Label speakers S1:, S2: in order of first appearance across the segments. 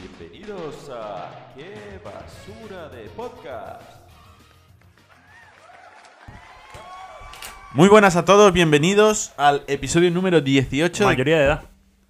S1: Bienvenidos a Qué Basura de Podcast. Muy buenas a todos, bienvenidos al episodio número 18. de-
S2: Mayoría de edad.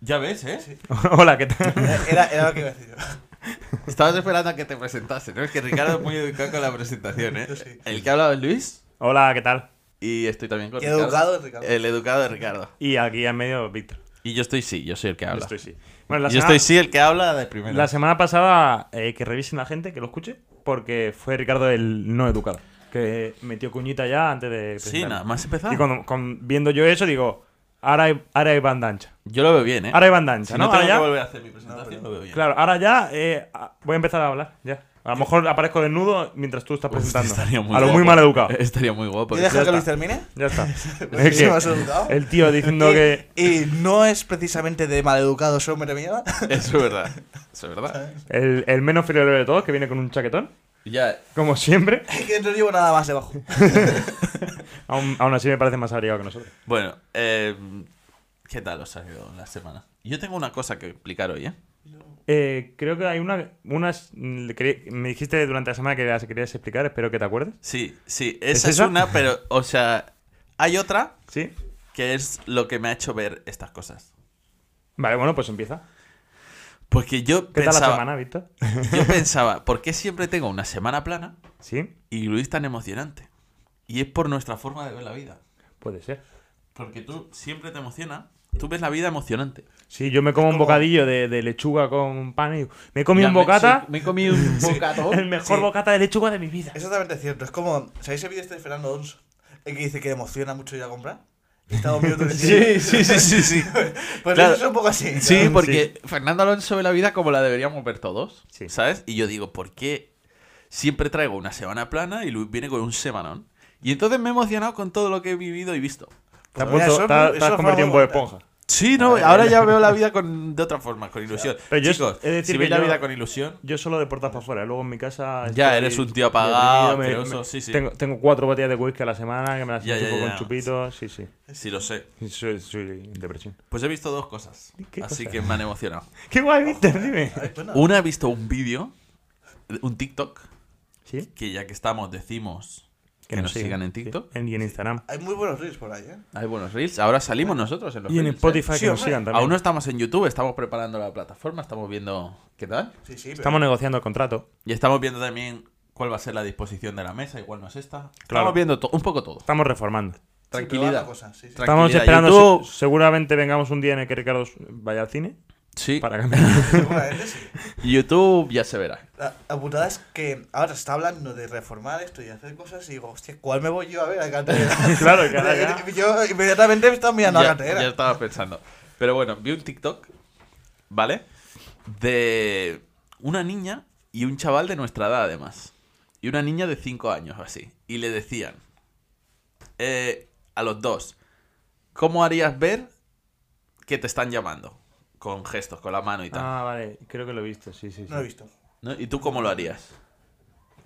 S1: Ya ves, ¿eh?
S2: Hola, ¿qué tal?
S3: Era, era lo que iba a decir yo.
S1: Estabas esperando a que te presentase, ¿no? Es que Ricardo es muy educado con la presentación, ¿eh?
S3: Sí.
S1: El que ha hablado es Luis
S2: Hola, ¿qué tal?
S1: y estoy también con
S3: Y
S1: Ricardo.
S3: educado es Ricardo.
S1: El educado de Ricardo.
S2: Y aquí en medio, Víctor.
S1: Y yo estoy sí, yo soy el que
S2: Yo
S1: habla.
S2: estoy sí. Bueno, la,
S1: yo
S2: semana,
S1: estoy sí, el que habla de primero.
S2: la semana pasada, eh, que revisen la gente, que lo escuche, porque fue Ricardo el no educado, que metió cuñita ya antes de...
S1: Sí,
S2: presentarme.
S1: nada más empezar.
S2: Y cuando, con- viendo yo eso, digo, ahora hay, ahora hay banda ancha.
S1: Yo lo veo bien, ¿eh?
S2: Ahora hay banda ancha,
S1: si
S2: ¿no?
S1: no, tengo
S2: Ahora ya-
S1: que volver a hacer mi presentación, lo veo bien.
S2: claro, ahora ya eh, a- voy a empezar a hablar, ya. A lo mejor aparezco desnudo mientras tú estás
S1: Uf,
S2: presentando.
S1: Pues estaría muy
S2: a lo
S1: guapo.
S2: muy mal educado.
S1: Estaría muy guapo.
S3: ¿Yo
S1: Ya
S3: dejo que
S1: está.
S3: Luis termine?
S2: Ya está.
S3: Pues
S2: Es
S3: sí,
S2: que
S3: más educado.
S2: el tío diciendo
S3: y,
S2: que...
S3: y no es precisamente de maleducado su hombre mierda.
S1: Eso es verdad. Eso es verdad.
S2: El, el menos friolero de todos, que viene con un chaquetón,
S1: Ya.
S2: como siempre.
S3: Es que no llevo nada más debajo.
S2: Aún, aún así me parece más abrigado que nosotros.
S1: Bueno, eh, ¿qué tal os ha ido la semana? Yo tengo una cosa que explicar hoy, ¿eh?
S2: Eh, creo que hay una... Unas, mm, quería- me dijiste durante la semana que las querías explicar, espero que te acuerdes.
S1: Sí, sí. Esa
S2: ¿Es
S1: es,
S2: esa?
S1: una, pero, o sea, hay otra
S2: ¿Sí?
S1: que es lo que me ha hecho ver estas cosas.
S2: Vale, bueno, pues empieza.
S1: Porque yo
S2: ¿Qué tal la
S1: pensaba,
S2: semana, Víctor?
S1: yo pensaba, ¿por qué siempre tengo una semana plana
S2: ¿Sí?
S1: y Luis tan emocionante? Y es por nuestra forma de ver la vida.
S2: Puede ser.
S1: Porque tú siempre te emociona, tú ves la vida emocionante.
S2: Sí, yo me como un
S3: como-
S2: bocadillo de, de lechuga con pan y... digo, Me he comido un
S1: Ya, me-
S2: bocata,
S1: sí, Me he comido un bocato.
S2: el mejor
S3: Sí.
S2: bocata de lechuga de mi vida.
S3: Exactamente cierto. Es como, ¿sabéis el vídeo este de Fernando Alonso? El que dice que le emociona mucho ir a comprar. Y está dos minutos
S1: Sí, sí, sí, sí, sí.
S3: Pues
S1: Claro.
S3: eso es un poco así.
S1: Ah, Sí,
S2: Sí.
S1: porque Fernando Alonso ve la vida como la deberíamos ver todos,
S2: Sí.
S1: ¿sabes? Y yo digo, ¿por qué siempre traigo una semana plana y Luis viene con un semanón? Y entonces me he emocionado con todo lo que he vivido y visto.
S2: Te has,
S3: Mira,
S2: puesto-
S3: Pues eso-
S2: te has- te
S3: eso
S2: has
S3: fue
S2: convertido en
S3: algo-
S2: Bob Esponja.
S1: Sí, no, ahora ya veo la vida con, de otra forma, con ilusión.
S2: Pero yo
S1: Chicos,
S2: he de decir
S1: si veis
S2: que
S1: la
S2: yo-
S1: vida con ilusión,
S2: Yo solo de puertas para afuera, luego en mi casa.
S1: Ya,
S2: estoy
S1: eres un tío apagado,
S2: deprimido, me-
S1: asqueroso,
S2: me-
S1: sí, sí.
S2: Tengo, tengo cuatro botellas de whisky a la semana que me las
S1: Ya, ya,
S2: chupo
S1: ya.
S2: con chupitos, sí, sí.
S1: sí lo sé.
S2: Soy, soy en depresión.
S1: Pues he visto dos cosas,
S2: ¿Qué
S1: así
S2: cosas?
S1: que me han emocionado.
S2: ¡Qué guay, Víctor! Dime.
S3: Ay, bueno.
S1: Una he visto un vídeo, un TikTok,
S2: ¿Sí?
S1: que ya que estamos decimos que, nos sigan en TikTok.
S2: sí. En- Y en Instagram.
S3: Hay muy buenos reels por ahí, ¿eh?
S1: Hay buenos reels. Ahora salimos nosotros en los
S2: Ah, Y en
S1: reels, ¿eh?
S2: Spotify
S3: Sí,
S2: que nos
S3: hombre.
S2: sigan también.
S1: Aún no estamos en YouTube, estamos preparando la plataforma, estamos viendo qué tal.
S3: Sí, sí. pero-
S2: Estamos negociando el contrato.
S1: Y estamos viendo también cuál va a ser la disposición de la mesa y cuál no es esta. Estamos
S2: Claro.
S1: viendo to- un poco todo.
S2: Estamos reformando.
S3: sí, pero va
S1: Tranquilidad.
S3: la cosa, sí, sí.
S1: Tranquilidad.
S2: Estamos esperando.
S1: YouTube.
S2: se- seguramente vengamos un día en el que Ricardo vaya al cine.
S1: Sí,
S2: Para cambiar.
S3: Seguramente sí.
S1: YouTube ya se verá.
S3: La, la putada es que ahora se está hablando de reformar esto y hacer cosas y digo, hostia, ¿cuál me voy yo a ver a cartera?
S2: Claro, que ahora ya-
S3: Yo inmediatamente me estaba mirando a
S1: ya,
S3: cartera.
S1: ya estaba pensando. Pero bueno, vi un TikTok, ¿vale? De una niña y un chaval de nuestra edad, además. Y una niña de 5 años o así. Y le decían eh, a los dos, ¿cómo harías ver que te están llamando? Con gestos, con la mano y tal.
S2: ah, vale. Creo que lo he visto, sí, sí. sí.
S3: No lo he visto.
S1: ¿no? ¿Y tú cómo lo harías?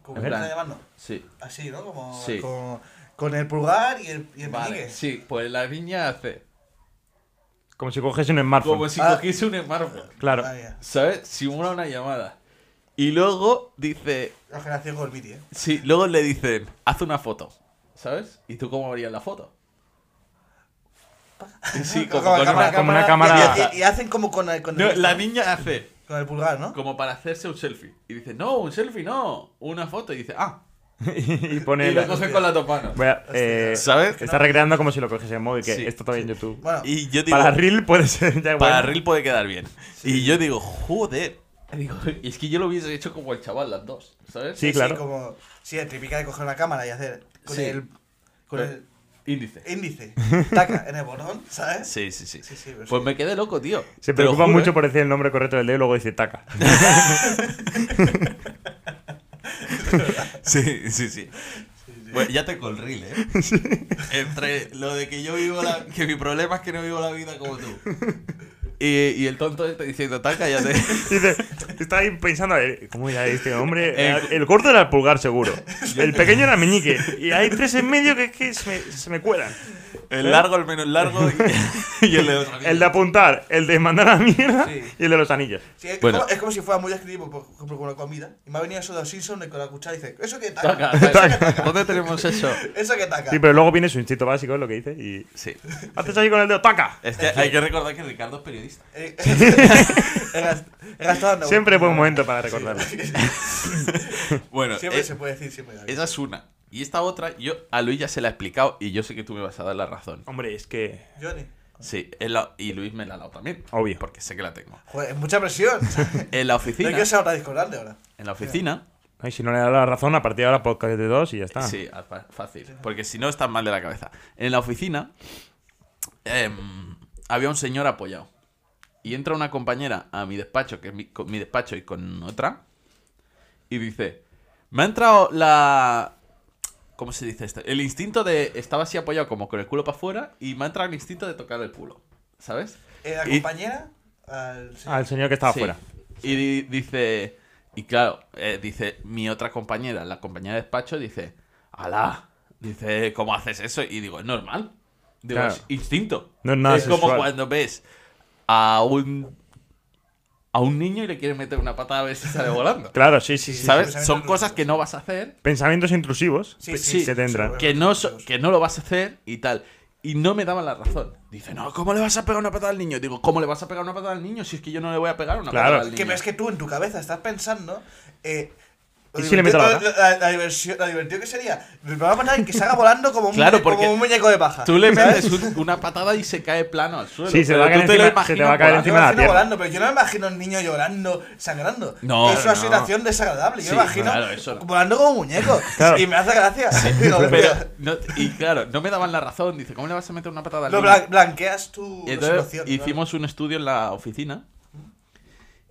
S3: ¿Cómo
S1: Es
S3: me
S1: verdad.
S3: está llamando?
S1: Sí.
S3: Así, ¿no? Como
S1: Sí.
S3: con, con el pulgar y el, y el
S1: Vale,
S3: meñique.
S1: sí, pues la niña hace
S2: Como si cogiese un smartphone.
S1: como si
S3: Ah.
S1: cogiese un smartphone.
S2: Claro.
S3: Madre mía.
S1: ¿Sabes? Simula una llamada. Y luego dice,
S3: La generación Golmiti, ¿eh?
S1: Sí, luego le dicen, haz una foto, ¿sabes? ¿Y tú cómo harías la foto?
S3: Ah,
S1: Sí, como con una-
S2: como una cámara-
S3: Y, y- y hacen como con el, con, el
S1: No,
S3: gesto,
S1: la
S3: ¿no?
S1: niña hace
S3: con el pulgar, ¿no?
S1: como para hacerse un selfie. Y dice, no, un selfie no, una foto. Y dice, ah,
S2: y
S1: y
S2: pone.
S1: lo
S2: la-
S1: coge con las dos manos.
S2: Voy a- eh,
S1: ¿Sabes?
S2: Está recreando como si lo cogiese en móvil, que
S1: Sí.
S2: esto todavía en YouTube.
S3: Bueno,
S1: Y yo digo,
S2: para Reel puede ser ya
S1: para
S2: bueno.
S1: Reel puede quedar bien. Y yo digo, joder. Digo, "Y es que yo lo hubiese hecho como el chaval, las dos, ¿sabes?
S2: Sí, claro.
S3: como, sí, el típica de coger una cámara y hacer con
S1: Sí.
S3: el con el
S1: Índice.
S3: índice, taca, en el botón, ¿sabes?
S1: Sí, sí, sí.
S3: Sí, sí, pero
S1: pues
S3: sí.
S1: me quedé loco, tío.
S2: Se
S1: Te lo
S2: preocupa
S1: juro,
S2: mucho
S1: ¿eh?
S2: por decir el nombre correcto del dedo y luego dice taca.
S1: Sí, sí, sí. Bueno, ya tengo el reel, ¿eh? Entre lo de que yo vivo la... Que mi problema es que no vivo la vida como tú. Y, y el tonto este diciendo, tan cállate.
S2: Dice, está ahí pensando, eh, ¿cómo era este hombre?
S1: Eh,
S2: El, el corto era el pulgar seguro. El pequeño era el meñique. Y hay tres en medio que es que se me, se me cuelan.
S1: El largo, el menos largo y, y el de los
S2: El de apuntar, el de mandar a la mierda
S3: Sí.
S2: y el de los anillos.
S3: Sí, es,
S1: Bueno.
S3: como, es como si fuera muy escrito, por ejemplo, con la comida. Y me ha venido eso de los Simpsons de con la cuchara y dice, ¿eso qué taca?
S1: Taca,
S3: ¿Eso
S1: taca.
S3: qué taca?
S1: ¿Dónde tenemos eso?
S3: ¿Eso qué taca?
S2: Sí, pero luego viene su instinto básico, es lo que dice, y.
S1: Sí.
S2: Haces ahí con el dedo, ¡taca!
S1: Es que hay que recordar que Ricardo es periodista.
S3: Eh, he gast- he gastado no-
S2: Siempre es buen momento para recordarlo.
S1: Bueno,
S3: Siempre
S1: eh,
S3: se puede decir, siempre. hay.
S1: esa es una. Y esta otra, yo a Luis ya se la he explicado y yo sé que tú me vas a dar la razón.
S2: Hombre, es que.
S3: Johnny.
S1: Sí, en la- y Luis me la ha dado también.
S2: Obvio.
S1: Porque sé que la tengo.
S3: Joder, es mucha presión.
S1: En la
S3: No
S1: oficina.
S3: quiero ser otra disco grande ahora.
S1: En la oficina.
S2: Ay, si no le da la razón, a partir de ahora podcast de dos y ya está.
S1: Sí, a- fa- fácil. Porque si no, estás mal de la cabeza. En la oficina em, había un señor apoyado. Y entra una compañera a mi despacho, que es mi, con mi despacho y con otra, y dice, me ha entrado la... ¿Cómo se dice esto? El instinto de... Estaba así apoyado como con el culo para afuera y me ha entrado el instinto de tocar el culo. ¿Sabes?
S3: Eh, la
S1: Y-
S3: compañera al.
S2: Al señor que estaba
S1: Sí.
S2: afuera.
S1: Y di- dice, y claro, eh, dice mi otra compañera, la compañera de despacho, dice, alá, dice, ¿cómo haces eso? Y digo, es normal. Digo,
S2: Claro.
S1: es instinto.
S2: No es nada
S1: como
S2: sexual.
S1: cuando ves a un a un niño y le quieres meter una patada a ver si sale volando.
S2: Claro, sí, sí, sí.
S1: ¿Sabes?
S3: sí, sí,
S1: Son
S3: sí.
S1: cosas que no vas a hacer,
S2: Pensamientos intrusivos
S3: Sí,
S1: sí,
S2: que tendrán.
S3: sí,
S1: que no, so- que no lo vas a hacer y tal. Y no me daban la razón. Dice, no, ¿cómo le vas a pegar una patada al niño? Digo, ¿cómo le vas a pegar una patada al niño si es que yo no le voy a pegar una
S2: Claro.
S1: patada al niño?
S3: Que, pero es que tú en tu cabeza estás pensando. Eh,
S2: ¿Y
S3: lo
S2: si le meto la
S3: divertido- la, la diversión, la divertido que sería. Me va a matar y que se haga volando como un,
S1: Claro,
S3: muñeco, como
S1: porque
S3: un muñeco de paja.
S1: Tú le
S3: ¿sabes?
S1: metes un- una patada y se cae plano al suelo.
S2: Sí, se
S1: pero
S2: va a
S1: tú
S2: caer
S1: te lo
S2: encima- se te va
S1: imaginas
S2: a caer
S1: volando.
S2: encima de
S3: Yo me
S2: la
S3: imagino
S2: tierra.
S3: volando, pero yo no me imagino un niño llorando, sangrando.
S1: No,
S3: es una
S1: no.
S3: situación desagradable. Yo
S1: Sí,
S3: me imagino
S1: claro, eso no.
S3: volando como un muñeco.
S2: Claro.
S3: Y me hace gracia. Digo,
S1: Pero,
S3: mira,
S1: no- y claro, no me daban la razón. Dice, ¿cómo le vas a meter una patada al
S3: lo
S1: niño?
S3: blan- blanqueas tu
S1: Y entonces
S3: situación.
S1: hicimos un estudio en la oficina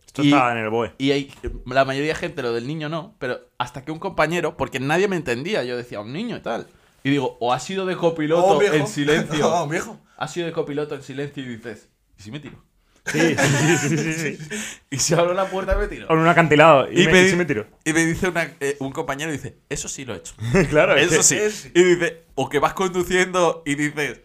S2: Esto
S1: Y-
S2: estaba en el BOE.
S1: y hay, la mayoría de gente, lo del niño no, pero hasta que un compañero, porque nadie me entendía, yo decía, un niño y tal. Y digo, o ha sido de
S3: Oh,
S1: copiloto
S3: viejo.
S1: en silencio.
S3: Oh, viejo.
S1: Ha sido de copiloto en silencio y dices, ¿y si me tiro?
S2: Sí, sí, sí, sí, sí.
S1: Y se abro la puerta y me tiro.
S2: Con un acantilado. Y, me,
S1: di-
S2: y sí me tiro.
S1: y me dice una- eh, un compañero, dice, eso sí lo he hecho.
S2: claro, es
S1: Eso
S2: que-
S1: sí.
S3: es-
S1: Y dice, o que vas conduciendo y dices,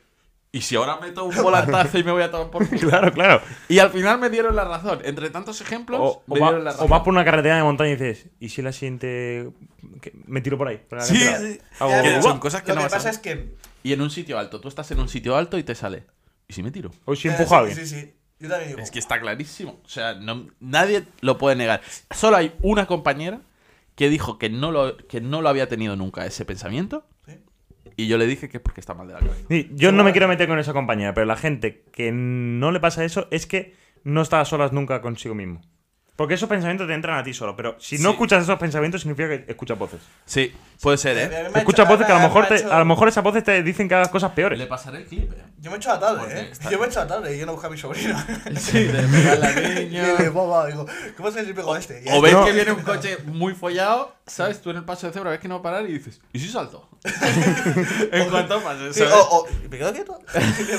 S1: ¿y si ahora meto un volantazo y me voy a tomar por culo?
S2: Claro, claro.
S1: Y al final me dieron la razón. Entre tantos ejemplos,
S2: O, o
S1: me
S2: va-
S1: dieron la
S2: o
S1: razón.
S2: vas por una carretera de montaña y dices, ¿y si la siguiente. que- me tiro por ahí? por la
S1: Sí,
S2: carretera?
S1: sí.
S2: Hago-
S1: Que
S3: Lo-
S1: son cosas que
S3: lo
S1: no
S3: que
S1: vas a
S3: pasa
S1: ver.
S3: es que.
S1: Y en un sitio alto. Tú estás en un sitio alto y te sale, ¿y si me tiro?
S2: Hoy sí
S3: eh,
S2: empujo a
S3: sí,
S2: alguien.
S3: Sí, sí. Yo también digo.
S1: Es que está clarísimo. O sea, no- nadie lo puede negar. Solo hay una compañera que dijo que no lo, que no lo había tenido nunca ese pensamiento.
S3: ¿sí?
S1: Y yo le dije que es porque está mal de la cabeza.
S2: Sí, yo no me quiero meter con esa compañía, pero la gente que no le pasa eso es que no está a solas nunca consigo mismo. Porque esos pensamientos te entran a ti solo, pero si no
S1: Sí.
S2: escuchas esos pensamientos significa que escuchas voces.
S1: Sí, puede ser,
S3: A mí me
S1: ¿eh?
S3: ha hecho-
S2: Escuchas voces que a lo
S3: me ha
S2: mejor te-
S3: hecho-
S2: a lo mejor esas voces te dicen que hagas cosas
S1: Le
S2: peores.
S1: pasaré el clip, ¿eh?
S3: Yo me he hecho a tarde,
S1: Porque
S3: ¿eh?
S1: está-
S3: Yo me he hecho a tarde y yo no busco a mi sobrino.
S1: Sí, de pegarle al
S3: Y
S1: niño.
S3: digo, "Boba", digo, ¿cómo se le pego a este? Y
S1: O ves
S2: No.
S1: que viene un coche muy follado, ¿sabes? Tú en el paso de cebra ves que no va a parar y dices, ¿y si salto? en cuanto pases,
S3: Sí,
S1: ¿sabes?
S3: o, o, ¿Me quedo quieto?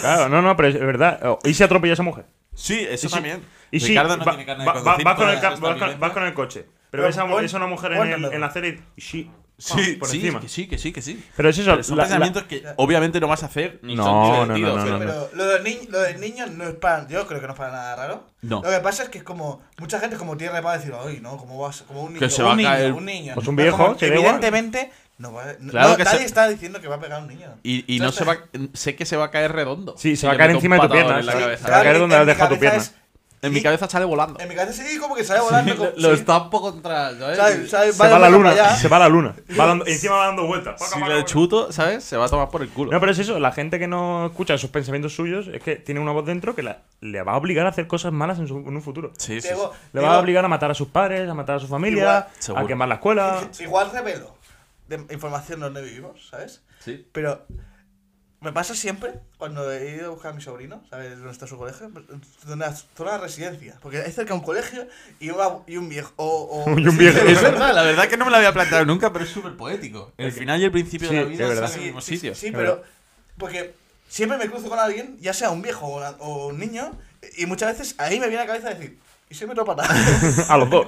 S2: Claro, no, no, pero es verdad. O- ¿Y si atropella a esa mujer?
S1: Sí, eso
S2: ¿Y si-
S1: también.
S2: ¿Y si
S1: Ricardo no
S2: va-
S1: tiene carne
S2: va-
S1: de
S2: va-
S1: conducir,
S2: vas con
S1: por
S2: el ca-
S1: eso
S2: vas
S1: está
S2: con- vas con el coche? Pero
S3: Pero
S2: esa,
S3: pon-
S2: esa una mujer en,
S3: pon-
S2: el- en la acera y... y sí,
S1: Sí,
S2: ah, por
S1: sí,
S2: encima.
S1: que sí, que sí, que sí.
S2: Pero es eso,
S1: son
S2: la- la-
S1: pensamientos que obviamente no vas a hacer ni
S2: No,
S1: son
S2: no,
S1: divertidos.
S2: no, no,
S3: Pero,
S1: pero-
S3: pero lo del, niño, lo del niño no es para. Yo creo que no es para nada raro.
S1: No.
S3: Lo que pasa es que es como. Mucha gente como tiene reparo de decir, ay, no, ¿cómo vas? Como un niño.
S1: se
S3: un
S1: va a
S3: niño,
S1: caer-
S3: Un niño.
S2: Pues un
S3: Pero
S2: viejo,
S3: como
S2: que da igual.
S3: evidentemente. No va, no-
S1: Claro
S3: no,
S1: que
S3: nadie
S1: se-
S3: está diciendo que va a pegar a un niño.
S1: Y, y no se va, sé que se va a caer redondo.
S2: Sí, se
S1: Si
S2: va a
S1: le
S2: caer
S1: meto
S2: encima
S1: un
S2: de tu
S1: patadón
S2: pierna,
S1: en la
S2: se va-
S1: cabeza.
S2: se va a caer donde has
S3: en mi
S2: dejado tu
S3: cabeza
S2: pierna.
S1: En mi
S3: sí,
S1: cabeza sale volando.
S3: En mi cabeza sí, como que sale volando. como-
S1: Lo
S3: sí.
S1: está un poco contra. ¿sabes?
S3: Sabe- sabe-
S2: Se
S3: vale,
S2: va a la
S3: venga
S2: luna,
S3: para allá.
S2: se va a la luna. Va dando- encima va dando vueltas.
S1: Si le chuto, ¿sabes? Se va a tomar por el culo.
S2: No, pero es eso, la gente que no escucha esos pensamientos suyos es que tiene una voz dentro que la- le va a obligar a hacer cosas malas en, su- en un futuro.
S1: Sí, sí, sí.
S3: Digo-
S2: Le va
S3: digo,
S2: a obligar a matar a sus padres, a matar a su
S3: Igual,
S2: familia,
S1: seguro.
S2: a quemar la escuela.
S3: Igual revelo de información donde vivimos, ¿sabes?
S1: Sí.
S3: Pero me pasa siempre cuando he ido a buscar a mi sobrino, ¿sabes? Donde está su colegio, de una zona de residencia. Porque hay cerca un colegio y, una- y un viejo. O, o-
S2: Y un viejo.
S1: Es verdad, la verdad que no me lo había planteado nunca, pero es súper poético. El final y el principio
S2: Sí,
S1: de la
S2: es
S1: vida
S2: verdad.
S1: están en el mismo
S3: sí,
S1: sitio.
S3: sí,
S2: es
S3: pero.
S2: verdad.
S3: Porque siempre me cruzo con alguien, ya sea un viejo o, una- o un niño, y muchas veces ahí me viene a la cabeza decir. Y se meto a patada.
S2: A los dos.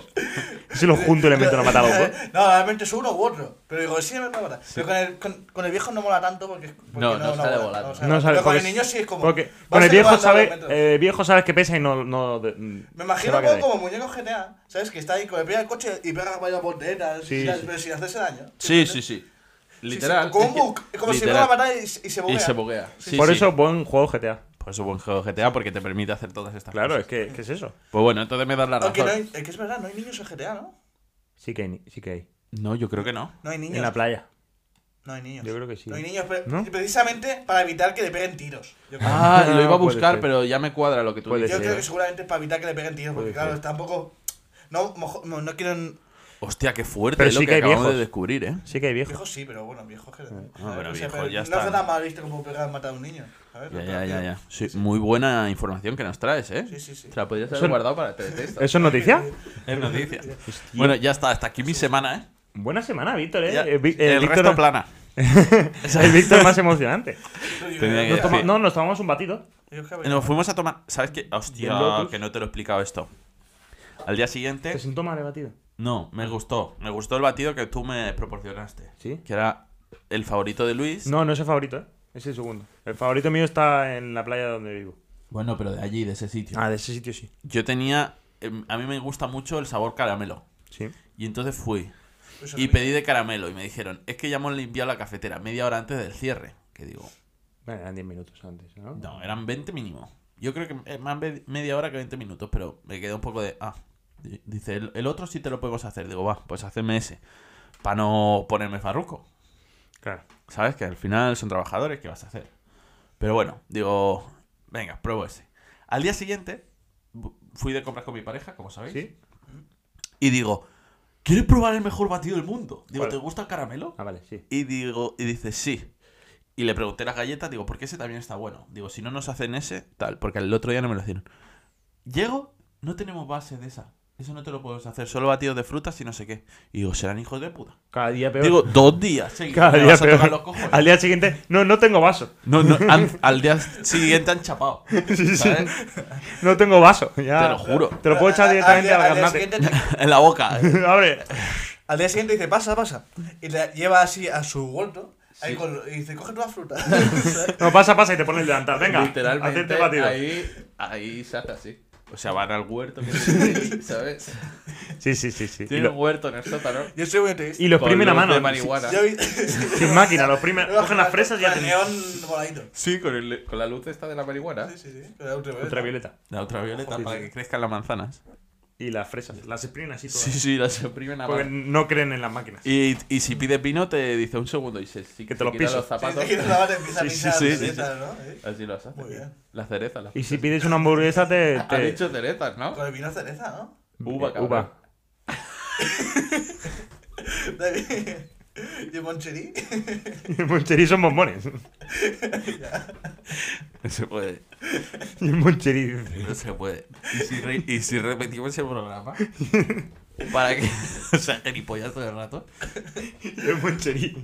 S2: Si los junto y le meto una patada a los dos.
S3: No, realmente es uno u otro. Pero digo, sí, me meto una patada. Pero con el, con, con el viejo no mola tanto porque. porque
S1: No, no sale
S3: mola,
S1: volando.
S3: sale
S2: No
S3: volando.
S2: sabe-
S3: Pero con el
S2: porque-
S3: niño sí es como.
S2: Porque
S3: vas
S2: con el viejo
S3: elevando
S2: sabe,
S3: los metros.
S2: eh, viejo sabes que pesa y no. no de- mm,
S3: Me
S2: se
S3: imagino
S2: va a
S3: un poco
S2: quedar ahí.
S3: como muñeco GTA, ¿sabes? Que está ahí con el pie del coche y pega varias volteretas,
S2: Sí,
S3: y las-
S2: sí.
S3: pero sin hacerse daño.
S1: Sí, sí, sí. Literal.
S3: como
S1: es
S3: un
S1: que-
S3: bug, es como si fuera
S1: literal.
S3: una patada y, y se
S1: Y
S3: boguea.
S1: se boguea. Sí,
S2: Por
S1: sí.
S2: eso, buen juego GTA.
S1: Por eso buen juego GTA, porque te permite hacer todas estas
S2: Claro,
S1: cosas.
S2: es que, ¿qué es eso?
S1: Pues bueno, entonces me das la razón.
S3: Aunque no hay, es que es verdad, no hay niños en GTA, ¿no?
S2: Sí que hay. ni- Sí que hay.
S1: No, yo creo que no.
S3: No hay niños.
S2: En la playa.
S3: No hay niños.
S2: Yo creo que sí.
S3: No hay niños, pero-
S2: ¿No?
S3: precisamente para evitar que le peguen tiros. Yo creo,
S1: Ah, y lo iba a
S2: Puede
S1: buscar,
S2: ser.
S1: pero ya me cuadra lo que tú
S2: Puede
S3: Yo
S1: dices.
S2: ser.
S3: creo que seguramente es para evitar que le peguen tiros, porque
S2: Puede
S3: claro,
S2: ser.
S3: tampoco... No, mojo- no, no quieren...
S1: Hostia, qué fuerte
S2: Pero
S1: es lo
S2: sí
S1: que,
S2: que hay
S1: acabamos de
S2: viejos.
S1: descubrir, ¿eh?
S2: Sí que hay viejo.
S3: Viejos sí, pero bueno, viejos que...
S1: Ah, pero
S3: o sea,
S1: viejos ya
S3: no
S1: están.
S3: fue tan mal visto como pegar matar a un niño. ¿sabes?
S1: Ya,
S3: No,
S1: ya,
S3: pero-
S1: ya, ya. Sí, muy buena información que nos traes, ¿eh?
S3: Sí, sí, sí.
S1: Te la podrías haber
S2: Eso-
S1: guardado para el teletexto.
S2: ¿Eso es noticia?
S1: Es noticia. Bueno, ya está. Hasta aquí mi semana, ¿eh?
S2: Buena semana, Víctor, ¿eh?
S1: Ya-
S2: Eh, Vi- eh,
S1: el
S2: Víctor-
S1: resto plana.
S2: el Víctor más emocionante.
S1: Tenía que
S2: Nos toma-
S1: decir.
S2: No, nos tomamos un batito.
S3: Yo creo que-
S1: Nos fuimos a tomar... ¿Sabes qué?
S2: Bien,
S1: Hostia,
S2: Lotus.
S1: que no te lo he explicado esto. Al día siguiente...
S3: ¿Eh?
S2: ¿Te siento mal el batido?
S1: No, me gustó. Me gustó el batido que tú me proporcionaste.
S2: ¿Sí?
S1: Que era el favorito de Luis.
S2: No, no es el favorito, ¿eh? Es el segundo. El favorito mío está en la playa donde vivo.
S1: Bueno, pero de allí, de ese sitio.
S2: Ah, de ese sitio sí.
S1: Yo tenía... em, A mí me gusta mucho el sabor caramelo.
S2: Sí.
S1: Y entonces fui.
S3: Eso
S1: Y
S3: es
S1: pedí de caramelo. Y me dijeron, es que ya hemos limpiado la cafetera media hora antes del cierre. Que digo,
S2: Bueno, eran 10 minutos antes, ¿no?
S1: no, eran 20 mínimo. Yo creo que eh, más ve- media hora que 20 minutos. Pero me quedé un poco de... Ah, Di- dice, el, el otro sí te lo podemos hacer. Digo, va, pues hacerme ese. Para no ponerme farruco.
S2: Claro.
S1: ¿Sabes? Que al final son trabajadores, ¿qué vas a hacer? Pero bueno, digo, venga, pruebo ese. Al día siguiente, bu- fui de compras con mi pareja, como sabéis.
S2: ¿Sí?
S1: Y digo, ¿quieres probar el mejor batido del mundo? Digo,
S2: ¿Cuál?
S1: ¿te gusta el caramelo?
S2: Ah, vale, sí.
S1: Y digo, y dice, sí. Y le pregunté las galletas, digo, porque ese también está bueno. Digo, si no nos hacen ese, tal, porque el otro día no me lo hicieron. Llego, no tenemos base de esa. Eso no te lo puedes hacer, solo batidos de frutas y no sé qué. Y digo, serán hijos de puta.
S2: Cada día peor.
S1: Digo, dos días seguidos
S2: Eh, Cada
S1: me
S2: día
S1: vas a tocar
S2: peor.
S1: los cojones.
S2: Al día siguiente, no, no tengo vaso.
S1: No, no, han- al día siguiente han chapado. ¿sabes?
S2: No tengo vaso. Ya.
S1: Te lo juro.
S2: Te lo puedo echar
S3: Al- al
S2: directamente
S3: día-
S2: a la
S3: al día
S2: garnate.
S3: siguiente te-
S1: En la boca.
S2: Abre.
S3: Al día siguiente dice, pasa, pasa. Y le lleva así a su vuelto. Ahí
S1: Sí.
S3: con, y dice, coge toda fruta.
S2: No, pasa, pasa y te pones el delantal. Venga. Hacerte batido.
S1: Ahí, ahí se hace así. O sea, van al huerto. Que tienen, ¿Sabes?
S2: Sí, sí, sí, sí. Y,
S1: Tienen
S2: lo,
S1: un huerto en el sótano.
S3: Yo soy muy triste.
S2: y lo exprimen a
S1: con
S2: mano.
S1: luz De marihuana.
S3: Yo vi...
S2: sin- Sin máquina, lo exprimen. Cogen las fresas y ya te.
S3: El neón voladito.
S1: Sí, con, el- con la luz esta de la marihuana.
S3: Sí, sí, sí. Pero ultravioleta.
S2: Ultravioleta.
S1: La ultravioleta
S2: Joder.
S1: para que crezcan las manzanas.
S2: Y las fresas. Las exprimen así todas.
S1: Sí, sí, las oprimen a
S2: Porque
S1: mano.
S2: no creen en las máquinas.
S1: Y, y si pide vino, te dice un segundo y se, si
S2: Que te
S1: se
S2: los
S1: quita
S2: piso.
S1: los
S3: Sí,
S1: zapatos.
S3: te quitas la bata y empieza a
S1: Sí, sí,
S3: pisar
S1: sí, sí,
S3: cerezas, ¿no? ¿Eh?
S1: Así las hace.
S3: Muy bien.
S1: Las cerezas. Las
S2: Y si pides una hamburguesa, te.
S1: Ha
S2: te-
S1: dicho cerezas, ¿no?
S3: Con el vino cereza, ¿no?
S1: Uva, cabrón.
S2: uva.
S3: De Moncherí.
S2: Y el moncherí son bombones.
S1: No se puede.
S2: Y el moncherí. dice,
S1: No se puede. ¿Y si, re- y si repetimos el programa? Para que. O sea, gilipollas todo el rato.
S2: El moncherí.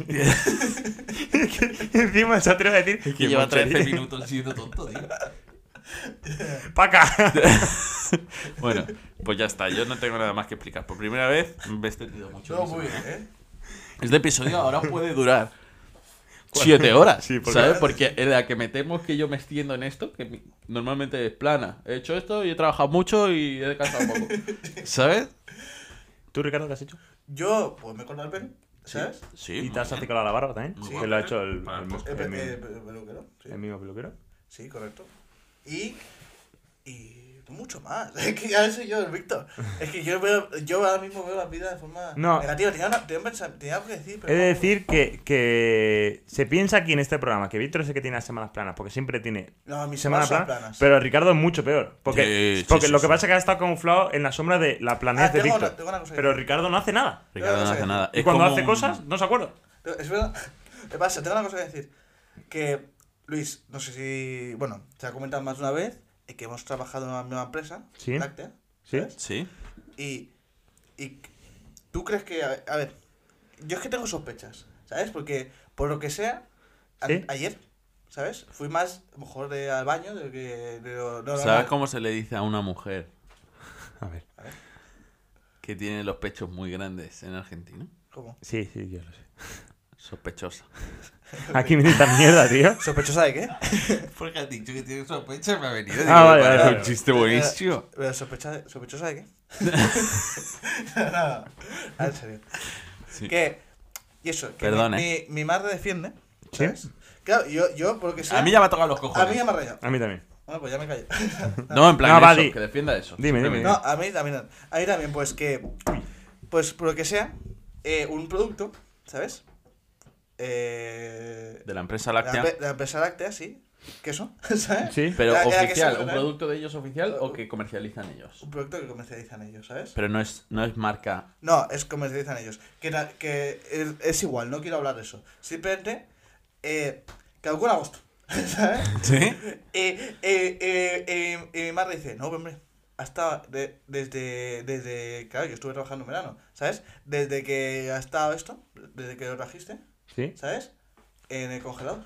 S2: Encima se atreve a decir.
S1: Que
S2: el
S1: lleva
S2: moncherí.
S1: 13 minutos siendo tonto, tío.
S2: ¡Paca!
S1: Bueno, pues ya está. Yo no tengo nada más que explicar. Por primera vez me he extendido mucho.
S3: Todo
S1: mi
S3: muy bien,
S1: semana.
S3: ¿eh?
S1: Este episodio ahora puede durar. Siete horas,
S2: Sí, porque-
S1: ¿sabes? Porque en la que metemos que yo me extiendo en esto, que mi- normalmente es plana. He hecho esto y he trabajado mucho y he descansado un poco. ¿Sabes?
S2: ¿Tú, Ricardo, qué has hecho?
S3: Yo, pues me he cortado el pelo, ¿sabes?
S1: Sí.
S2: Y
S1: muy
S2: te has
S1: bien.
S2: articulado la barba también.
S3: Sí.
S2: Que lo ha hecho el,
S1: Para el
S2: el-
S1: podcast.
S3: Eh,
S2: el
S3: pe- eh,
S2: mismo-
S3: pe- peluquero, sí.
S2: el mismo peluquero.
S3: Sí, correcto. Y. Y. Mucho más. Es que ya soy yo, el Víctor. Es que yo, veo, yo ahora mismo veo la vida de forma
S2: No.
S3: negativa. Tenía, una- tenía, un pensam- tenía algo que decir, pero.
S2: He de
S3: no.
S2: decir que, que se piensa aquí en este programa que Víctor es el que tiene las semanas planas, porque siempre tiene
S3: No, mis
S2: semana
S3: semanas son
S2: plana,
S3: planas.
S2: pero Ricardo es mucho peor. Porque,
S1: Sí, sí,
S2: porque
S1: sí,
S2: lo
S1: sí.
S2: que pasa es que ha estado camuflado en la sombra de la planez
S3: Ah,
S2: de
S3: tengo
S2: Víctor.
S3: una- tengo una cosa que
S2: Pero
S3: decir.
S2: Ricardo no hace nada.
S1: Ricardo no hace nada.
S2: Y
S1: Es
S2: cuando
S1: como
S2: hace
S1: un-
S2: cosas, no se acuerda.
S3: Es verdad. ¿Qué pasa? Tengo una cosa que decir. Que, Luis, no sé si. Bueno, te ha comentado más de una vez eh, que hemos trabajado en una misma empresa,
S2: Sí.
S3: láctea,
S2: Sí.
S3: ¿sabes?
S1: Sí.
S3: Y, y tú crees que. A ver, a ver, yo es que tengo sospechas, ¿sabes? Porque, por lo que sea, a-
S2: Sí.
S3: ayer, ¿sabes? Fui más, a lo mejor, de- al baño de lo que. de lo- de lo normal.
S1: ¿Sabes cómo se le dice a una mujer
S2: A ver.
S1: que tiene los pechos muy grandes en Argentina.
S3: ¿Cómo?
S2: Sí, sí, yo lo sé.
S1: Sospechosa.
S2: Aquí me esta mierda, tío.
S3: ¿Sospechosa de qué?
S1: Porque has dicho que tiene sospecha y me ha venido.
S2: Digo, vale, vale, vale.
S1: Ah, Un chiste Este buenísimo.
S3: Pero sospecha de- ¿Sospechosa de qué? no, no, en serio.
S1: Sí.
S3: Que. Y eso, que
S1: Perdón,
S3: mi,
S1: eh.
S3: mi, mi madre defiende. ¿Sabes? Claro, yo, yo, por lo que sea.
S1: A mí ya me ha tocado los
S3: a
S1: cojones.
S3: mí ya me ha rayado.
S2: A mí también.
S3: Bueno, pues ya me callo.
S1: No, en plan
S2: No, va,
S1: eso,
S2: di.
S1: que defienda eso.
S2: Dime, dime.
S1: Simplemente.
S3: No, a mí también. A mí también, pues que. Pues por lo que sea, eh, un producto, ¿sabes? Eh,
S1: De la empresa
S3: de, la,
S1: láctea.
S3: empe- de la empresa láctea, sí. Queso, ¿sabes?
S2: Sí.
S1: Pero
S3: La- la que se
S1: oficial, ¿un
S3: pone-
S1: producto de ellos oficial o que comercializan ellos?
S3: Un producto que comercializan ellos, ¿sabes?
S1: Pero no es, no es marca.
S3: No, es comercializan ellos. Que, na- que es, es igual, no quiero hablar de eso. Simplemente, eh, caducó en agosto, ¿sabes?
S1: ¿Sí?
S3: Eh, eh, eh, eh, y mi madre dice, no, hombre, hasta de- desde, desde, claro, yo estuve trabajando en verano, ¿sabes? Desde que ha estado esto, desde que lo trajiste,
S2: Sí.
S3: ¿sabes? En el congelador.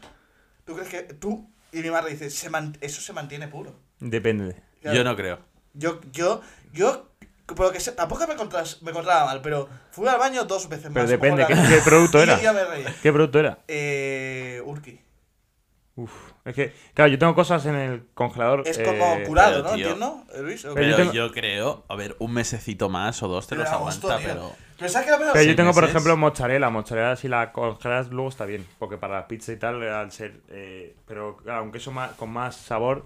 S3: ¿Tú crees que tú? Y mi madre dice, se man- eso se mantiene puro.
S2: Depende.
S3: Claro,
S1: Yo no creo.
S3: Yo, yo, yo, por lo que sé, tampoco me, contras- me encontraba mal, pero fui al baño dos veces más.
S2: Pero depende. ¿Qué,
S3: ojo, la-
S2: qué producto
S3: Y
S2: era?
S3: yo me reía.
S2: ¿Qué producto era?
S3: Eh, Urki.
S2: Uf. Es que, claro, yo tengo cosas en el congelador.
S3: Es
S2: eh,
S3: como curado,
S1: pero,
S3: ¿no?
S1: tío.
S3: ¿Entiendo, Luis? ¿O
S2: Pero
S1: Pero
S2: yo
S1: yo,
S2: tengo-
S1: creo, a ver, un mesecito más o dos te
S3: Pero
S1: los
S3: en agosto,
S1: aguanta,
S3: tío.
S1: pero.
S3: Pero ¿sabes qué es lo peor?
S2: Pero yo
S1: seis
S2: tengo, por
S1: meses.
S2: ejemplo, mozzarella. Mozzarella, si la congelas, luego está bien. Porque para las pizzas y tal, al ser. eh, pero claro, un queso más, con más sabor,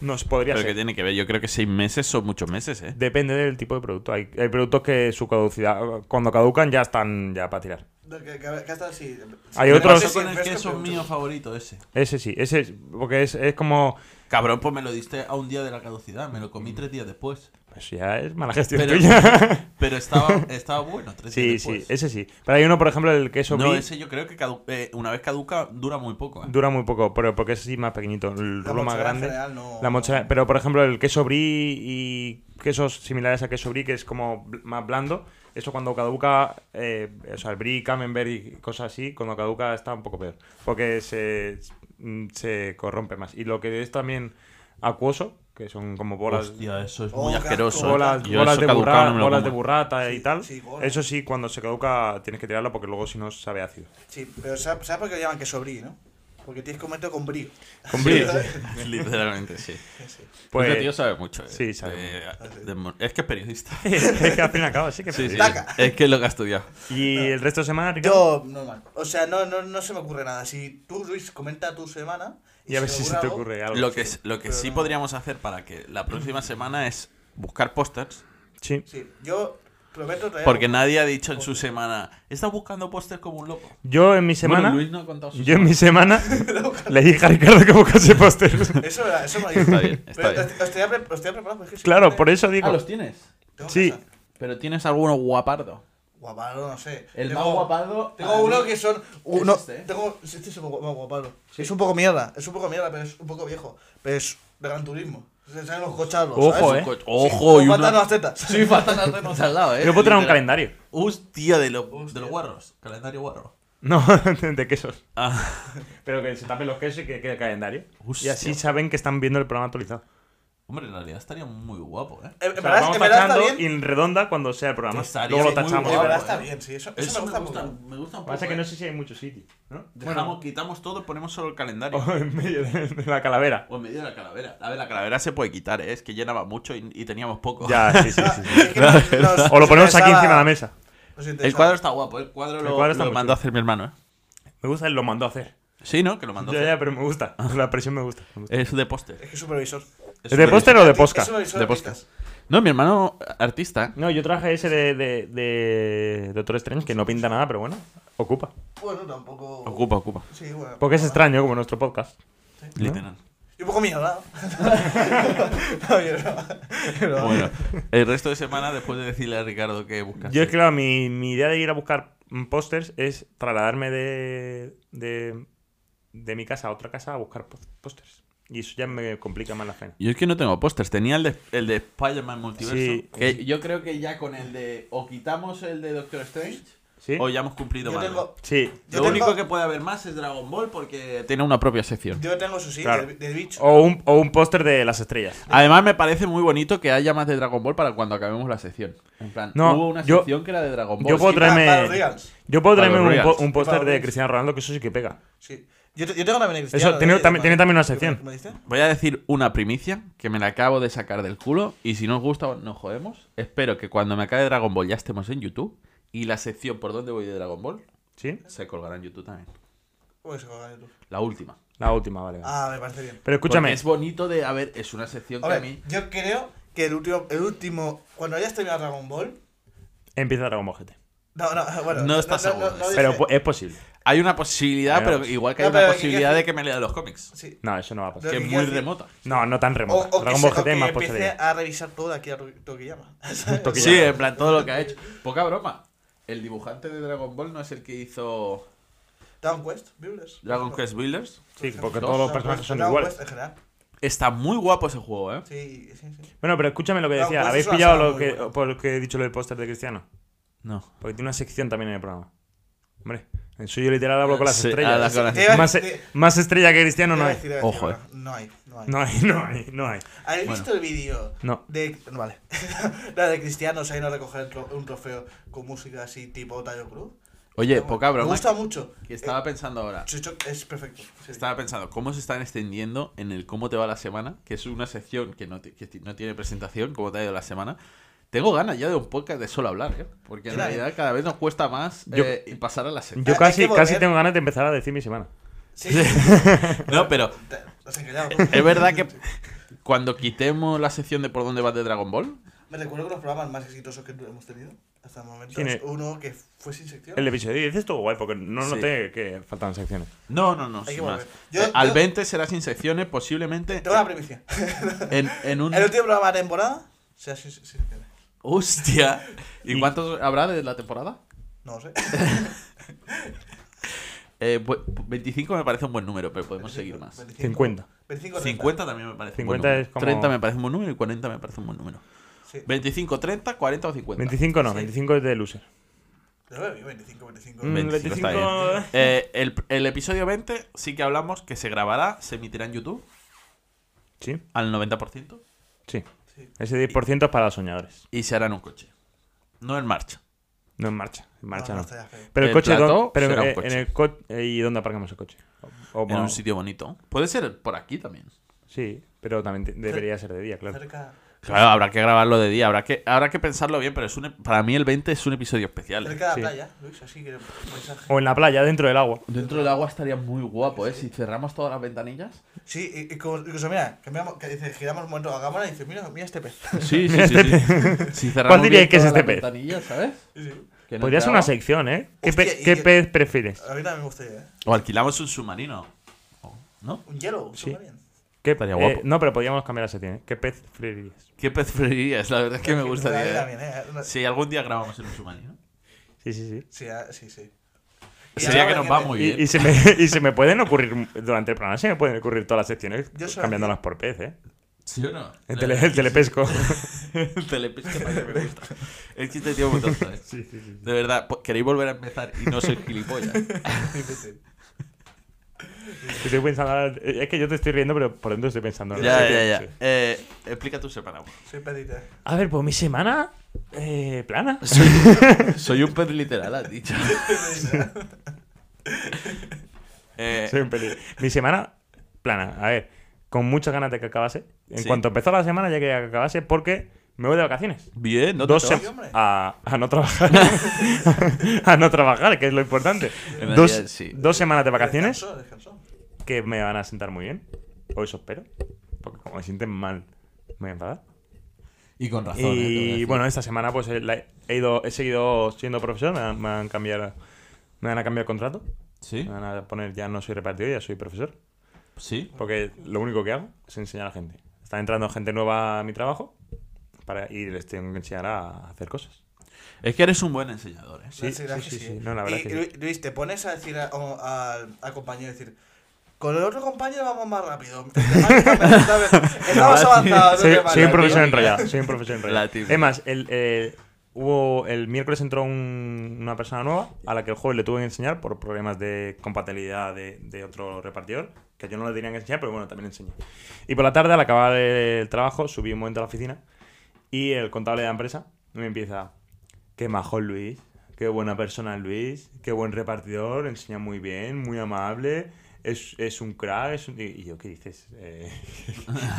S2: nos podría
S1: Pero
S2: ser.
S1: que tiene que ver, yo creo que seis meses son muchos meses, ¿eh?
S2: Depende del tipo de producto. Hay, hay productos que su caducidad, cuando caducan, ya están ya para tirar.
S3: Que, que, que hasta así.
S2: Hay otros-
S3: Sí,
S1: con el
S3: fresco,
S1: queso
S3: pero-
S1: mío favorito ese.
S2: Ese sí, ese es, porque es, es como.
S1: Cabrón, pues me lo diste a un día de la caducidad, me lo comí tres días después.
S2: Pues ya es mala gestión
S1: Pero-
S2: tuya.
S1: Pero estaba, estaba bueno, tres
S2: sí,
S1: días
S2: sí,
S1: después.
S2: ese sí. Pero hay uno, por ejemplo, el queso
S1: No,
S2: brie
S1: ese yo creo que cadu- eh, una vez caduca dura muy poco. ¿eh?
S2: dura muy poco, pero porque es así más pequeñito. El
S3: La
S2: rulo más
S3: mozzarella en
S2: grande.
S3: general no-
S2: La mozzarella- Pero, por ejemplo, el queso brie y quesos similares a queso brie, que es como bl- más blando. Eso cuando caduca, eh, o sea, el brie, camembert y cosas así, cuando caduca está un poco peor. Porque se, mm, se corrompe más. Y lo que es también acuoso, que son como bolas
S1: Hostia, eso es
S3: Oh,
S1: muy
S3: qué asco.
S1: asqueroso. ¿eh?
S2: bolas,
S1: Yo
S2: bolas
S1: eso
S2: de,
S1: caducado
S2: burra-
S1: no me lo
S2: bolas de
S1: como.
S2: burrata y
S3: Sí,
S2: tal.
S3: sí, bolas.
S2: Eso sí, cuando se caduca tienes que tirarlo porque luego si no sabe ácido.
S3: Sí, pero ¿sabes sabe por qué lo llaman queso brí, no? Porque tienes que comerlo con brí.
S2: Con brie,
S3: ¿verdad?
S1: Literalmente, sí.
S3: Sí.
S2: Pues
S1: Este tío sabe mucho. ¿eh?
S2: sí, sabe
S1: Eh, de mon- es que es periodista.
S2: es que al fin y al cabo sí que
S1: Sí, sí.
S3: Taca.
S1: Es que es lo que ha estudiado.
S2: Y el resto de semana, Ricardo,
S3: Yo, normal. O sea, no, no, no se me ocurre nada. Si tú, Luis, comenta tu semana. y
S2: y a ver
S3: me
S2: si se te
S3: algo,
S2: ocurre algo.
S1: Lo que, es- lo que
S3: pero
S1: sí
S3: no.
S1: podríamos hacer para que la próxima semana es buscar pósters.
S2: Sí.
S3: Sí, yo prometo traer.
S1: Porque
S3: algo.
S1: nadie ha dicho en su semana, está buscando pósters como un loco.
S2: Yo en mi semana,
S1: Bueno, Luis no ha contado su
S2: yo en mi semana le dije a Ricardo que buscase póster.
S3: Eso, eso me lo
S1: Está
S3: dice.
S1: bien, está
S3: Pero
S1: bien.
S3: os- Os tenía pre- os tenía preparado. porque es que
S2: claro,
S3: siempre
S2: por eso digo.
S1: Ah, los tienes.
S3: tengo
S2: sí.
S3: cosas.
S1: Pero tienes alguno guapardo.
S3: Guapardo, no sé.
S1: El
S3: Tengo-
S1: más guapardo. ah,
S3: Tengo uno que son. Uno,
S1: este, ¿eh?
S3: tengo, sí, este es un poco más guapardo. Es un poco mierda, es un poco mierda, pero es un poco viejo. Pero es de gran turismo. Se salen los cochados.
S2: Ojo,
S3: ¿sabes?
S2: eh.
S1: Ojo,
S3: Sí,
S1: y
S3: faltan
S1: una-
S3: las tetas.
S1: Sí, faltan las tetas al lado, eh.
S2: Yo puedo tener un
S1: Literal.
S2: calendario.
S1: Hostia, de, lo- de
S3: Hostia.
S1: los guarros. Calendario guarro.
S2: No, de quesos.
S1: Ah,
S2: Pero que se tapen los quesos y que quede el calendario. Y
S1: Hostia.
S2: así saben que están viendo el programa actualizado.
S1: hombre, en realidad estaría muy guapo, eh.
S3: En, en
S2: O sea,
S3: verdad,
S2: vamos
S3: en verdad está
S2: tachando
S3: bien.
S2: y en redonda cuando sea el programa.
S1: Estaría
S2: Luego lo
S1: muy
S2: tachamos.
S1: guapo,
S3: En verdad
S1: eh.
S3: está bien, sí, eso- eso me gusta mucho.
S1: me gusta un
S2: Pasa que
S1: eh.
S2: no sé si hay muchos sitios, ¿no?
S1: Dejamos, quitamos todo y ponemos solo el calendario.
S2: O en medio de, de la calavera.
S1: O en medio de la calavera. A ver, la calavera se puede quitar, ¿eh? es que llenaba mucho y, y teníamos poco.
S2: Ya, sí, sí, sí.
S3: Es que nos- nos-
S2: O lo
S3: nos
S2: ponemos aquí
S3: interesaba-
S2: encima de la mesa.
S3: nos
S1: El
S3: interesaba.
S1: cuadro está guapo, eh. el cuadro
S2: El
S1: lo,
S2: cuadro está
S1: lo
S2: muy
S1: mandó a
S2: chulo.
S1: hacer mi hermano. ¿eh?
S2: Me gusta, él lo mandó a hacer.
S1: Sí, ¿no? Que lo mandó. a
S2: Ya,
S1: hacer. Ah.
S2: ya, pero me gusta. La presión me gusta. me gusta.
S1: Es de póster.
S3: Es que es supervisor.
S2: ¿Es de póster o de posca?
S3: Es supervisor
S1: De
S3: artistas.
S1: póster. No, mi hermano artista. eh.
S2: No, yo traje ese de, de, de Doctor Strange, que no pinta nada, pero bueno, ocupa.
S3: Bueno, tampoco.
S1: Ocupa, ocupa.
S3: Sí, bueno.
S2: Porque es extraño, como nuestro podcast.
S1: Literal.
S3: Y un poco mierda. no, yo no. Pero-
S1: Bueno, el resto de semana después de decirle a Ricardo que buscas.
S2: Yo es que, claro, mi, mi idea de ir a buscar mm, pósters es trasladarme de, de, de mi casa a otra casa a buscar pó- pósters. Y eso ya me complica más la cena.
S1: Yo es que no tengo pósters. Tenía el de, el de Spider-Man Multiverso.
S2: Sí.
S1: que yo creo que ya con el de. O quitamos el de Doctor Strange.
S2: ¿Sí?
S1: O ya hemos cumplido
S3: Yo
S1: Marvel.
S3: tengo,
S2: Sí.
S3: yo
S1: Lo
S3: tengo-
S1: único que puede haber más es Dragon Ball porque tiene una propia sección.
S3: yo tengo su sí,
S2: Claro.
S3: del, del bicho.
S2: O un, o un póster de las estrellas.
S1: Además, me parece muy bonito que haya más de Dragon Ball para cuando acabemos la sección. En plan,
S2: No,
S1: hubo una
S2: yo-
S1: sección que era de Dragon Ball.
S2: Yo puedo
S3: Sí, para- para los
S2: traerme.
S3: Reals.
S2: Yo puedo
S1: Para
S2: traerme
S1: los
S2: un,
S1: Reals.
S2: po- un póster
S3: Para los
S2: de
S3: Reals.
S2: Cristiano Ronaldo, que eso sí que pega.
S3: Sí. Yo, te- yo tengo también el
S2: Eso, tiene
S3: de-
S2: también-
S3: de-
S2: tiene también una
S3: ¿Qué me-
S2: sección.
S3: qué me dices?
S1: Voy a decir una primicia que me la acabo de sacar del culo y si no os gusta nos jodemos. Espero que cuando me acabe Dragon Ball ya estemos en YouTube y la sección por donde voy de Dragon Ball
S2: ¿Sí?
S1: se colgará en YouTube también.
S3: Uy, se colgaba de tú.
S1: La última.
S2: La última, vale. vale.
S3: Ah, me parece bien.
S2: Pero escúchame.
S1: Porque es bonito de, a ver, es una sección
S3: A
S1: que a
S3: ver,
S1: mí...
S3: yo creo que el último, el último, cuando hayas terminado Dragon Ball,
S2: Empieza Dragon Ball GT.
S3: no, no, bueno,
S1: No estás seguro.
S3: dije-
S2: Pero po- es posible.
S1: Hay una posibilidad,
S2: Pero-
S1: pero igual que hay
S3: No, pero
S1: una
S3: que-
S1: posibilidad de que me lea los cómics.
S3: sí.
S2: No, eso no va a
S1: Que
S2: pasar.
S3: que
S1: es muy
S3: quiero decir-
S1: remota.
S2: No, no tan
S3: O,
S2: remota.
S3: o que,
S2: Dragon
S3: se,
S2: Ball
S3: o
S2: GT
S3: que
S2: es más
S3: empiece
S2: posible.
S3: a revisar todo de aquí a Ro- Tokiyama. ¿sabes?
S2: Toki-
S1: Sí, en plan, todo lo que ha hecho. Poca broma. El dibujante de Dragon Ball no es el que hizo
S3: Dragon Quest, Builders.
S1: Dragon Quest Builders.
S2: Sí, porque
S1: Dos,
S2: todos los
S3: Dragon
S2: personajes
S3: Quest-
S2: son
S3: Dragon
S2: iguales.
S3: Quest en general.
S1: Está muy guapo ese juego, ¿eh?
S3: Sí, sí, sí.
S2: Bueno, pero escúchame lo que
S3: Dragon
S2: decía.
S3: Quest
S2: ¿Habéis
S3: es una
S2: pillado
S3: saga
S2: lo
S3: muy
S2: que,
S3: buena.
S2: por lo que he dicho lo del póster de Cristiano?
S1: No.
S2: Porque tiene una sección también en el programa. Hombre, en suyo literal hablo con las
S1: Sí, habla
S2: estrellas.
S1: con las
S3: estrellas.
S2: Más, e-
S3: Te-
S2: más estrella que Cristiano no
S3: Iba a
S2: hay.
S3: decir, iba a decir,
S1: Ojo, eh.
S3: bueno, No hay, no hay.
S2: No hay, no hay, no hay.
S3: ¿Habéis
S1: Bueno.
S3: visto el vídeo
S2: No.
S3: de. no, Vale. la de Cristiano se ha ido a recoger tro- un trofeo con música así tipo Tayo Cruz.
S1: Oye,
S3: Está bueno.
S1: poca broma.
S3: Me gusta mucho.
S1: Que estaba pensando ahora.
S3: Eh, Chucho es perfecto. sí.
S1: Estaba pensando cómo se están extendiendo en el cómo te va la semana, que es una sección que no, ti- que ti- no tiene presentación, cómo te ha ido la semana. Tengo ganas ya de un podcast de solo hablar, ¿eh? Porque en
S3: Claro.
S1: realidad cada vez nos cuesta más
S2: Yo-
S1: eh, y pasar a la sección.
S2: Yo
S3: Hay
S2: casi,
S3: que
S2: casi
S3: volver.
S2: tengo ganas de empezar a decir mi semana.
S3: Sí.
S1: No, pero
S3: Te- Los engañados.
S1: es verdad que cuando quitemos la sección de por dónde vas de Dragon Ball,
S3: Me recuerdo que los programas más exitosos que hemos tenido hasta el momento
S2: Tiene-
S3: es uno que fue sin sección.
S2: El episodio dices estuvo guay porque no
S1: Sí.
S2: noté que faltaban secciones.
S1: no, no, no,
S3: Hay que
S1: sin más.
S3: volver. Yo-
S1: Eh, Al
S3: yo-
S1: 20 será sin secciones, posiblemente
S3: Tengo una primicia.
S1: en, en un...
S3: El último programa de la temporada sea sin sin sección.
S1: ¡Hostia! ¿Y
S2: Y-
S1: cuántos habrá de la temporada?
S3: No lo sé.
S1: Eh, bu- 25 me parece un buen número, pero podemos seguir más.
S2: 50.
S3: 25 o 30.
S1: 50 también me parece
S2: 50
S1: un buen
S2: es
S1: número.
S2: como-
S1: 30 me parece un buen número y 40 me parece un buen número.
S3: Sí.
S1: 25, 30, 40 o 50.
S2: 25 no,
S3: Sí.
S2: 25 es de loser.
S3: Yo lo veo bien, 25, 25.
S2: Mm,
S1: 25 está
S2: 25.
S1: bien. Eh, el, el episodio 20 sí que hablamos que se grabará, se emitirá en YouTube
S2: Sí,
S1: al 90%
S2: sí.
S3: Sí.
S2: Ese 10% es para los soñadores.
S1: y se hará en un coche. No en marcha.
S2: No en marcha. En marcha
S3: No,
S2: no.
S3: no, está ya feo.
S2: Pero el,
S1: El
S2: coche,
S1: plató
S2: ¿dó- pero
S1: será un
S2: eh,
S1: coche.
S2: en el coche ¿y dónde aparcamos el coche? O- o
S1: En
S2: mo-
S1: un sitio bonito. Puede ser por aquí también.
S2: Sí, pero también te- debería ser de día, claro.
S3: Cerca,
S1: Claro, habrá que grabarlo de día, habrá que, habrá que pensarlo bien, pero es un, e, para mí el 20 es un episodio especial. ¿eh?
S3: cerca de la
S2: Sí.
S3: playa, Luis, así que un mensaje.
S2: O en la playa, dentro del agua.
S1: Dentro del agua estaría muy guapo, ¿eh? Si cerramos todas las ventanillas.
S3: Sí, y- y como- incluso mira, cambiamos, que dice, giramos un momento a cámara y dice, mira, mira este pez.
S1: Sí, sí, sí. sí. Si cerramos
S2: ¿Cuál diríais
S1: bien
S2: que es
S1: todas
S2: este
S1: las
S2: pez?
S1: ventanillas, ¿sabes?
S3: Sí, sí.
S1: Que no entra
S2: Podría ser una
S1: agua.
S2: sección, ¿eh? ¿Qué, pe-
S3: Hostia, y
S2: qué
S3: que-
S2: pez prefieres?
S3: A mí también me gustaría, ¿eh?
S1: O alquilamos un submarino. ¿No?
S3: Un hielo, un
S2: Sí.
S3: submarino.
S2: ¿Qué,
S1: Estaría
S2: eh,
S1: guapo.
S2: no, pero podríamos cambiar la sección, ¿eh? ¿Qué pez preferirías?
S1: ¿Qué pez preferirías? La verdad es que me
S3: A mí
S1: gustaría. ¿eh?
S3: también, ¿eh? Una-
S1: Si algún día grabamos en un submarino.
S2: Sí, sí, sí.
S3: Sí, ah, sí, sí. Y
S1: Sería
S3: ahora
S1: que nos
S3: me-
S1: va muy
S2: Y,
S1: bien.
S2: y se me, y se me pueden ocurrir durante el programa, se me pueden ocurrir todas las secciones
S3: Yo solo
S2: cambiándolas por pez, ¿eh?
S1: Eh, ¿Sí o no?
S2: El,
S1: La
S2: tele-
S1: verdad
S2: el
S1: es que
S2: telepesco.
S1: sí. El telepes que más me gusta. Es que te tío muy tonto, ¿eh?
S2: Sí, sí, sí.
S1: De verdad, po- queréis volver a empezar y no soy gilipollas.
S2: Estoy pensando ahora- eh, es que yo te estoy riendo, pero por dentro estoy pensando. en
S1: ya,
S2: la
S1: ya,
S2: sección,
S1: ya.
S2: sí.
S1: Eh, explica tú separado.
S3: Soy pedita.
S2: A ver, pues mi semana. eh, plana.
S1: Soy un pez literal, has dicho. Eh,
S2: Soy un peli- Mi semana plana. A ver, con muchas ganas de que acabase. En
S1: Sí.
S2: cuanto empezó la semana ya quería que acabase porque me voy de vacaciones.
S1: Bien, no te
S2: Dos
S1: te vas.
S2: sem-
S3: hombre.
S2: a, a no trabajar. a no trabajar, que es lo importante.
S1: En
S2: Dos,
S1: realidad, sí.
S2: dos semanas de vacaciones
S3: Descanso, descanso.
S2: que me van a sentar muy bien. O eso espero. Porque como me sienten mal, me voy a enfadar.
S1: Y con razón. eh, te voy a
S2: Y
S1: decir.
S2: bueno, esta semana pues he, la- he ido, he seguido siendo profesor. Me, han- me han cambiado, me van a cambiar el contrato.
S1: Sí,
S2: Me van a poner ya no soy repartidor, ya soy profesor.
S1: sí.
S2: Porque lo único que hago es enseñar a la gente. Está entrando gente nueva a mi trabajo para, y les tengo que enseñar a hacer cosas.
S1: Es que eres un buen enseñador, ¿eh?
S2: Sí,
S3: La verdad
S2: sí,
S3: que
S2: sí,
S3: sí,
S2: sí.
S3: ¿eh?
S2: No, la verdad
S3: y,
S2: que sí.
S3: Lu- Luis, te pones a decir a- o- al al compañero, decir, con el otro compañero vamos más rápido. Estamos avanzados.
S2: soy,
S3: no te
S2: soy un
S3: pares,
S2: profesor
S3: tío.
S2: enrollado. Soy un profesor enrollado.
S1: La típica.
S2: Es más, el, eh, hubo el miércoles entró un- una persona nueva a la que el jueves le tuve que enseñar por problemas de compatibilidad de, de otro repartidor, que yo no le tenía que enseñar, pero bueno, también le enseñé. Y por la tarde, al acabar el trabajo, subí un momento a la oficina y el contable de la empresa me empieza, qué majo el Luis, qué buena persona el Luis, qué buen repartidor, enseña muy bien, muy amable. Es, es un crack, es un... Y yo, ¿qué dices? Eh,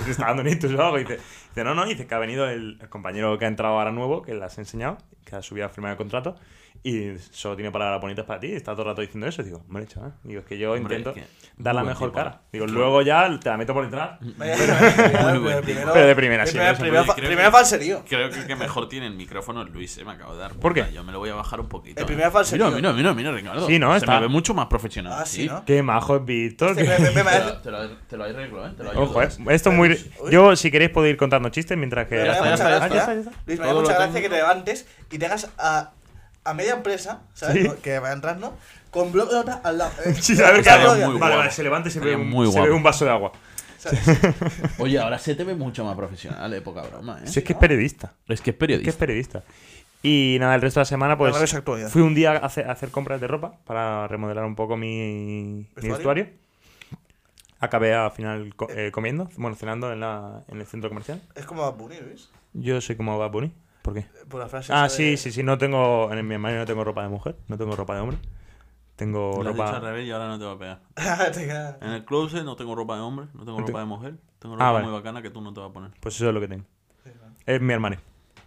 S2: te está dando un ictus o algo. Y dice, dice, no, no, dice que ha venido el, el compañero que ha entrado ahora nuevo, que las ha enseñado, que ha subido a firmar el contrato, y solo tiene palabras bonitas para ti, y está todo el rato diciendo eso. Y digo, hombre, chaval, digo, es que yo
S1: Hombre,
S2: intento
S1: es que
S2: dar la
S1: muy buen
S2: mejor
S1: tipo.
S2: cara. Digo, luego ya te la meto por detrás.
S3: Vaya, eh, primero-
S1: buen tipo.
S3: primero-
S2: Pero de primera, sí,
S3: Primero,
S2: no se
S3: primero
S1: puede.
S3: fa- primero falserío.
S1: Creo que el que mejor tiene el micrófono es Luis, eh, me acabo de dar.
S2: ¿Por
S1: cuenta.
S2: qué?
S1: Yo me lo voy a bajar un poquito.
S3: El
S1: eh.
S3: primer falserío.
S1: Mira, mira, mira, mira, Ricardo.
S2: Sí, ¿no?
S1: Se
S2: Está-
S1: me ve mucho más profesional.
S3: Ah, sí, ¿no?
S2: Qué majo es Víctor.
S3: Este,
S2: qué-
S3: me- me- me-
S1: Te lo, te lo- te lo arreglo, ¿eh? Te lo ayudo.
S2: Ojo, eh. Esto es muy...
S3: Uy.
S2: Yo, si queréis, puedo ir contando chistes mientras que... Ah,
S3: Pero
S1: Ya
S3: me da
S1: está, ya
S3: mucha
S1: está, ya
S3: gracia,
S1: está,
S2: ya está.
S3: Luis, me da
S1: Todo lo
S3: mucha gracia
S1: tengo.
S3: que te levantes y tengas a, a media empresa, ¿sabes?
S2: Sí.
S3: ¿No? Que va a entrar, ¿no? Con bloque de nota al lado. eh.
S2: Sí, a ver qué
S1: Estaría
S2: hago.
S1: muy
S2: Vale,
S1: guapo.
S2: vale, se levanta y se ve,
S1: Estaría
S2: un,
S1: muy
S2: se ve
S1: guapo.
S2: un vaso de agua.
S3: ¿Sabes?
S1: Oye, ahora se te ve mucho más profesional, eh, poca broma, ¿eh?
S2: Si es que es periodista.
S1: Es que es
S2: que es
S1: periodista.
S2: periodista. Y nada, el resto de la semana, pues.
S3: revés actualidad.
S2: Fui un día a hacer, a hacer compras de ropa para remodelar un poco mi mi
S3: ¿Vestuario?
S2: vestuario. Acabé al final co- eh, comiendo, bueno, cenando en, la, en el centro comercial.
S3: Es como Bad Bunny, Luis.
S2: Yo soy como Bad Bunny. ¿Por qué?
S3: Por la frase.
S2: Ah,
S3: esa
S2: sí,
S3: de-
S2: sí, sí. No tengo. En mi armario no tengo ropa de mujer, no tengo ropa de hombre. Tengo
S1: Lo has dicho al
S2: ropa.
S1: revés y ahora no te va a pegar.
S3: Te queda-
S1: En el closet no tengo ropa de hombre, no tengo
S2: No te-
S1: ropa de mujer. Tengo
S2: Ah,
S1: ropa
S2: vale.
S1: muy bacana que tú no te vas a poner.
S2: Pues eso es lo que tengo.
S3: sí, no.
S2: Es mi armario.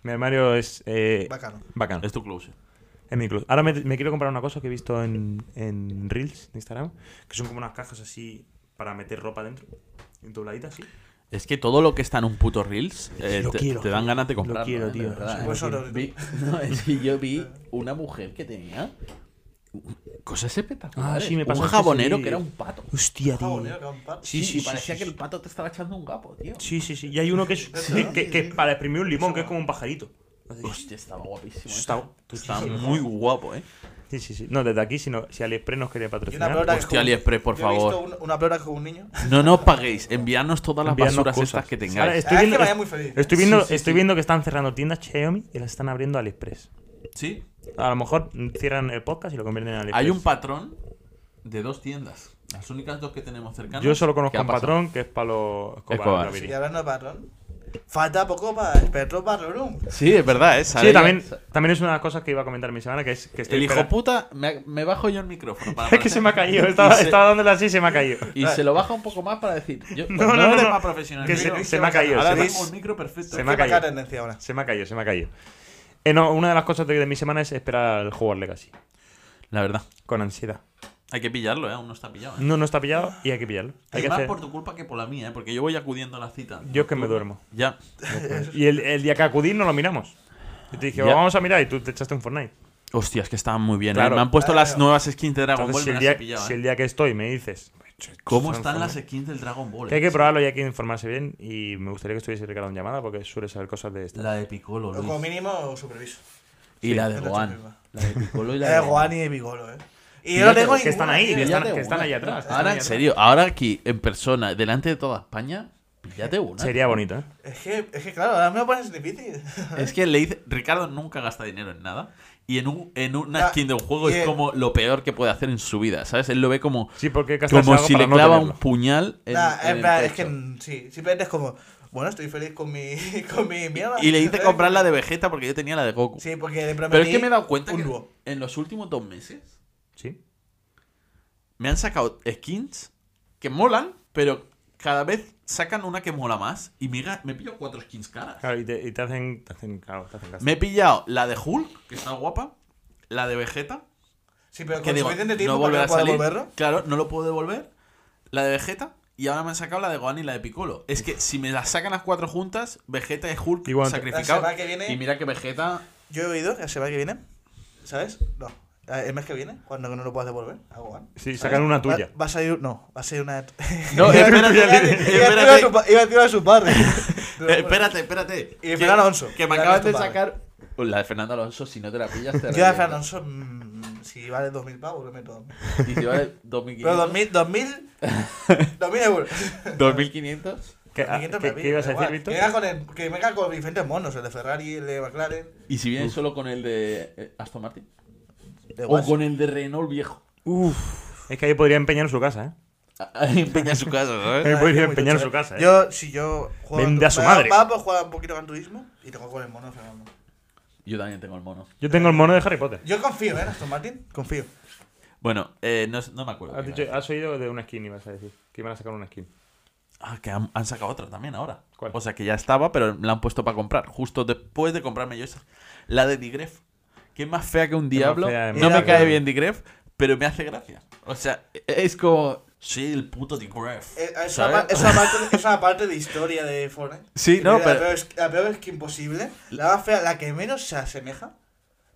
S2: Mi armario es. Eh,
S3: Bacano.
S2: Bacano.
S1: Es tu closet.
S2: En mi club. Ahora me, me quiero comprar una cosa que he visto en, en Reels de Instagram, que son como unas cajas así para meter ropa dentro, en dobladita así.
S1: Es que todo lo que está en un puto Reels eh,
S2: Lo
S1: te,
S2: quiero.
S1: te dan ganas de
S2: Lo
S1: comprarlo.
S2: quiero,
S1: eh, de
S2: tío.
S1: verdad,
S2: Sí,
S1: eh.
S3: pues solo-
S1: Vi- no, es que yo vi una mujer que tenía cosas espectaculares.
S2: Ah, sí, me pasó
S1: Un
S2: ese
S1: jabonero
S2: sí.
S1: que era un pato.
S2: Hostia,
S3: Ah,
S2: tío.
S3: bonito, que va un par.
S2: Sí, sí, sí,
S1: parecía
S2: sí,
S1: que
S2: sí.
S1: el pato te estaba echando un gapo, tío.
S2: Sí, sí, sí. Y hay uno que es
S3: Sí.
S2: que, que es para exprimir un limón, que es como un pajarito.
S1: Hostia, estaba guapísimo.
S2: Eso
S1: eh.
S2: está-
S1: Estaba muy guapo, eh.
S2: Sí, sí, sí. No, desde aquí, si, no, si AliExpress nos quería
S3: Y una
S2: patrocinar. pues
S3: pelota que es
S1: Hostia,
S3: como-
S1: AliExpress, por
S3: yo he visto
S1: favor.
S3: un- una pelota con un niño.
S1: No nos paguéis, enviadnos todas las
S2: Enviadnos
S1: basuras
S2: cosas.
S1: estas que
S2: Ahora
S1: tengáis.
S2: estoy
S3: Ah, es que
S2: viendo,
S3: me haría muy feliz.
S2: estoy viendo,
S1: Sí, sí,
S2: estoy
S1: sí.
S2: viendo que están cerrando tiendas Xiaomi y las están abriendo AliExpress.
S1: Sí,
S2: A lo mejor cierran el podcast y lo convierten en AliExpress.
S1: hay un patrón de dos tiendas. Las únicas dos que tenemos cercanas.
S2: Yo solo
S1: que
S2: conozco
S1: ha
S2: un
S1: pasado.
S2: patrón que es Pablo Escobar.
S1: Escobar,
S2: la
S1: sí.
S2: Viri.
S3: Y hablando de patrón, falta poco para el Petro Barrón.
S1: Sí, es verdad, eh.
S2: Sí,
S1: Sara-
S2: también, también es una de las cosas que iba a comentar mi semana, que es que estoy
S1: Este, El hijo
S2: espera-
S1: puta, me, me bajo yo el micrófono. Para
S2: Es que se me ha caído, estaba,
S1: Y se-
S2: estaba dándole así y se me ha caído.
S1: Y se lo baja un poco más para decir. Yo, pues,
S2: No, no, no,
S1: eres
S2: no.
S1: más profesional.
S2: Que
S1: que yo.
S2: se, se me ha caído.
S1: Ahora
S2: Se me,
S3: Luis,
S1: tengo un micro perfecto.
S2: se me
S3: ¿Qué
S2: ha caído.
S3: marca tendencia ahora?
S2: se me ha caído, se me ha caído. Eh, no, una de las cosas de, de mi semana es esperar al juego al Legacy,
S1: La verdad.
S2: con ansiedad.
S1: Hay que pillarlo, ¿eh? Aún no está pillado. ¿eh?
S2: No, no está pillado y hay que pillarlo. Hay
S1: Es
S2: que
S1: más
S2: hacer-
S1: por tu culpa que por la mía, ¿eh? Porque yo voy acudiendo a la cita.
S2: Yo es que me duermo.
S1: Ya.
S2: Y el, el día que acudís no lo miramos. Yo te dije,
S1: Ya.
S2: vamos a mirar y tú te echaste un Fortnite.
S1: Hostia, es que estaban muy bien. ¿eh?
S2: Claro.
S1: Me han puesto las
S3: Claro.
S1: nuevas skins de Dragon Ball.
S2: Entonces, si, el
S1: me las he
S2: día,
S1: pillado,
S2: si
S1: ¿eh?
S2: el día que estoy me dices...
S1: ¿Cómo
S2: son
S1: están las
S2: Fortnite?
S1: skins del Dragon Ball?
S2: Que hay
S1: eh?
S2: que probarlo y hay que informarse bien y me gustaría que estuviese Ricardo en llamada porque suele saber cosas de estas.
S1: La de Piccolo,
S3: O como
S1: Luis.
S3: mínimo, superviso.
S1: Y la de
S3: es la
S1: Gohan.
S3: chupima.
S1: La de Piccolo y la
S3: Eh,
S1: de
S3: Gohan y Bigolo, eh. Y
S1: Y
S3: yo no
S1: ya te-
S3: tengo
S2: que están
S3: ninguna,
S2: ahí,
S3: tío.
S2: que están-
S1: Píllate una.
S2: ahí atrás, están
S1: Ahora,
S2: ahí
S1: en
S2: atrás.
S1: serio, ahora aquí, en persona, delante de toda España, píllate una.
S2: Sería bonito, ¿eh?
S3: Es que, es que claro, ahora me lo pones difícil.
S1: Es que le dice, Ricardo nunca gasta dinero en nada. Y en, un, en una
S3: Ah,
S1: skin de un juego
S3: y
S1: es
S3: el-
S1: como lo peor que puede hacer en su vida, ¿sabes? Él lo ve como,
S2: Sí, porque gastarse
S1: como
S2: algo
S1: si
S2: para
S1: le
S2: no
S1: clava un
S2: tenerlo.
S1: puñal en,
S3: Nah,
S1: en
S3: en
S1: el
S3: plan, es que
S1: pecho.
S3: mm, sí, simplemente es como, bueno, estoy feliz con mi, con mi mierda.
S1: Y le dice
S3: ¿sabes?
S1: comprar la de Vegeta porque yo tenía la de Goku.
S3: Sí, porque le prometí
S1: Pero es que me he dado cuenta
S3: un
S1: que
S3: dúo.
S1: en los últimos dos meses
S2: Sí.
S1: me han sacado skins que molan, pero cada vez sacan una que mola más. Y me, ga- me pillo cuatro skins caras.
S2: Claro, y te, y te hacen, te hacen, claro, te hacen gasto.
S1: Me he pillado la de Hulk, que está guapa, la de Vegeta,
S3: Sí, pero
S1: que
S3: con
S1: digo,
S3: suficiente tiempo
S1: no
S3: para
S1: volverá
S3: que no
S1: a
S3: pueda
S1: salir.
S3: volverlo.
S1: Claro, no lo puedo devolver. La de Vegeta y ahora me han sacado la de Gohan y la de Piccolo. Es que si me las sacan las cuatro juntas, Vegeta y Hulk
S2: Y bueno,
S1: sacrificado.
S3: la semana que viene-
S1: Y mira que Vegeta
S3: Yo he oído que la semana que viene, ¿sabes? No, eh, el mes que viene, cuando no lo puedas devolver, a Gohan.
S2: Sí, sacan una tuya.
S3: Va, va a salir, no, va a ser una.
S1: No,
S3: Iba a-
S1: espérate,
S3: iba a-
S1: espérate,
S3: iba a tirar
S1: espérate.
S3: a su pa- Iba a tirar a su padre.
S1: Eh, espérate, espérate.
S3: Y de Fernando Alonso.
S1: Que me
S3: Ya
S1: acabas
S3: no
S1: de
S3: es tu padre.
S1: sacar. Uy, La de Fernando Alonso, si no te la pillas, te
S3: Yo a
S1: reviento.
S3: Fernando Alonso, mm, si vale 2.000 pavos, lo meto. 2.000.
S1: Y si vale
S3: Pero
S1: 2.500.
S3: 2.000, 2.000, 2.000 euros.
S1: 2.500.
S2: ¿Qué,
S3: A mí que
S2: ah,
S3: entra
S2: qué-
S3: me la vi,
S2: qué ibas a decir,
S3: da igual.
S2: Víctor?
S3: Que venga con el- Que venga con diferentes monos, el de Ferrari, el de McLaren.
S1: ¿Y si vienes solo con el de eh, Aston Martin?
S3: De
S1: ¿O
S3: Wasp.
S1: con el de Renault viejo?
S2: Uf, es que ahí podría empeñar su casa, ¿eh?
S1: Ahí empeña su casa, ¿sabes?
S2: Eh,
S3: Ah,
S2: voy a
S3: es que
S2: ir a
S3: muy
S2: empeñar
S3: tocho,
S2: su casa, ¿eh?
S3: Yo, si yo juego.
S2: Vende a su
S3: me da un
S2: madre.
S3: Mapa, juega un poquito Gran Turismo y tengo con el mono Fernando.
S1: Yo también tengo el mono.
S2: Yo tengo el mono de Harry Potter.
S3: Yo confío, ¿eh? en Aston Martin, confío.
S1: Bueno, eh, no, no me acuerdo.
S2: Has,
S1: qué
S2: dicho-
S1: era.
S2: has oído de una skin, ibas a decir. Que iban a sacar una skin.
S1: Ah, que han, han sacado otra también ahora.
S2: ¿Cuál?
S1: O sea, que ya estaba, pero la han puesto para comprar. Justo después de comprarme yo esa. La de Digref. Que es más fea que un diablo.
S2: fea, es
S1: no
S3: más
S1: me
S3: fea.
S1: cae bien Digref, pero me hace gracia. O sea, E-, es como... Sí, el puto Digref.
S3: Eh, Es una,
S1: ¿sabes?
S3: par- es una parte, es una parte de historia de Fortnite.
S1: Sí, no,
S3: la
S1: pero-
S3: Peor es, la peor es que imposible. La más fea, la que menos se asemeja.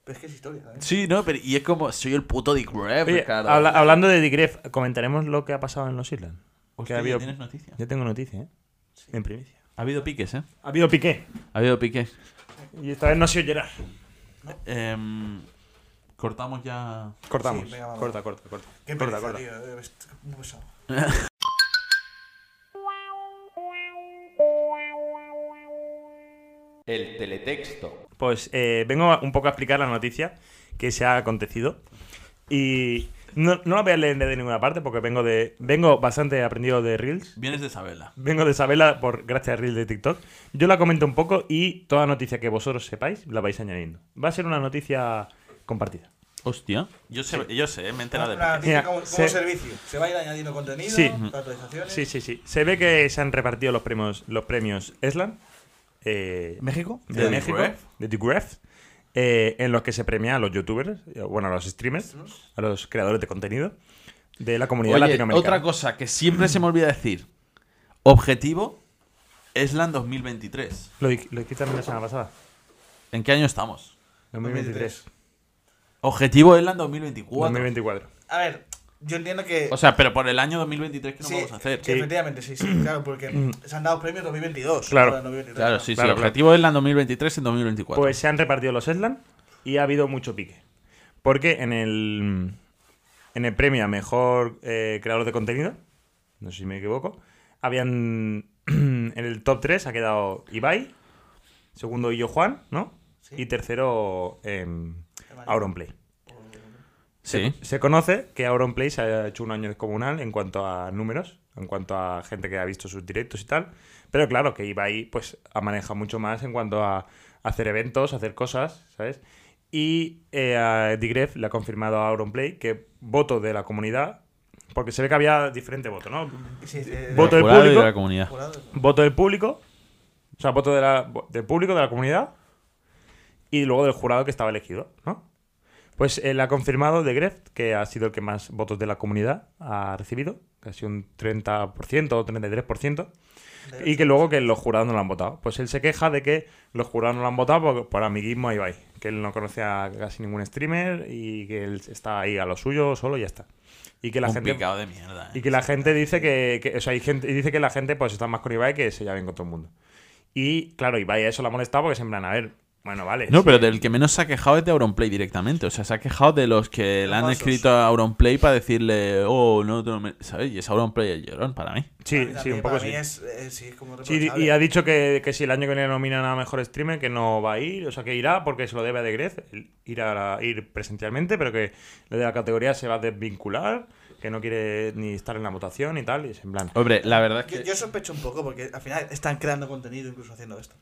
S3: Pero es que es historia, ¿sabes?
S1: Sí, no, pero... Y es como... Soy el puto Digref,
S2: Oye,
S1: Ricardo.
S2: habla- hablando de Digref, comentaremos lo que ha pasado en los Island.
S1: Hostia,
S2: ha
S1: ya
S2: habido-
S1: tienes noticias.
S2: Yo tengo noticia, ¿eh? En primicia.
S1: Ha habido piques, ¿eh?
S2: Ha habido piqué.
S1: Ha habido piques.
S2: Y esta vez no ha sido Gerard.
S1: Em, cortamos ya...
S2: Cortamos.
S3: Sí, venga, vamos.
S2: corta, corta, corta.
S3: Qué
S2: corta,
S3: pereza,
S2: corta.
S3: tío. eh, es muy pesado.
S4: El teletexto.
S2: Pues eh, vengo a- un poco a explicar la noticia que se ha acontecido. Y no, no la voy a leer de ninguna parte porque vengo de vengo bastante aprendido de Reels.
S1: Vienes de saberla.
S2: Vengo de saberla por gracias a Reels de TikTok. Yo la comento un poco y toda noticia que vosotros sepáis la vais añadiendo. Va a ser una noticia compartida.
S1: Hostia. Yo sé, yo sé, me he enterado de piques.
S3: Una noticia
S2: Mira,
S3: como, como
S2: se-
S3: servicio. Se va a ir añadiendo contenido,
S2: Sí.
S3: actualizaciones.
S2: Sí, sí, sí. Se ve que se han repartido los premios los premios Eslan. eh,
S3: ¿México?
S2: de,
S1: De
S2: México,
S1: Digref.
S2: de Digref, eh, en los que se premia a los youtubers, eh, bueno, a los streamers, a los creadores de contenido de la comunidad
S1: Oye,
S2: latinoamericana.
S1: Otra cosa que siempre se me olvida decir. Objetivo Eslan 2023.
S2: Lo, di- lo dijiste también la semana pasada,
S1: ¿En qué año estamos?
S2: 2023,
S1: Objetivo Eslan 2024.
S2: 2024.
S3: A ver, yo entiendo que.
S1: O sea, pero por el año 2023 que no
S3: sí,
S1: vamos a hacer.
S3: sí, efectivamente, sí, sí. Claro, porque se han dado premios 2022.
S2: Claro.
S3: ahora en 2023,
S1: Claro,
S3: ¿no?
S1: sí,
S2: Claro,
S1: sí.
S2: claro.
S1: Objetivo Eslan 2023 en 2024.
S2: Pues se han repartido los Eslan y ha habido mucho pique. Porque en el, en el premio a mejor eh, creador de contenido, no sé si me equivoco, habían. en el top 3 ha quedado Ibai, segundo Illo Juan, ¿no?
S3: Sí.
S2: Y tercero eh, Auronplay.
S1: sí.
S2: Se conoce que Auronplay se ha hecho un año descomunal en cuanto a números, en cuanto a gente que ha visto sus directos y tal. Pero claro, que Ibai pues ha manejado mucho más en cuanto a hacer eventos, hacer cosas, ¿sabes? Y eh, a Digref le ha confirmado a Auronplay que voto de la comunidad, porque se ve que había diferente voto, ¿no?
S3: Sí, de-
S2: Voto
S1: Del
S2: del
S1: jurado y
S2: público.
S1: de la comunidad.
S3: jurado.
S2: Voto del público, o sea, voto de la- del público, de la comunidad, y luego del jurado que estaba elegido, ¿no? Pues él ha confirmado de Gref, que ha sido el que más votos de la comunidad ha recibido, casi un 30% o 33%, y que luego que los jurados no lo han votado. Pues él se queja de que los jurados no lo han votado por, por amiguismo a Ibai, que él no conoce a casi ningún streamer y que él está ahí a lo suyo solo y ya está. Y que la
S1: Un
S2: gente...
S1: picado de mierda. eh.
S2: Y que la gente dice que, que- o sea, hay gente y dice que la gente pues está más con Ibai que se lleva bien con todo el mundo. Y claro, Ibai a eso la ha molestado porque es en plan, a ver, bueno, vale.
S1: No,
S2: sí,
S1: pero del que menos se ha quejado es de Auronplay directamente. O sea, se ha quejado de los que le han
S3: Falsos.
S1: escrito a Auronplay para decirle, oh, no, te lo me-", ¿sabes? Y es Auronplay el llorón para mí.
S2: sí, sí,
S3: Para mí
S2: un
S3: también,
S2: poco
S3: para
S2: sí.
S3: mí es, eh, sí, es como
S2: Sí,
S3: reprochable.
S2: y ha dicho que, que si el año que viene nominan a mejor streamer, que no va a ir, o sea, que irá porque se lo debe a De Gref, el- ir, a, ir presencialmente, pero que lo de la categoría se va a desvincular, que no quiere ni estar en la votación y tal, y es en plan.
S1: Hombre, la verdad es
S3: Yo,
S1: que...
S3: yo sospecho un poco porque al final están creando contenido incluso haciendo esto.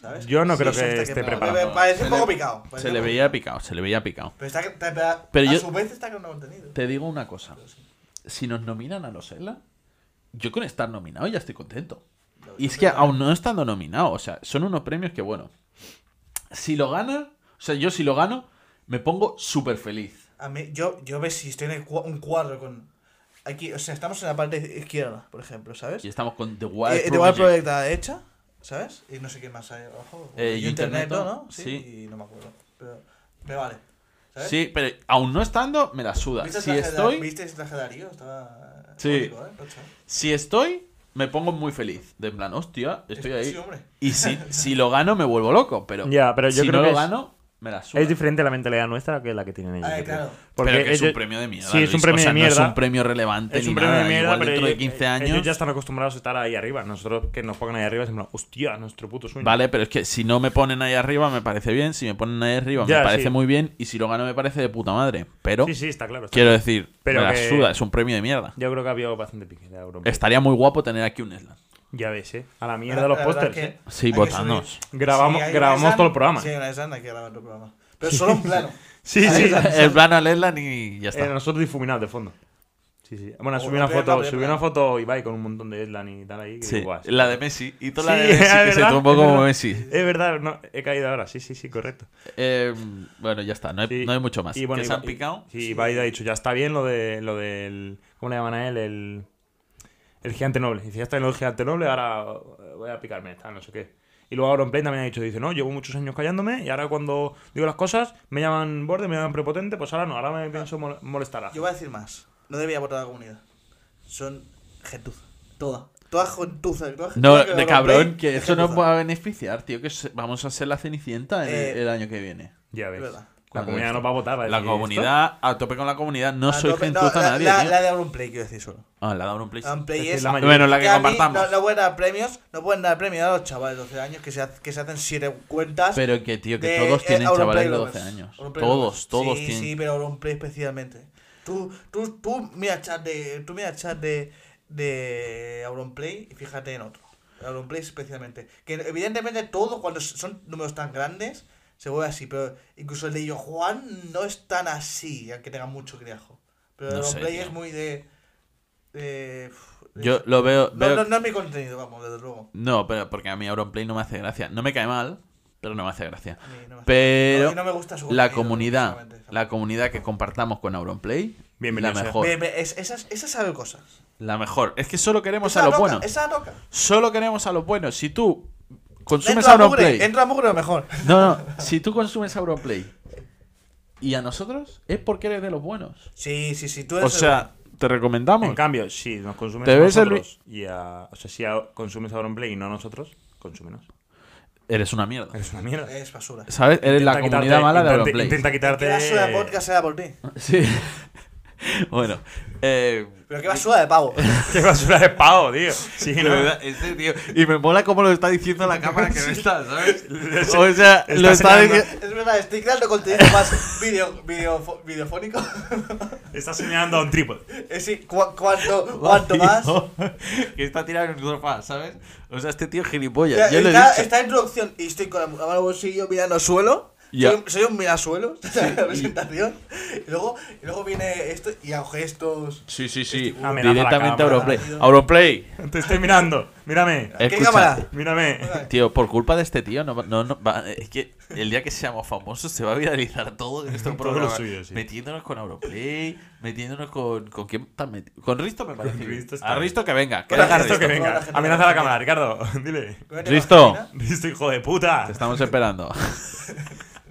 S3: ¿Sabes?
S2: Yo no
S3: Sí,
S2: creo
S3: eso
S2: que
S3: está
S2: esté
S3: me-
S2: preparado.
S3: me Parece
S1: Se
S3: un poco
S1: le-
S3: picado. parece
S1: Se le
S3: un poco-
S1: veía picado, se le veía picado.
S3: Pero, está, está-
S1: Pero
S3: a
S1: yo-
S3: su vez está creando contenido.
S1: Te digo una cosa. Si nos nominan a los ELA, yo con estar nominado ya estoy contento. Y es que aún no estando nominado, o sea, son unos premios que, bueno, si lo gana, o sea, yo si lo gano, me pongo súper feliz.
S3: A mí, yo, yo ves si estoy en el cua- un cuadro con. Aquí, o sea, estamos en la parte izquierda, por ejemplo, ¿sabes?
S1: Y estamos con The Wild
S3: Eh, igual Project a la derecha, ¿sabes? Y no sé qué más hay abajo.
S1: Eh,
S3: Y
S1: y
S3: internet,
S1: Interneto,
S3: ¿no? Sí,
S1: sí.
S3: Y no me acuerdo. Pero, pero vale. ¿sabes?
S1: Sí, pero aún no estando, me la suda.
S3: ¿Eh? ¿Viste el
S1: Si
S3: traje de-
S1: estoy,
S3: ¿Viste el traje de Darío? Estaba.
S1: Sí.
S3: bonito, ¿eh? Tocho.
S1: si estoy, me pongo muy feliz. De en plan, hostia, estoy
S3: Sí,
S1: ahí.
S3: hombre.
S1: Y si, si lo gano, me vuelvo loco, pero,
S2: Ya, pero yo
S1: si
S2: creo
S1: no
S2: que
S1: lo
S2: es-
S1: gano, Me la suda.
S2: Es diferente la mentalidad nuestra que la que tienen ellos.
S3: Ah,
S2: yo creo.
S3: claro.
S1: Pero que es un
S2: ellos-
S1: premio de mierda.
S2: Sí, es
S1: Luis.
S2: un premio
S1: O sea,
S2: de
S1: no
S2: mierda.
S1: es un premio relevante
S2: Es
S1: ni
S2: un premio
S1: nada.
S2: de mierda,
S1: Igual
S2: pero
S1: dentro de
S2: ellos- eh,
S1: 15
S2: ellos
S1: años.
S2: ya están acostumbrados a estar ahí arriba. Nosotros que nos pongan ahí arriba, es en plan, hostia, nuestro puto sueño.
S1: Vale, pero es que si no me ponen ahí arriba me parece bien, si me ponen ahí arriba
S2: Ya,
S1: me parece
S2: sí.
S1: muy bien y si lo gano me parece de puta madre. Pero
S2: Sí, sí, está claro. está
S1: quiero
S2: claro.
S1: decir,
S2: Pero
S1: me la
S2: que-
S1: suda, es un premio de mierda.
S2: Yo creo que ha habido bastante pique de Europa.
S1: Estaría muy guapo tener aquí un Eslan.
S2: Ya ves, ¿eh? A la
S3: La-
S2: mierda los
S3: la verdad
S2: pósters,
S3: que
S2: ¿eh?
S1: Sí,
S3: hay que
S1: votadnos.
S3: subir.
S2: Grabamos-
S3: hay una
S2: grabamos
S3: Esan-
S2: todo el programa.
S3: Sí, hay una Esan, hay que grabar todo el programa. Pero solo un plano.
S2: Sí, sí.
S1: El plano al Eslan y ya
S2: Eh,
S1: está.
S2: nosotros difuminados de fondo. Sí, sí. Bueno,
S3: O
S2: subí
S3: la
S2: una
S3: pepa,
S2: foto,
S3: pepa.
S2: subí una foto Ibai con un montón de Edlan y tal ahí. que
S1: Sí,
S2: digo, "Guau,
S1: la de Messi. Y toda la
S2: Sí,
S1: de Messi
S2: es
S1: que se
S2: verdad,
S1: tumbó
S2: es
S1: como
S2: verdad.
S1: Messi.
S2: Es verdad, no, he caído ahora. Sí, sí, sí, correcto.
S1: Eh, bueno, ya está, no hay,
S2: Sí.
S1: no hay mucho más.
S2: Y bueno,
S1: que se han
S2: Ibai-
S1: picado.
S2: Sí, Ibai ha dicho, ya está bien lo de lo del ¿cómo le llaman a él? El el gigante noble. Dice, ya está bien lo del gigante noble, ahora eh, voy a picarme, tal, no sé qué. Y luego Aaron Play también ha dicho, dice, no, llevo muchos años callándome y ahora cuando digo las cosas me llaman borde, me llaman prepotente, pues ahora no, ahora me pienso mol- molestar. a-".
S3: Yo voy a decir más. No debía votar a la comunidad. Son gentuza. Toda. Toda gentuza. toda
S1: No,
S3: gentuza que
S1: de
S3: lo
S1: cabrón,
S3: rompe,
S1: que
S3: es
S1: eso nos
S3: gentuza.
S1: va a beneficiar, tío, que se- vamos a ser la cenicienta en el-
S3: Eh,
S1: el año que viene.
S2: Ya ves.
S3: Es verdad.
S2: La
S1: Cuando
S2: comunidad
S1: esto-
S2: nos va a votar. va a
S1: La
S2: decir, "¿Esto?".
S1: comunidad, a tope con la comunidad, no
S3: A
S1: soy
S3: tope-
S1: gentuza
S3: Ah, la,
S1: nadie. ¿eh?
S3: La,
S1: tío.
S3: la de un play, quiero decir solo.
S1: Ah, la de Auron Place.
S3: Un play
S2: Es
S3: es.
S2: la mayoría.
S1: Bueno, la que
S3: a mí
S1: compartamos.
S3: No, no pueden dar premios, no pueden dar premios a los chavales de 12 años que se, ha- que se hacen 7 cuentas.
S1: Pero que, tío, que
S3: de-
S1: todos
S3: eh,
S1: tienen
S3: Auron
S1: chavales de
S3: Play
S1: 12
S3: Lovers.
S1: años.
S3: Auron Play Lovers.
S1: Todos, todos
S3: sí,
S1: tienen.
S3: Sí, pero Auron Play especialmente. Tú, tú, tú mira el chat de, tú mira el chat de, de Auron Play y fíjate en otro. Auron Play especialmente. Que evidentemente todo, cuando son números tan grandes, se vuelve así. Pero incluso el de Yo Juan no es tan así, aunque tenga mucho criajo. Pero
S1: No
S3: Auron
S1: sé,
S3: Play
S1: tío.
S3: es muy de... de- uf,
S1: Yo
S3: es-
S1: lo veo.
S3: no,
S1: veo-
S3: no, no es mi contenido, vamos, desde luego.
S1: No, pero porque a mí Auronplay no me hace gracia. No me cae mal, pero no me hace gracia.
S3: A mí no me hace-
S1: Pero
S3: no, y no me gusta su
S1: la
S3: contenido,
S1: comunidad,
S3: sinceramente.
S1: la comunidad que compartamos con Auronplay, la
S2: Bienvenido sea.
S1: mejor.
S3: Ve, ve, es- esas, esas saben cosas.
S1: La mejor. Es que solo queremos
S3: Esa
S1: a los
S3: toca,
S1: buenos.
S3: Esa toca.
S1: Solo queremos a los buenos. Si tú consumes
S3: Entra a mugre,
S1: Auronplay.
S3: entra a mugre mejor.
S1: No, no. Si tú consumes Auronplay y a nosotros, es porque eres de los buenos.
S3: Sí, sí, sí, tú eres
S1: O sea, te
S2: En
S1: recomendamos.
S2: cambio, si nos consumes
S1: ¿Te
S2: a
S1: ves el
S2: nosotros y a, o sea, si a- consumes a Auronplay y no a nosotros, consúmenos.
S1: Eres una mierda.
S2: Eres una mierda.
S3: el- es basura.
S1: ¿Sabes? Eres la
S2: Intenta
S1: comunidad
S2: quitarte-
S1: mala de
S2: intenta-
S1: Auronplay.
S2: Intenta
S3: Que basura de
S2: quitarte.
S3: podcast era por ti.
S1: Sí. bueno. Eh,
S3: Pero qué basura de pavo.
S2: Qué basura de pavo, tío. Sí,
S1: de
S2: no.
S1: verdad, este tío. Y me mola cómo lo está diciendo la cámara que no está, ¿sabes? O sea,
S2: Está
S1: lo está
S2: señalando.
S1: diciendo.
S3: es verdad, estoy creando contenido más video, video, videofónico.
S2: Está señalando a un trípode.
S3: Es decir, cu- cuanto, cuanto más.
S1: Que está tirado en un sofá, ¿sabes? O sea, este tío es gilipollas.
S3: Mira,
S1: Yo lo he
S3: está,
S1: dicho.
S3: está en producción y estoy con la mano al bolsillo mirando al suelo.
S1: Ya.
S3: Soy, un- soy un mirasuelo en la presentación. Y luego, y luego viene esto y hago gestos.
S1: Sí, sí, sí.
S2: Amenaza Ah, la
S1: Directamente a
S2: cámara.
S1: Auronplay. Auronplay.
S2: Te estoy mirando. Mírame.
S3: ¿Qué
S1: Escucha.
S3: cámara?
S2: Mírame.
S1: Tío, por culpa de este tío, no, va- no, no va- es que el día que seamos famosos se va a viralizar todo en estos
S2: Todo
S1: programas.
S2: lo suyo, sí.
S1: Metiéndonos con Auroplay, metiéndonos con. ¿Con quién tan meti- Con Risto me parece. bien.
S2: Risto está
S1: a
S2: bien.
S1: Risto que venga. Que
S3: Con
S1: venga
S2: Esto
S1: Risto.
S2: que
S3: Risto.
S2: venga. Amenaza a la cámara, Ricardo. Dile.
S3: Cómete
S1: Listo.
S3: más gelatina.
S2: Listo, hijo de puta.
S1: Te estamos esperando.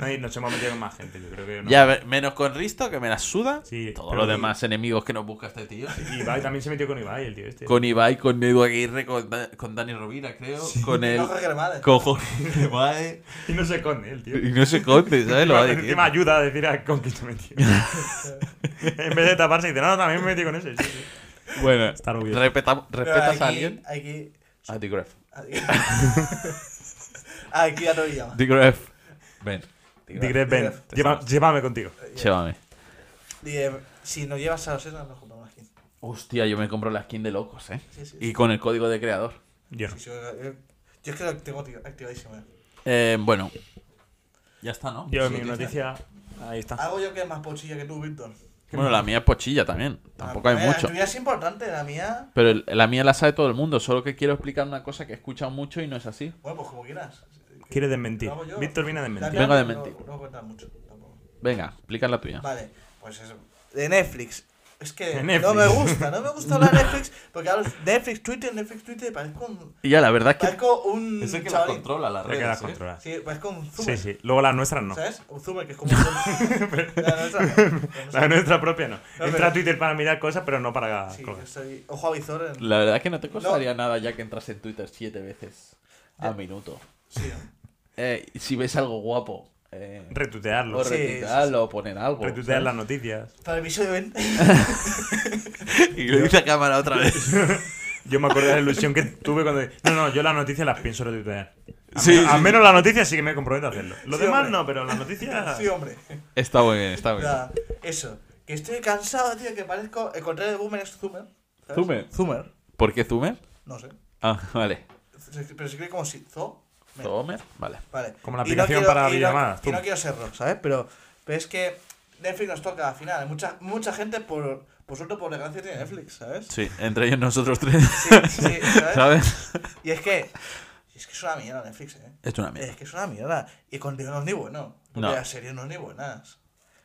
S2: Ay, nos hemos metido con más gente, yo creo que no.
S1: Ya, a ver, menos con Risto, que me la suda.
S2: Sí,
S1: Todos
S2: pero
S1: los
S2: y-
S1: demás enemigos que nos busca este tío.
S2: Y Ibai también se metió con Ibai, el tío este.
S1: Con Ibai, con Edu Aguirre, con, Da- con Dani Rovira, creo. Con el.
S3: No, Jorge Cremades.
S1: Con Jorge Cremades.
S2: Y no se esconde, el tío.
S1: Y no se conte, ¿sabes? Lo va
S2: Encima
S1: diciendo.
S2: ayuda a decir a con quién se metió. en vez de taparse, dice, no, también me metí con ese. sí, sí".
S1: Bueno,
S2: Está rubio.
S1: respeta-
S3: Pero
S1: ¿respetas a
S3: aquí-
S1: alguien?
S3: Aquí.
S1: A Dick Graf.
S3: Aquí, aquí ya no me llama.
S1: Dick Graf. Ven.
S2: Digret Ben,
S3: Digref.
S2: lleva- llévame contigo.
S1: Llévame.
S3: Dije, si nos llevas a los senos, nos juntamos aquí.
S1: Hostia, yo me compro la skin de locos, ¿eh?
S3: Sí, sí,
S1: Y con el código de creador.
S2: Yo no.
S3: Sí, sí, yo, yo es que lo tengo activ- activadísimo. ya.
S1: Eh, bueno. Ya está, ¿no?
S2: Yo,
S1: Sí,
S2: mi
S1: sí.
S2: noticia. Ahí está.
S3: Hago yo que es más pochilla que tú, Víctor.
S1: Bueno, la mía es pochilla también. Tampoco hay
S3: La-
S1: mucho.
S3: La tuya es importante, la mía.
S1: Pero el- la mía la sabe todo el mundo. Solo que quiero explicar una cosa que he escuchado mucho y no es así.
S3: Bueno, pues como quieras.
S2: Quiere desmentir.
S3: ¿Lo hago yo?
S2: Víctor viene a desmentir.
S1: Vengo a
S3: no-
S1: desmentir.
S3: No, no cuentas mucho tampoco.
S1: Venga, explica la tuya.
S3: Vale, pues eso. De Netflix. Es que
S2: De Netflix.
S3: no me gusta, no me gusta hablar de Netflix. Porque hablo Netflix, Twitter, Netflix, Twitter. Parezco un.
S1: Y ya, la verdad es que.
S3: Parezco un.
S1: la
S3: chavalín.
S1: la
S2: Te quedas controlada.
S3: Sí, parezco un
S2: Sí,
S3: zoomer.
S2: sí. Luego las nuestras no.
S3: ¿Sabes? Un zoomer que es como. un zoomer. La nuestra no, la nuestra
S2: La nuestra propia no.
S3: pero-
S2: Entra a Twitter para mirar cosas, pero no para
S3: Sí,
S2: colgar.
S3: yo soy ojo avizor en...
S1: La verdad es que no te costaría nada ya que entras en Twitter siete veces a minuto.
S3: Sí,
S1: Eh, si ves algo guapo eh,
S2: Retuitearlo.
S1: o
S3: Sí, sí,
S1: retuitearlo, o poner algo.
S2: Retuitear las
S1: ¿sabes?
S2: noticias.
S3: Para el episodio 20.
S1: Y lo dice a cámara otra vez.
S2: Yo me acuerdo de la ilusión que tuve cuando. No, no, yo las noticias las pienso retuitear. A
S1: Sí,
S2: menos,
S1: sí,
S2: a
S1: sí.
S2: menos las noticias sí que me comprometo a hacerlo. Lo
S3: Sí,
S2: demás
S3: hombre.
S2: no, pero las noticias.
S3: Sí, hombre.
S1: Está muy bien, está muy bien.
S3: Nada, eso. Que estoy cansado, tío, que parezco. El contrario de Boomer es Zoomer. ¿sabes?
S1: Zumer.
S3: Zoomer.
S1: ¿Por qué Zumer?
S3: No sé.
S1: Ah, vale.
S3: Se- Pero se escribe como si. Zo. me-
S1: ¿Zomer? Vale.
S3: Vale.
S2: Como la
S3: Y no
S2: aplicación
S3: quiero-
S2: para
S3: y no-
S2: videollamadas,
S3: Y no
S2: Zoom.
S3: quiero serlo, ¿sabes? Pero, pero es que Netflix nos toca al final. Mucha, mucha gente, por, por suerte, por desgracia, tiene Netflix, ¿sabes?
S1: Sí, entre ellos nosotros tres.
S3: Sí, sí, ¿sabes?
S1: ¿Sabes?
S3: Y es que. Es que es una mierda Netflix, ¿eh?
S1: Es una mierda.
S3: Es que es una mierda. Y el contenido no es ni bueno. Porque
S1: No.
S3: las series no es ni buenas.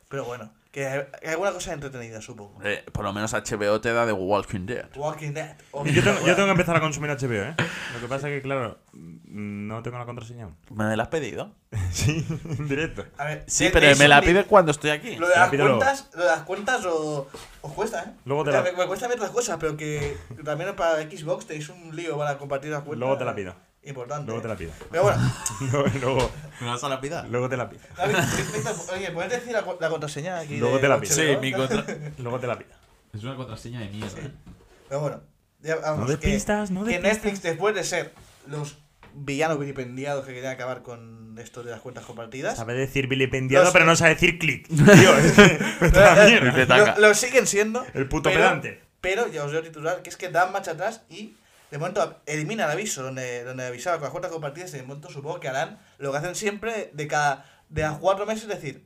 S3: Pero bueno, que hay, que hay alguna cosa entretenida, supongo.
S1: Eh, por lo menos HBO te da de Walking Dead.
S3: Walking Dead.
S2: Y Yo tengo, yo tengo que empezar a consumir HBO, ¿eh? Lo que pasa es que, claro, mm, no tengo la contraseña aún.
S1: ¿Me la has pedido?
S2: Sí, en directo.
S3: A ver,
S1: Sí,
S3: de- de
S1: pero
S3: eso
S1: me la
S3: ni-
S1: pide cuando estoy aquí.
S3: Lo de las
S2: Rápido luego.
S3: cuentas, lo de las cuentas o- os cuesta, ¿eh?
S2: Luego te
S3: O sea,
S2: la-
S3: me, me cuesta ver otras cosas, pero que también para Xbox tenéis un lío para compartir las cuentas.
S2: Luego te la pido.
S3: Importante.
S2: Luego te la
S3: ¿eh?
S2: pido.
S3: Pero bueno,
S2: Luego, luego,
S1: ¿Me vas a la pida?
S2: luego te la pido.
S3: David, respecto- oye, ¿puedes decir la, cu- la contraseña aquí?
S2: Luego
S3: de
S2: te la pido.
S1: Sí,
S3: HBO?
S1: mi contra...
S2: Luego te la pido.
S1: Es una contraseña de mierda.
S3: Sí. Pero bueno, ya vamos,
S2: No de
S3: que,
S2: pistas, no de
S3: que Netflix, después de ser los villanos vilipendiados que querían acabar con esto de las cuentas compartidas,
S2: Sabe decir vilipendiado,
S3: Los-
S2: pero no sabe decir click. Tío, es- vete a la mierda.
S1: Dice
S3: lo,
S1: taca.
S3: lo siguen siendo.
S2: El puto pedante.
S3: Pero ya os doy el titular, que es que dan marcha atrás y de momento elimina el aviso donde, donde avisaba con las cuentas compartidas y de momento supongo que harán lo que hacen siempre de cada de a cuatro meses, es decir,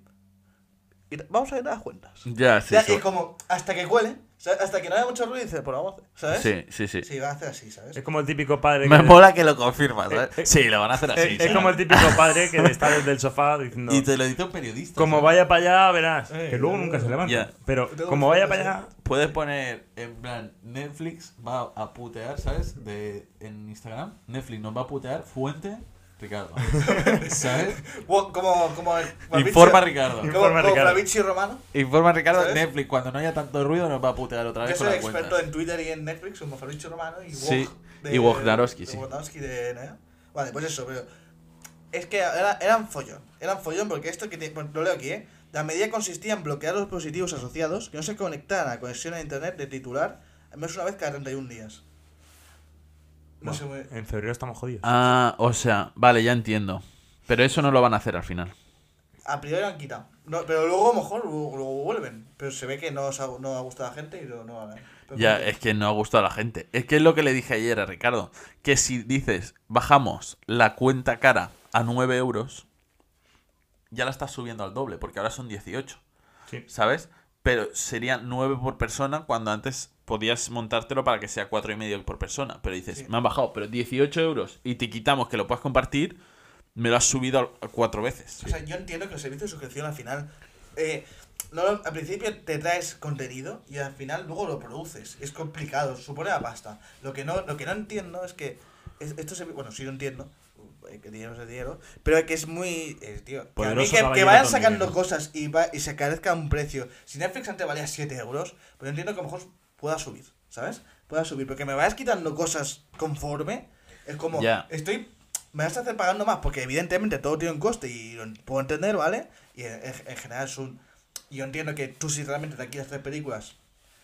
S3: ir- vamos a ir a las cuentas.
S1: Ya, sí.
S3: ya,
S1: sí.
S3: y como hasta que cuele, o sea, hasta que no haya mucho ruido, dice, por favor, ¿sabes?
S1: Sí, sí, ¿eh? sí.
S3: Sí, va a hacer así, ¿sabes?
S2: Es como el típico padre.
S1: Me
S2: que-
S1: mola que lo confirmas,
S2: Eh, eh,
S1: ¿sabes? Sí, lo van a hacer así.
S2: es, es
S1: sí.
S2: como el típico padre que está desde el sofá diciendo.
S1: Y te lo dice un periodista.
S2: Como
S1: ¿sabes?
S2: vaya para allá, verás.
S3: Eh,
S2: Que luego nunca se levanta.
S1: Ya.
S2: Pero
S3: Tengo
S2: como
S3: que
S2: vaya
S3: hacer
S2: para allá.
S1: Puedes poner en plan Netflix va a putear, ¿sabes? De, en Instagram. Netflix nos va a putear. Fuente Ricardo. ¿Sabes?
S3: Como, como, como el-
S1: Informa
S3: Flavizio-
S1: Ricardo.
S3: Como,
S2: Informa
S3: como
S2: Ricardo.
S3: Flavizio Romano.
S1: Informa Ricardo.
S3: ¿Sabes?
S1: Netflix, cuando no haya tanto ruido, nos va a putear otra
S3: Yo
S1: vez
S3: soy
S1: con la
S3: experto
S1: cuenta.
S3: en Twitter y en Netflix, como Fabricio Romano y
S1: Sí,
S3: Woj de-
S1: y Wojnarowski,
S3: de
S1: sí.
S3: Wojnarowski de NEA. Vale, pues eso, pero. Es que era- eran follón. Eran follón porque esto que. te- lo leo aquí, ¿eh? La medida consistía en bloquear los dispositivos asociados que no se conectaran a la conexión a internet de titular al menos una vez cada 31 días. No
S2: Buah,
S3: sé muy.
S2: En febrero estamos jodidos.
S1: Ah, o sea, vale, ya entiendo. Pero eso no lo van a hacer al final.
S3: A priori lo han quitado. No, pero luego a lo mejor luego, luego vuelven. Pero se ve que no, os ha, no ha gustado a la gente y no, no van a- pero
S1: Ya,
S3: bueno.
S1: es que no ha gustado a la gente. Es que es lo que le dije ayer a Ricardo. Que si dices, bajamos la cuenta cara a 9 euros, ya la estás subiendo al doble, porque ahora son 18,
S2: Sí.
S1: ¿sabes? Pero serían 9 por persona cuando antes podías montártelo para que sea cuatro y medio por persona. Pero dices,
S3: Sí.
S1: me han bajado, pero 18 euros y te quitamos que lo puedas compartir, me lo has subido a- a cuatro veces.
S3: O sea, yo entiendo que el servicio de suscripción al final. eh, no lo- al principio te traes contenido y al final luego lo produces. Es complicado, supone la pasta. Lo que no, lo que no entiendo es que. es- esto se, bueno, sí lo entiendo. eh, Que dinero es el dinero. Pero que es muy. eh, tío, que, a mí
S2: Poderoso
S3: que- que,
S2: caballero
S3: vayan
S2: con
S3: sacando
S2: dinero.
S3: cosas y, va- y se carezca un precio. Si Netflix antes valía 7 euros, pues yo entiendo que a lo mejor pueda subir, ¿sabes? Pueda subir. Porque me vayas quitando cosas conforme. Es como.
S1: Ya.
S3: Estoy. Me vas a hacer pagando más, porque evidentemente todo tiene un coste y lo puedo entender, ¿vale? Y en, en- en general es un. Yo entiendo que tú, si realmente te alquilas tres películas,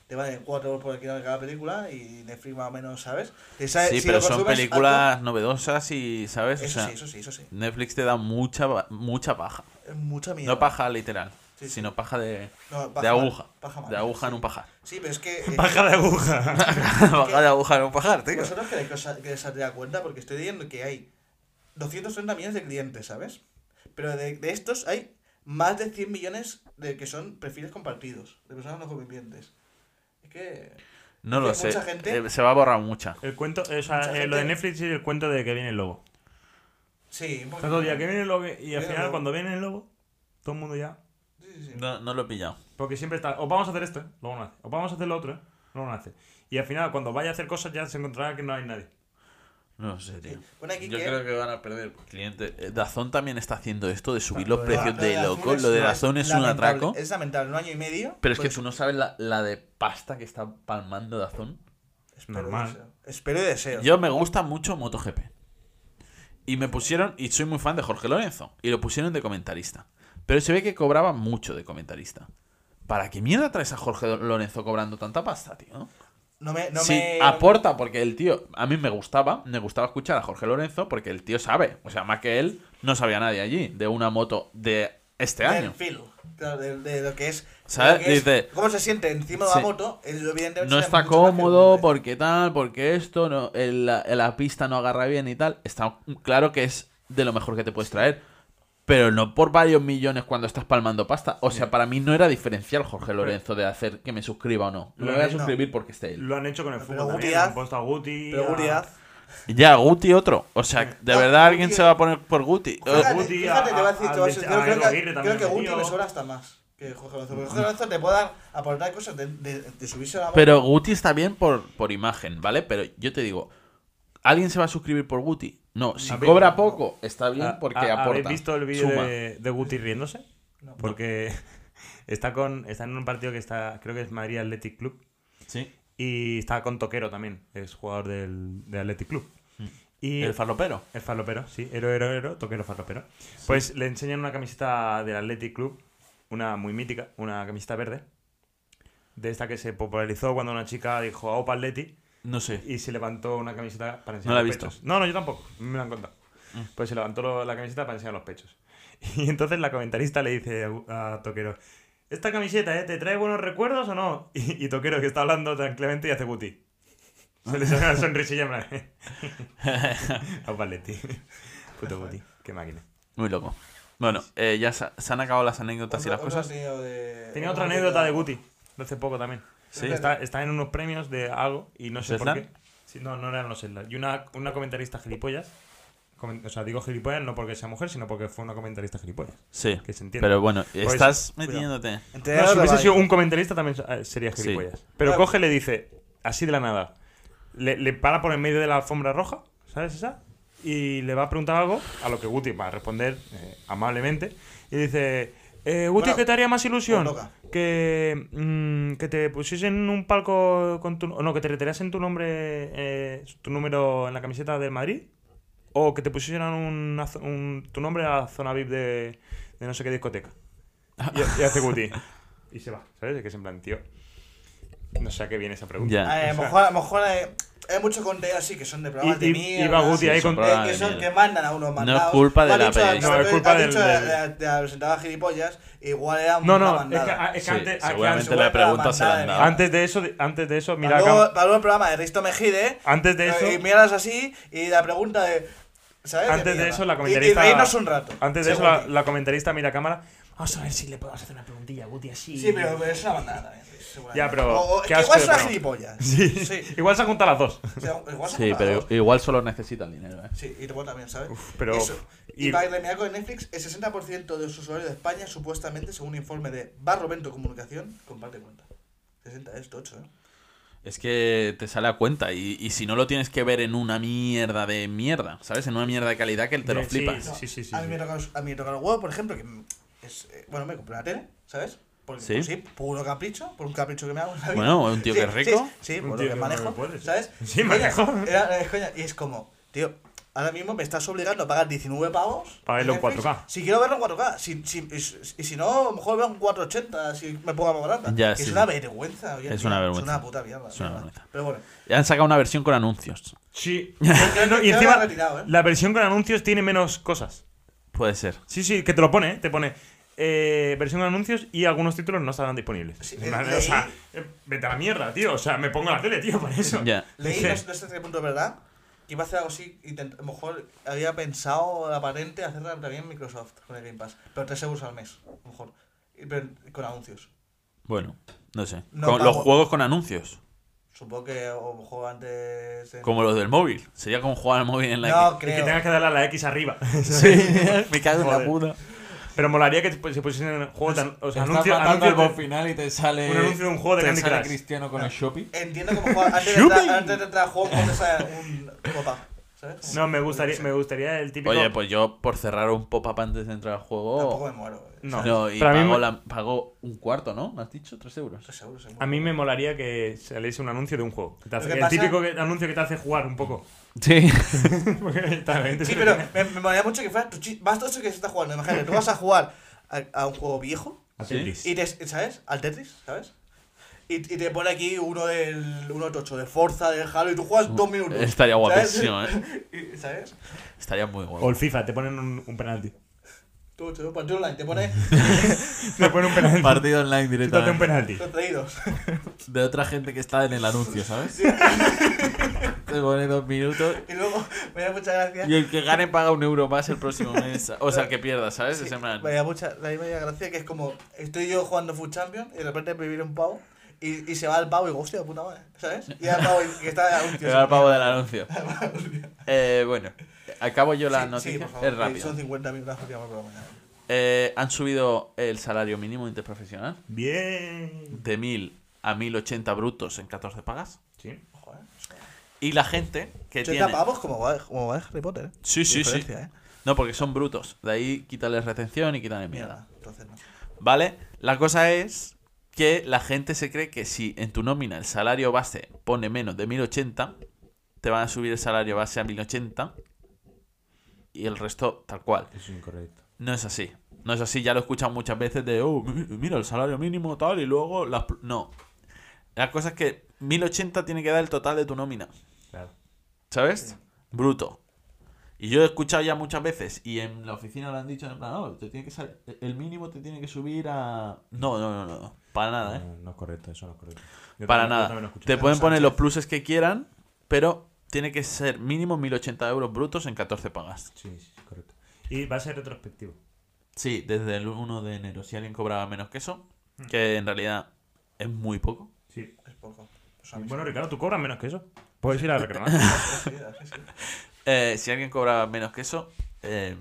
S3: te valen cuatro euros por alquilar cada película y Netflix más o menos, ¿sabes? Te sale-
S1: sí,
S3: si
S1: pero
S3: lo
S1: son
S3: consumes
S1: películas novedosas y, ¿sabes?
S3: alto-
S1: O
S3: Eso
S1: sea,
S3: sí, eso sí, eso sí.
S1: Netflix te da mucha, ba- mucha paja.
S3: Es mucha mierda.
S1: No paja literal,
S3: Sí, sí.
S1: sino paja de,
S3: No, paja
S1: de
S3: mal,
S1: aguja.
S3: paja mal,
S1: de aguja en
S3: sí.
S1: un pajar.
S3: Sí, pero es que. eh,
S2: Paja de aguja.
S1: paja de aguja en un pajar, tío.
S3: ¿Vosotros creéis que os, que os saldría a cuenta? Porque estoy diciendo que hay 230 millones de clientes, ¿sabes? Pero de, de estos hay más de 100 millones de que son perfiles compartidos, de personas no convivientes. Es que...
S1: No lo
S3: hay
S1: sé.
S3: mucha gente-
S1: eh, se va a borrar mucha.
S2: El cuento, o sea,
S3: Mucha
S2: eh, lo de
S3: gente-
S2: Netflix es el cuento de que viene el lobo.
S3: Sí, un
S2: Está
S3: poquito.
S2: todo el día que viene el lobo y al
S3: el
S2: final
S3: lobo.
S2: cuando viene el lobo, todo el mundo ya.
S3: Sí, sí, sí.
S1: No, no lo he pillado.
S2: Porque siempre está, o vamos a hacer esto, ¿eh? luego no hace. O vamos a hacer lo otro, ¿eh? luego no hace. Y al final cuando vaya a hacer cosas ya se encontrará que no hay nadie.
S1: No sé, tío.
S3: Bueno, aquí
S1: Yo
S3: que-
S1: creo que van a perder clientes. Eh, Dazón también está haciendo esto de subir los
S2: Lo de-
S1: precios
S3: Lo de
S1: de
S3: Dazón
S1: loco.
S3: es-
S1: Lo de
S3: no,
S1: Dazón es un
S3: lamentable,
S1: atraco.
S3: Es lamentable, un año y medio.
S1: Pero es que
S3: pues,
S1: tú no sabes la, la de pasta que está palmando Dazón.
S3: espero y
S2: Normal.
S3: deseo. Espero y deseo.
S1: Yo me gusta mucho MotoGP. Y me pusieron, y soy muy fan de Jorge Lorenzo, y lo pusieron de comentarista. Pero se ve que cobraba mucho de comentarista. ¿Para qué mierda traes a Jorge Lorenzo cobrando tanta pasta, tío?
S3: No me. No
S1: sí,
S3: me...
S1: aporta porque el tío, a mí me gustaba, me gustaba escuchar a Jorge Lorenzo porque el tío sabe, o sea, más que él, no sabía nadie allí de una moto de este
S3: del
S1: año.
S3: feel, claro, de, de lo que es. de
S1: ¿Sabes?
S3: lo que es
S1: Dice-
S3: ¿Cómo se siente encima de la
S1: Sí.
S3: moto? Él, evidentemente,
S1: No
S3: sabe
S1: está
S3: mucho más que el
S1: cómodo
S3: hombre.
S1: porque tal, porque esto, no, el- la, la pista no agarra bien y tal. Está claro que es de lo mejor que te puedes traer. Pero no por varios millones cuando estás palmando pasta. O sea, para mí no era diferencial Jorge Lorenzo de hacer que me suscriba o no. No me voy a
S2: No.
S1: suscribir porque esté él.
S2: Lo han hecho con el
S3: Pero
S2: fútbol. también,
S3: Gutiérrez-
S2: han puesto a Guti.
S3: Pero
S2: a-
S3: Guriaz.
S1: Ya, Guti otro. O sea, ¿de
S3: No,
S1: verdad alguien
S3: Guti-
S1: se va a poner por Guti? Eh,
S3: Fíjate,
S2: Guti,
S3: fíjate,
S2: a-
S3: te voy a decir,
S2: a-
S3: te voy a
S2: a-
S3: decir,
S2: a-
S3: creo,
S2: a-
S3: creo
S2: a-
S3: que,
S2: Aguirre
S3: creo
S2: también
S3: que Guti
S2: metió.
S3: me sobra hasta más que Jorge Lorenzo. Porque Jorge Lorenzo te puede dar- aportar cosas de, de, de subirse a la moto.
S1: Pero Guti está bien por, por imagen, ¿vale? Pero yo te digo, ¿alguien se va a suscribir por Guti? No, si
S2: A ver,
S1: cobra
S2: no.
S1: poco, está bien
S2: a-
S1: porque
S2: a-
S1: aporta.
S2: ¿Habéis visto el vídeo
S1: suma.
S2: de, de Guti riéndose?
S3: No.
S2: Porque está con está en un partido que está creo que es Madrid Athletic Club
S1: Sí.
S2: y está con Toquero también, es jugador del, del Athletic Club. Y
S1: Mm. El farlopero.
S2: El farlopero, sí. Ero, ero, ero, toquero farlopero. Pues le enseñan una camiseta del Athletic Club, una muy mítica, una camiseta verde. De esta que se popularizó cuando una chica dijo Opa Atleti
S1: No sé.
S2: y se levantó una camiseta
S1: No
S2: para enseñar
S1: la he
S2: los
S1: visto. Ah.
S2: pechos. No, no, yo tampoco, me la han contado. Pues se levantó lo- la camiseta para enseñar los pechos. Y entonces la comentarista le dice a, a Toquero, ¿esta camiseta eh, te trae buenos recuerdos o no? Y, y Toquero, que está hablando tranquilamente, y hace Guti. Se le saca una sonrisilla en plan, a Paletti. Puto Guti, qué máquina.
S1: Muy loco. Bueno, eh, ya se, se han acabado las anécdotas y
S3: Otro-
S1: las
S3: otro
S1: cosas.
S3: tío de-
S2: Tenía
S3: otro
S2: otra
S3: tío
S2: anécdota de Guti, de hace poco también.
S1: Sí.
S2: Está, está en unos premios de algo y no sé por
S1: ¿Seslan?
S2: qué. Sí, no, no eran los Seslan. Y una, una comentarista gilipollas. comen- O sea, digo gilipollas no porque sea mujer, sino porque fue una comentarista gilipollas.
S1: Sí.
S2: Que se entienda.
S1: Pero bueno,
S2: Pues,
S1: estás
S2: cuidado.
S1: metiéndote.
S3: Entre
S2: No, si
S3: otro
S2: hubiese
S3: va-
S2: sido un comentarista también eh, sería
S1: Sí.
S2: gilipollas. Pero
S3: Claro.
S2: coge y le dice, así de la nada, le, le para por en medio de la alfombra roja, ¿sabes esa? Y le va a preguntar algo, a lo que Guti va a responder eh, amablemente. Y dice, eh, Guti,
S3: Bueno,
S2: ¿qué te haría más ilusión?
S3: pues toca.
S2: Que, mm, que te pusiesen un palco con tu... o No, que te retirasen tu nombre, eh, tu número en la camiseta del Madrid. O que te pusieran una zo- un- tu nombre a la zona VIP de, de no sé qué discoteca. Y, y hace Guti. Y se va. ¿Sabes? Es que es en plan, tío. No sé a qué viene esa pregunta.
S1: Ya.
S3: A lo mejor, a lo mejor hay, hay muchos contenidos así que son de programas
S2: Y-
S3: de
S2: y-
S3: mierda.
S2: iba Guti
S3: sí,
S2: ahí
S1: son
S2: con-
S1: programas
S3: que,
S1: de
S3: son,
S1: mierda.
S3: que mandan a unos mandados.
S1: es culpa de
S3: Lo ha
S1: la
S3: dicho-
S1: prensa.
S3: lo
S2: No,
S3: ha
S2: es
S3: dicho-
S2: culpa
S3: ha dicho
S2: del-
S3: la- la- la presentaba gilipollas, igual era
S2: No,
S3: una
S2: no, es que, ah,
S3: bandada.
S2: a- es que
S1: Sí,
S2: antes, a-
S1: seguramente
S2: antes,
S1: la pregunta se la han dado.
S2: antes de eso, antes de eso, mira
S3: Para luego,
S2: acá- Ah,
S3: para luego el programa de Risto Mejide.
S2: Antes de eso-
S3: eh, Y miras así y la pregunta de. ¿Sabes?
S2: antes de
S3: mierda.
S2: eso la
S3: Y-
S2: comentarista.
S3: Y, reírnos un rato.
S2: Antes de
S3: Sí,
S2: eso la,
S3: Guti.
S2: la comentarista mira a cámara.
S4: Vamos a ver si le podemos hacer una preguntilla a Guti así.
S3: Sí, pero es una bandada ¿eh? también. seguramente.
S2: Ya, pero
S3: O- o-
S2: qué
S3: que
S2: asco
S3: igual
S2: de
S3: son
S2: programa.
S3: gilipollas. Sí.
S2: Igual se han juntado las dos.
S3: O sea, igual son
S1: Sí, pero
S3: mandados.
S1: igual solo necesitan dinero, ¿eh?
S3: Sí, y luego también, ¿sabes?
S2: pero-
S3: Eso. Y,
S2: y-
S3: para terminar con Netflix, el 60% de los usuarios de España, supuestamente, según un informe de Barlovento Comunicación, comparte cuenta. 60 es tocho, ¿eh?
S1: Es que te sale a cuenta. Y, y si no lo tienes que ver en una mierda de mierda, ¿sabes? En una mierda de calidad que te lo
S2: Sí,
S1: flipas.
S2: sí.
S3: a, mí Me toca, a mí me toca el huevo, por ejemplo, que mm, es, eh, bueno, me compré una tele, ¿sabes? Porque
S1: Sí.
S3: pues sí, puro capricho, por un capricho que me hago. en la vida.
S1: Bueno, un tío que es
S3: Sí,
S1: rico.
S3: Sí, sí,
S2: Un
S3: por
S2: tío
S3: lo que
S2: que
S3: manejo,
S2: no puede.
S3: ¿sabes?
S2: Sí,
S3: Y,
S2: manejo.
S3: coña, era- es coña, y es como, tío, ahora mismo me estás obligando a pagar 19 pavos.
S2: Para verlo en
S3: Netflix.
S2: 4K.
S3: Si quiero verlo en 4K. Si, si, y, si- y si no, a lo mejor veo un 480 si me pongo más barata.
S1: Ya,
S3: Que
S1: sí,
S3: es una
S1: sí.
S3: vergüenza. hoy en
S1: Es
S3: día.
S1: una
S3: Es
S1: vergüenza.
S3: una puta mierda.
S1: Es una
S3: ¿verdad?
S1: vergüenza.
S3: Pero bueno.
S1: Ya han sacado una versión con anuncios.
S2: Sí.
S3: creo que
S2: y
S3: lo
S2: encima,
S3: han retirado, ¿eh?
S2: la versión con anuncios tiene menos cosas.
S1: Puede ser.
S2: Sí, sí, que te lo pone, ¿eh? te pone eh, versión con anuncios y algunos títulos no estarán disponibles.
S3: Sí,
S2: De
S3: eh,
S2: manera-
S3: leí-
S2: o sea, eh, vete a la mierda, tío. O sea, me pongo la tele, tío, para eso.
S1: Ya.
S3: Leí,
S2: Sí.
S3: no, no sé hasta qué punto es verdad, que iba a hacer algo así. intent- a lo mejor había pensado la patente hacerla también Microsoft con el Game Pass. Pero 3 euros al mes, a lo mejor. y- pero con anuncios.
S1: Bueno, no sé.
S3: No
S1: Con- los
S3: pago.
S1: juegos con anuncios.
S3: Supongo que a lo mejor antes. en-
S1: Como los del móvil. Sería como jugar al móvil en la
S3: no,
S2: Y que
S3: creo.
S2: tengas que darle a la X arriba.
S1: Sí, me cago en la
S2: Joder.
S1: puta.
S2: Pero molaría que se pusiesen juegos de an- o sea,
S4: Estás
S2: anuncio-
S4: matando
S2: anuncios
S4: al boss
S2: de-
S4: final y te sale.
S2: un anuncio de un juego de
S4: te
S2: Candy
S4: sale
S2: Crush.
S4: Cristiano con el Shopping.
S3: Entiendo como jugar. Antes de entrar, antes de entrar a juego, pones a un copa. ¿sabes?
S2: No, me gustaría, me gustaría el típico.
S1: Oye, pues yo por cerrar un pop-up antes de entrar al juego.
S3: Tampoco me muero. eh.
S2: No.
S1: No, y
S2: Pero a mí
S1: pagó,
S2: me-
S1: la- pagó un cuarto, ¿no? ¿Me has dicho? Tres euros.
S3: Tres euros, seguro.
S2: A mí me molaría que saliese un anuncio de un juego. Que te hace-
S3: que
S2: el
S3: pasa-
S2: típico que- anuncio que te hace jugar un poco.
S1: Sí.
S2: Porque la gente
S3: Sí,
S2: se
S3: pero
S2: retiene.
S3: me, me molaría mucho que fuera tu chiste. Vas todo eso que se está jugando. Imagínate, tú vas a jugar a, a un juego viejo.
S2: A Tetris.
S3: Y te, ¿Sabes? Al Tetris, ¿sabes? Y, y te pone aquí uno del 1.8, de Forza, del Halo, y tú juegas dos minutos.
S1: Estaría
S3: ¿sabes?
S1: guapísimo, ¿eh?
S3: Y- ¿Sabes?
S1: Estaría muy
S2: O
S1: guapo.
S2: el FIFA, te ponen un, un penalti.
S3: Tú, tú, partido online, te pone
S2: Te ponen un penalti.
S1: Partido online
S2: Chútate un
S1: directamente.
S2: penalti.
S3: los traídos.
S1: De otra gente que está en el anuncio, ¿sabes? Te pone dos minutos.
S3: Y luego, me da mucha gracia.
S1: Y el que gane paga un euro más el próximo mes. O sea, que pierda, ¿sabes? Ese man.
S3: Me da mucha, a mí me da gracia que es como, estoy yo jugando Food Champion y de repente me viene un pavo y, y se va el pavo y digo, hostia, puta madre, ¿sabes? Y era el pavo y- que estaba un tío.
S1: Era el pavo del anuncio. Eh, bueno, acabo yo la
S3: Sí, sí,
S1: noticia.
S3: por favor,
S1: es
S3: que
S1: rápido.
S3: Son 50 minutos que vamos por la mañana.
S1: Eh, han subido el salario mínimo interprofesional
S2: Bien.
S1: de 1000 a 1080 brutos en 14 pagas.
S2: Sí.
S3: Ojo, ¿eh?
S1: Y la gente que
S3: 80
S1: tiene.
S3: pavos como va, como va Harry Potter, ¿eh?
S1: Sí, sí, sí.
S3: Diferencia, ¿eh?
S1: No, porque son brutos. De ahí quítale retención y quítale mierda.
S3: Mierda, entonces no.
S1: ¿Vale? La cosa es que la gente se cree que si en tu nómina el salario base pone menos de 1080, te van a subir el salario base a 1080 y el resto tal cual.
S2: Es incorrecto.
S1: No es así. No es así, ya lo he escuchado muchas veces de, oh, mi- mira, el salario mínimo tal y luego las... pl-". No. La cosa es que 1080 tiene que dar el total de tu nómina.
S2: Claro.
S1: ¿Sabes? Bruto. Y yo he escuchado ya muchas veces, y en la oficina lo han dicho, en plan, no, te tiene que sal- el mínimo te tiene que subir a... No, no, no, no, no, para nada, ¿eh?
S2: No, no es correcto, eso no es correcto. Yo
S1: para
S2: también- yo también lo
S1: nada.
S2: escuché.
S1: Te pueden poner
S3: Sánchez.
S1: los pluses que quieran, pero tiene que ser mínimo 1.080 euros brutos en 14 pagas.
S2: Sí, sí, sí, correcto. Y va a ser retrospectivo.
S1: Sí, desde el 1 de enero, si alguien cobraba menos que eso,
S2: Mm.
S1: que en realidad es muy poco.
S2: Sí.
S3: Es poco. O sea, a mí
S2: Bueno,
S3: sí
S2: Ricardo, tú cobras menos que eso. Puedes ir a reclamar.
S3: me gusta, sí, sí.
S1: Eh, si alguien cobraba menos que eso, eh,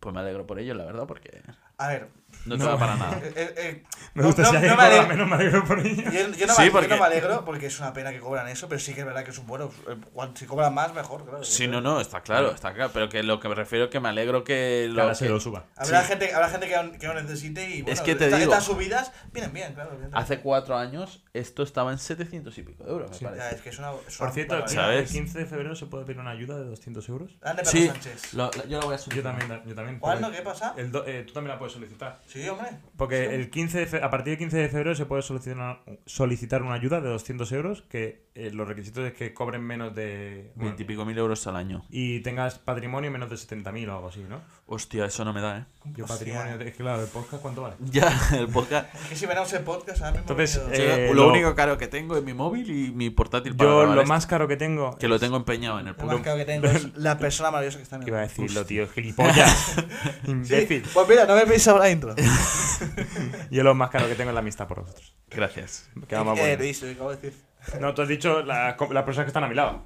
S1: pues me alegro por ello, la verdad, porque
S3: A ver.
S1: no te
S2: No.
S1: va para nada.
S3: eh, eh, eh,
S2: Me gusta
S3: no,
S2: si
S3: no,
S2: alguien
S3: no me
S2: cobra
S3: alegro-
S2: menos, me alegro por ello.
S3: Yo, yo no
S1: Sí,
S3: me, yo
S1: porque-
S3: no me alegro porque es una pena que cobran eso, pero sí que es verdad que es un bueno. eh, cuan- Si cobran más, mejor, claro.
S1: Sí, no, no, está claro, está claro. Pero que lo que me refiero es que me alegro que lo.
S2: Ahora se
S1: que-
S2: lo suba.
S3: Habrá,
S1: Sí.
S3: gente, habrá gente que, aún- que no necesite y bueno,
S1: que te
S3: esta-
S1: digo-
S3: estas subidas vienen bien, claro. evidentemente.
S1: Hace cuatro años esto estaba en 700 y pico de euros, me
S2: Sí. Ah,
S3: Ya,
S1: parece.
S3: es que es una, es
S2: Por
S3: una
S2: cierto,
S3: barbaridad.
S1: ¿sabes?
S2: el 15 de febrero se puede pedir una ayuda de 200 euros.
S3: Grande Pedro
S1: Sí,
S3: Sánchez.
S1: lo- lo- yo lo voy a subir.
S2: Yo también, yo también.
S3: ¿Cuál no?
S2: porque
S3: ¿Qué pasa?
S2: el do- eh, tú también la puedes solicitar.
S3: Sí, hombre.
S2: Porque el 15 de fe- a partir del 15 de febrero se puede solicitar una, solicitar una ayuda de 200 euros que eh, los requisitos es que cobren menos de... bueno,
S1: 20 y pico mil euros al año.
S2: y tengas patrimonio menos de 70.000 o algo así, ¿no?
S1: Hostia, eso no me da, ¿eh?
S2: Yo
S3: Hostia.
S2: patrimonio... Es que claro, el podcast cuánto vale.
S1: Ya, el podcast.
S3: Es que si veramos el podcast ahora mismo.
S2: Entonces,
S3: yo-
S2: eh,
S1: Yo lo,
S2: lo-
S1: único caro que tengo es mi móvil y mi portátil para
S2: Yo
S1: grabar
S2: lo
S1: esto,
S2: más caro que tengo...
S1: Que lo tengo empeñado en el
S3: lo más
S1: podcast.
S3: caro que tengo es la persona maravillosa que está en
S2: ¿Qué
S3: el
S2: Iba a
S3: mundo.
S2: decirlo, tío, gilipollas. Imbécil.
S3: Sí, Pues mira, no me veis ahora la intro.
S2: Yo lo más caro que tengo es la amistad por vosotros.
S1: Gracias.
S2: Que va más
S3: Eh,
S2: bueno.
S3: lo hice, lo acabo de decir.
S2: No, tú has dicho las co- las personas que están a mi lado.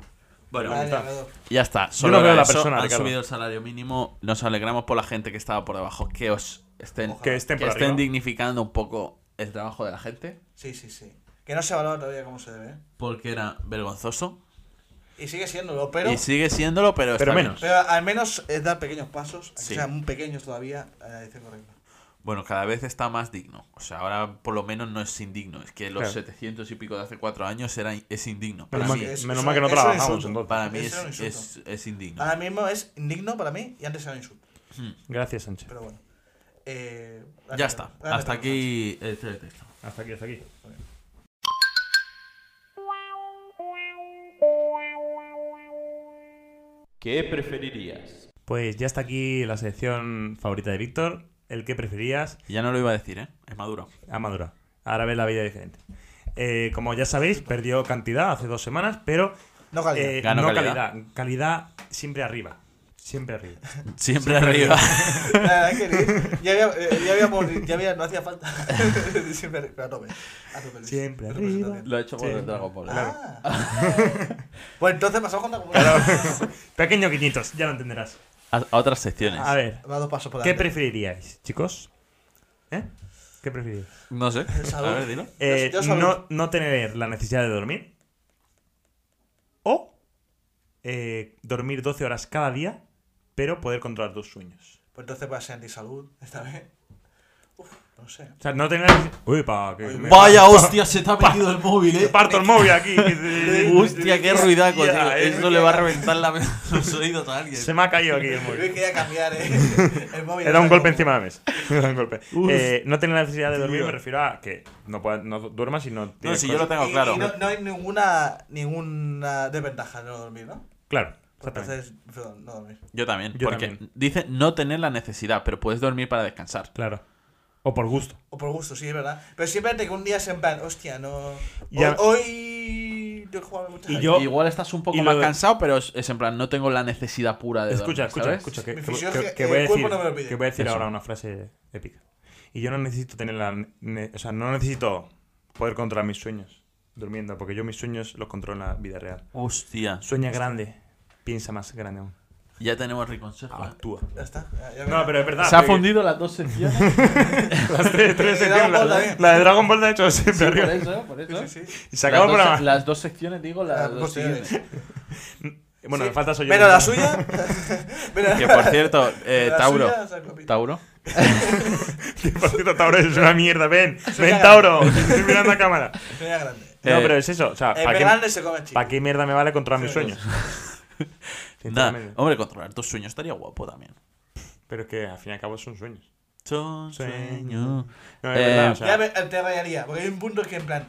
S1: Bueno,
S3: Vale,
S2: está.
S3: Ricardo.
S1: ya está. Solo
S2: no veo
S1: era
S2: la
S1: eso,
S2: persona,
S1: Han
S2: Ricardo.
S1: subido el salario mínimo. Nos alegramos por la gente que estaba por debajo. Que os estén,
S2: Que estén por
S1: estén
S2: arriba.
S1: dignificando un poco el trabajo de la gente.
S3: Sí, sí, sí. Que no se valora todavía como se debe. ¿eh?
S1: Porque era vergonzoso.
S3: Y sigue siéndolo, pero.
S1: y sigue siéndolo, pero,
S2: Pero
S1: está bien.
S2: menos.
S3: Pero al menos es dar pequeños pasos, aunque
S1: Sí.
S3: sean pequeños todavía, a la dirección correcta.
S1: Bueno, cada vez está más digno. O sea, ahora por lo menos no es indigno. Es que los
S2: Claro.
S1: 700 y pico de hace cuatro años era, in- es indigno. Para
S2: Menos mal,
S1: mí,
S3: que- es-
S2: menos
S3: es
S2: mal que
S3: un-
S2: no
S3: es un
S2: trabajábamos
S3: insulto.
S2: entonces.
S1: para mí
S3: Eso
S1: es,
S3: era un insulto.
S1: es- es indigno.
S3: Ahora mismo es indigno para mí y antes era un insulto.
S2: Gracias, Sánchez.
S3: Pero bueno. Eh,
S1: Ya está.
S3: dale,
S1: Hasta
S3: dale,
S1: aquí este el teletexto.
S2: Hasta aquí, hasta aquí.
S1: ¿Qué preferirías?
S2: Pues ya está aquí la sección favorita de Víctor. El que preferías
S1: Ya no lo iba a decir, ¿eh? Es maduro.
S2: a Madura. Ahora ves la vida diferente. Eh, como ya sabéis, perdió cantidad hace dos semanas, pero
S3: No calidad.
S2: eh,
S1: Ganó
S2: no
S1: calidad.
S2: calidad. Calidad siempre arriba. Siempre arriba.
S1: Siempre arriba.
S3: La verdad que sí. ya había, eh, ya habíamos- ya había- no hacía falta. Siempre arriba, a tope. A tope, Luis.
S2: Siempre
S3: Representación.
S2: arriba.
S1: lo ha hecho por
S2: Sí.
S1: el Dragon Ball.
S3: Ah. pues entonces pasamos con la comunidad.
S2: Pequeño guiñitos, ya lo entenderás.
S1: A, a otras secciones.
S2: A ver,
S3: Va dos pasos por
S2: ¿qué
S3: delante.
S2: preferiríais, chicos? ¿Eh? ¿Qué preferiríais?
S1: No sé.
S3: Salud.
S1: A ver, dilo.
S2: Eh,
S3: Yo- yo salud.
S2: no, no tener la necesidad de dormir. O eh, dormir 12 horas cada día, pero poder controlar tus sueños.
S3: Pues entonces va a ser antisalud esta vez. Uf, no sé.
S2: O sea, no tener... Uy, pa, que me-
S1: Vaya hostia, se te ha metido el móvil,
S2: Te
S1: eh.
S2: parto el móvil aquí.
S1: Hostia, qué ruidaco,
S2: Ya,
S1: tío.
S2: eh.
S1: Eso le va a reventar la los oídos a alguien.
S2: Se me ha caído aquí el
S3: Yo
S2: móvil.
S3: quería cambiar eh, el móvil.
S2: Era un
S3: Era
S2: golpe
S3: como-
S2: encima de la mesa. Era un golpe.
S1: Uf.
S2: Eh, no tener la necesidad de dormir
S1: Tío.
S2: me refiero a que no, pueda- no duermas y no
S1: No,
S2: tienes
S1: si yo lo
S2: cosas.
S1: tengo
S3: Y-
S1: claro.
S3: Y no, no hay ninguna, ninguna desventaja de no dormir, ¿no?
S2: Claro,
S3: Pues
S2: exactamente.
S3: entonces, perdón, no dormir.
S1: Yo también.
S2: Yo
S1: porque
S2: también.
S1: dice no tener la necesidad, pero puedes dormir para descansar.
S2: Claro. O por gusto.
S3: O por gusto, sí, es verdad. Pero siempre que un día es en plan, hostia, no.
S2: Y a-
S3: Hoy. hoy yo he jugado mucho.
S2: Y yo-
S1: Igual estás un
S2: y
S1: poco
S2: lo
S1: más
S2: de-
S1: cansado, pero es, es en plan, no tengo la necesidad pura de dormir,
S2: Escucha, escucha,
S1: ¿sabes?
S2: escucha. Que,
S3: Mi
S2: que-
S3: fisiología-
S2: que- que
S3: el
S2: voy a
S3: cuerpo
S2: decir,
S3: no me lo pide.
S2: que voy a decir
S1: Eso.
S2: ahora una frase épica. Y yo no necesito tener la. ne- o sea, no necesito poder controlar mis sueños durmiendo, porque yo mis sueños los controlo en la vida real.
S1: Hostia.
S2: Sueña grande, piensa más grande aún.
S1: Ya tenemos reconsejo. eh.
S2: Actúa.
S3: Ya está. Ya, ya
S2: No,
S3: verás.
S2: pero es verdad.
S1: Se ha
S2: porque
S1: fundido las dos secciones.
S2: Las tres, tres
S3: Y Dragon
S2: secciones, la,
S3: Ball también.
S2: la de Dragon Ball, de hecho, se
S1: por
S2: perdió.
S1: eso, eh, por eso.
S3: Sí, sí, sí.
S2: Y se acabó
S1: las,
S2: el
S1: dos,
S2: programa. Ah, pues
S1: se- las dos secciones, digo, las,
S3: Las
S1: dos
S3: posteriores.
S1: siguientes.
S2: Bueno,
S3: Sí.
S2: me falta soy yo.
S3: Pero la suya. Pero-
S1: Que por cierto, eh,
S3: La
S1: Tauro.
S3: suya, saco pito.
S1: Tauro.
S2: Que, por cierto, Tauro es una mierda. Ven,
S3: Soy
S2: ven,
S3: la-
S2: Tauro. Estoy mirando a cámara.
S3: Suya grande.
S2: No,
S1: Eh,
S2: pero es eso. O sea,
S3: El
S2: ¿para qué,
S3: grande se come chico.
S2: pa' qué mierda me vale controlar mis
S3: Sí,
S2: sueños?
S1: Nah,
S2: Sinceramente.
S1: hombre, controlar tus sueños estaría guapo también.
S2: Pero es que al fin y al cabo son sueños.
S1: Son
S2: Sueño.
S1: sueños.
S2: No, es
S1: Eh,
S2: verdad. O
S3: Ya
S2: sea,
S3: me, te rayaría, porque hay un punto que en plan.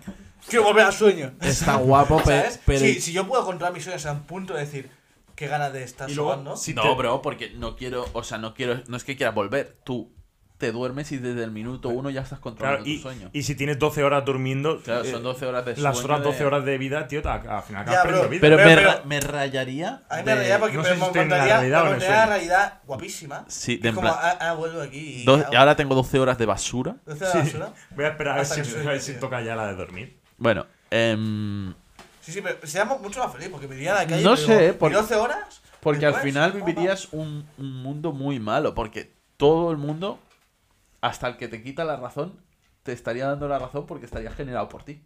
S3: Quiero volver al sueño.
S1: Está guapo, pe-
S3: ¿Sabes?
S1: pero.
S3: Si, si yo puedo controlar mis sueños a un punto de decir qué ganas de estar
S2: Y luego,
S3: jugando.
S2: si
S1: no,
S2: te-
S1: bro, porque no quiero, o sea, no quiero, no es que quieras volver, tú te duermes y desde el minuto uno ya estás
S2: claro,
S1: controlando tu
S2: y,
S1: sueño.
S2: y si tienes 12 horas durmiendo,
S1: claro,
S2: eh,
S1: son 12 horas de sueño.
S2: las otras 12
S1: de-
S2: horas de vida, tío, te- al final
S3: Ya,
S2: acabas perdiendo
S3: bro.
S2: vida.
S1: Pero,
S3: Pero-
S1: me,
S3: pero-
S1: ra- me rayaría.
S3: A mí
S1: de-
S3: me reía porque
S2: no
S3: me
S2: sé si estoy en la
S3: encontraría
S2: realidad o en
S3: me
S2: el
S3: encontraría la
S2: sueño.
S3: realidad guapísima.
S1: Sí,
S3: que
S1: de
S3: es
S1: en
S3: como,
S1: plan-
S3: ah, ah, vuelvo aquí y.
S1: do-
S3: hago-
S1: y ahora tengo 12 horas de basura.
S3: ¿Doce de la
S2: Sí.
S3: basura?
S2: Voy a esperar a ver,
S3: Hasta
S2: si,
S3: que sueñe,
S2: a ver si
S3: tío.
S2: toca ya la de dormir.
S1: Bueno, em,
S3: Sí, sí, pero seríamos mucho más feliz porque me iría a la calle.
S1: No
S3: y digo,
S1: sé,
S3: ¿y
S1: porque-
S3: 12 horas?
S1: porque al
S3: Después,
S1: final
S3: ¿cómo
S1: vivirías un, un mundo muy malo, porque todo el mundo, hasta el que te quita la razón, te estaría dando la razón porque estaría generado por ti.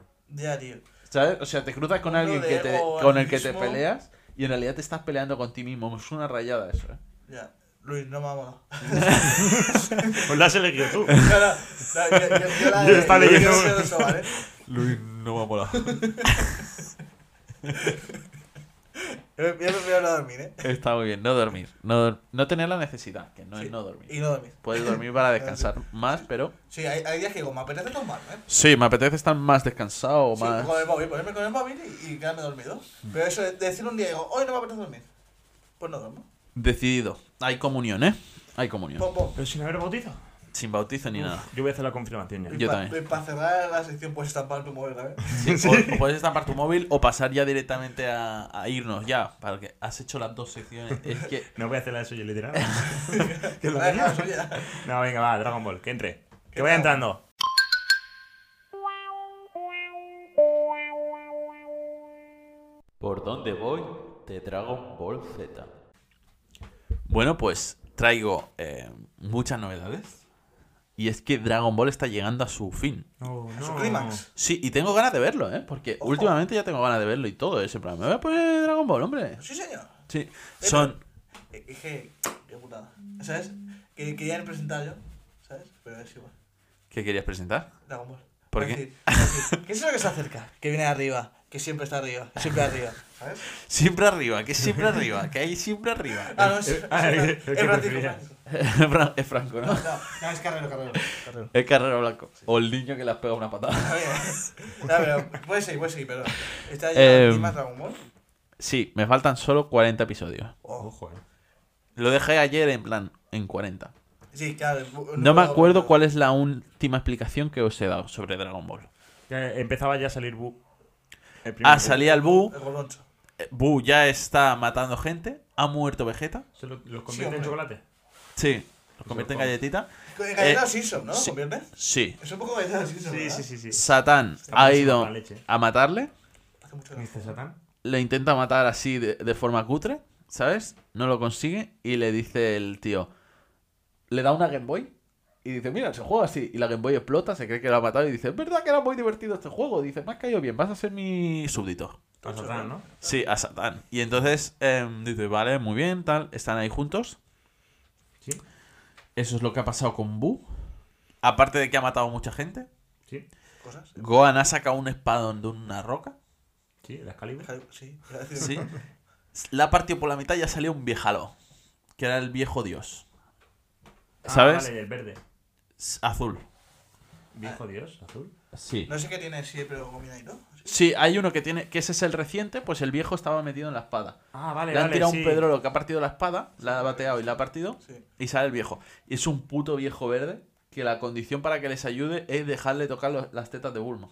S3: va? Ya, tío.
S1: ¿Sabes? O sea, te cruzas con
S3: Mundo
S1: alguien
S3: de
S1: que te,
S3: ego,
S1: con el que te
S3: activismo.
S1: peleas y en realidad te estás peleando con ti mismo. Es una rayada eso, ¿eh?
S3: Ya. Luis, no me ha molado.
S2: Pues la has elegido tú.
S3: No, no, no, yo- yo- yo la
S2: Yo estaba
S3: yo- yo
S2: leyendo-
S3: quiero eso, ¿vale?
S1: Luis no me ha molado.
S3: Yo me- yo me voy a dormir, ¿eh?
S1: Está muy bien, no dormir. No, dor- no tener la necesidad, que no
S3: Sí.
S1: es no dormir.
S3: Y no dormir.
S1: Puedes dormir para descansar más, pero...
S3: Sí, hay, hay días que digo, me apetece tomar, ¿eh?
S1: Sí, me apetece estar más descansado o
S3: Sí,
S1: más... Mm.
S3: con el móvil, ponerme con el móvil y, y quedarme dormido. Pero eso de decir un día, digo, hoy no me apetece dormir. Pues no duermo.
S1: Decidido. Hay comunión, ¿eh? Hay comunión.
S3: Pum, pum.
S2: Pero sin haber bautizo.
S1: Sin bautizo ni nada.
S2: Yo voy a hacer la confirmación ya.
S1: Yo también.
S3: Para cerrar la sección, pues, puedes estampar tu móvil también.
S1: O, o puedes estampar tu móvil o pasar ya directamente a, a irnos ya. Para que has hecho las dos secciones. Es que...
S2: No voy a hacer la de suyo literal.
S3: Que la dejas suya.
S2: No, venga, va, Dragon Ball, que entre. Que vaya
S3: tal?
S2: entrando.
S1: ¿Por dónde voy? De Dragon Ball Z. Bueno, pues traigo eh, muchas novedades. Y es que Dragon Ball está llegando a su fin.
S2: No,
S3: Su clímax.
S1: Sí, y tengo ganas de verlo, ¿eh? Porque
S3: Ojo.
S1: últimamente ya tengo ganas de verlo y todo. Ese plan, me voy a poner Dragon Ball, hombre.
S3: Sí, señor.
S1: Sí, son.
S3: Eh, Es que, qué putada. ¿Sabes? Que quería presentar yo, ¿sabes? Pero es igual.
S1: ¿Qué querías presentar?
S3: Dragon Ball.
S1: ¿Por
S3: Es
S1: qué?
S3: decir, es decir, ¿Qué es lo que se acerca? Que viene de arriba, que siempre está arriba, que siempre arriba, ¿sabes?
S1: Siempre arriba, que siempre arriba, que hay siempre arriba.
S3: Ah, no, es,
S1: Eh,
S3: es,
S2: Ah,
S3: es,
S2: ¿qué-
S3: es
S2: qué
S3: Francisco,
S2: preferías?
S3: Francisco.
S1: Fran- es Franco, ¿no?
S3: No, no, es Carrero, Carrero. Carrero.
S1: Es Carrero Blanco. O el niño que le has pegado una patada.
S3: Está bien. No, pero puede seguir, puede seguir, perdón. ¿Está
S1: Eh,
S3: ya más Dragon Ball?
S1: Sí, me faltan solo 40 episodios.
S3: Oh.
S2: Ojo, eh.
S1: Lo dejé ayer en plan, en 40.
S3: Sí, claro.
S1: No me acuerdo cuál es la última explicación que os he dado sobre Dragon Ball.
S2: Ya empezaba ya a salir Bu. El primer
S1: Ah,
S2: Bu.
S1: salía el Bu.
S3: El Goloncho.
S1: eh, Bu ya está matando gente. Ha muerto Vegeta.
S2: ¿Se lo- ¿Los convierte en
S3: hombre.
S2: chocolate?
S1: Sí. Lo convierte en galletita.
S3: Galletero
S1: Eh,
S3: Simpson, ¿no?
S1: sí.
S3: ¿Convierte?
S1: Sí.
S3: Es un poco galletero Simpson. ¿verdad?
S2: sí.
S1: Satán
S2: Está
S1: ha
S2: buenísimo
S1: ido
S2: la leche.
S1: a matarle.
S3: Hace mucho que no
S2: ¿Viste
S3: juego.
S2: Satán?
S1: Le intenta matar así de, de forma cutre. ¿Sabes? No lo consigue. Y le dice el tío. Le da una Game Boy. Y dice, mira, se juega así. Y la Game Boy explota, se cree que lo ha matado. Y dice, es verdad que era muy divertido este juego. Dice, me has caído bien, vas a ser mi súbdito.
S2: A Satán, ¿no?
S1: Sí, a Satán. Y entonces em, dice, vale, muy bien, tal, están ahí juntos.
S2: Sí,
S1: Eso es lo que ha pasado con Bu. Aparte de que ha matado mucha gente,
S2: sí,
S3: Cosas.
S1: Gohan ha sacado un espadón de una roca.
S2: sí, el Excalibur.
S3: Sí. iba a decir-
S1: Sí. La ha partido por la mitad y ha salido un viejalo. Que era el viejo dios.
S2: Ah,
S1: ¿Sabes?
S2: vale, el verde.
S1: S- Azul.
S2: Viejo Dios, azul.
S1: Sí.
S3: No sé qué tiene sí, pero combina ahí, ¿no?
S1: Sí, hay uno que tiene. que ese es el reciente, pues el viejo estaba metido en la espada.
S2: Ah, vale,
S1: le han
S2: vale,
S1: tirado
S2: sí.
S1: un pedrolo que ha partido la espada, la ha bateado y la ha partido.
S3: Sí.
S1: Y sale el viejo. Y es un puto viejo verde que la condición para que les ayude es dejarle tocar los- las tetas de Bulma.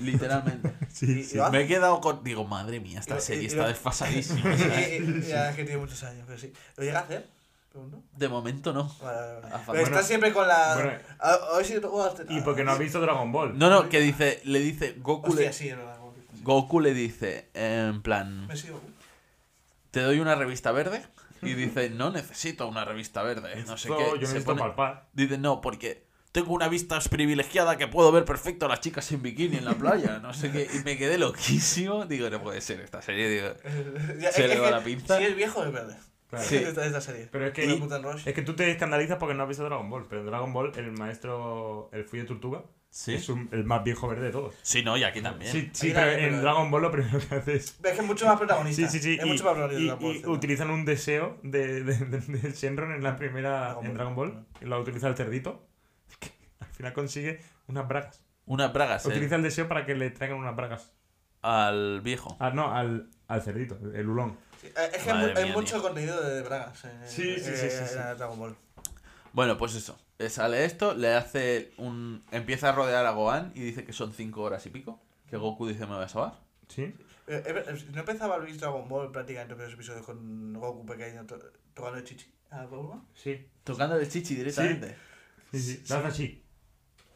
S1: Literalmente.
S3: Sí, sí.
S1: Me he quedado con. Digo, madre mía,
S3: Y
S1: esta
S3: lo- y-
S1: serie
S3: y
S1: está
S3: lo-
S1: desfasadísima.
S3: Ya es que tiene muchos años, pero sí. ¿Lo llega a hacer? Pregunto.
S1: De momento no.
S3: Vale, vale, vale.
S1: Ah,
S3: Pero está
S2: bueno.
S3: siempre con la.
S2: Bueno.
S3: A, a ver si no puedo hacer
S2: Y
S3: nada.
S2: porque no has visto Dragon Ball.
S1: No, no, que dice, le dice, Goku
S3: Hostia,
S1: le,
S3: sí, es verdad. sí.
S1: Goku le dice, en plan,
S3: Me sigo.
S1: te doy una revista verde. Y dice, no necesito una revista verde. eh, No sé
S2: Esto
S1: qué.
S2: Yo
S1: Se
S2: necesito
S1: pone-
S2: palpar.
S1: Dice, no, porque tengo una vista privilegiada que puedo ver perfecto a las chicas en bikini en la playa. No sé qué. Y me quedé loquísimo. Digo, no puede ser esta serie. Digo,
S3: Ya,
S1: Se
S3: es
S1: le
S3: que-
S1: va la pinza.
S3: Si es viejo, es verde.
S2: Claro.
S1: Sí.
S3: Esta, esta serie.
S2: Pero es que, eh,
S3: Y Mutant Rush.
S2: es que tú te escandalizas porque no has visto Dragon Ball. Pero en Dragon Ball, el maestro, el Fuyo Tortuga,
S1: Sí.
S2: es un- el más viejo verde de todos.
S1: sí, no, y aquí también.
S2: Sí, sí,
S3: Ahí la
S2: pero
S3: ves,
S2: en
S3: pero-
S2: Dragon Ball lo primero que haces.
S3: Es que es mucho más protagonista.
S2: Sí, sí, sí.
S3: Es
S2: y,
S3: mucho más protagonista. este,
S2: y- y utilizan un deseo de, de, de- de Shenron en la primera.
S3: Dragon
S2: en
S3: Ball.
S2: Dragon Ball. Lo utiliza el cerdito. que al final consigue unas bragas.
S1: Unas bragas eh,
S2: Utiliza el deseo para que le traigan unas bragas.
S1: al viejo.
S2: Ah, no, al, al cerdito, el ulón.
S3: es que hay,
S1: Madre
S3: mu- hay
S1: mía,
S3: mucho
S1: tío.
S3: contenido de Bragas. En,
S2: Sí, sí, sí, sí, sí.
S3: en Dragon Ball.
S1: Bueno, pues eso. Eh, Sale esto, le hace un... Empieza a rodear a Gohan y dice que son cinco horas y pico. Que Goku dice, me voy a salvar.
S2: ¿Sí?
S3: Eh, eh, eh, ¿No empezaba Luis Dragon Ball prácticamente los episodios con Goku pequeño to- tocando el chichi? Ah, ¿A Bulma?
S2: Sí.
S1: Tocando el chichi directamente.
S2: Sí, sí. Lo hace así.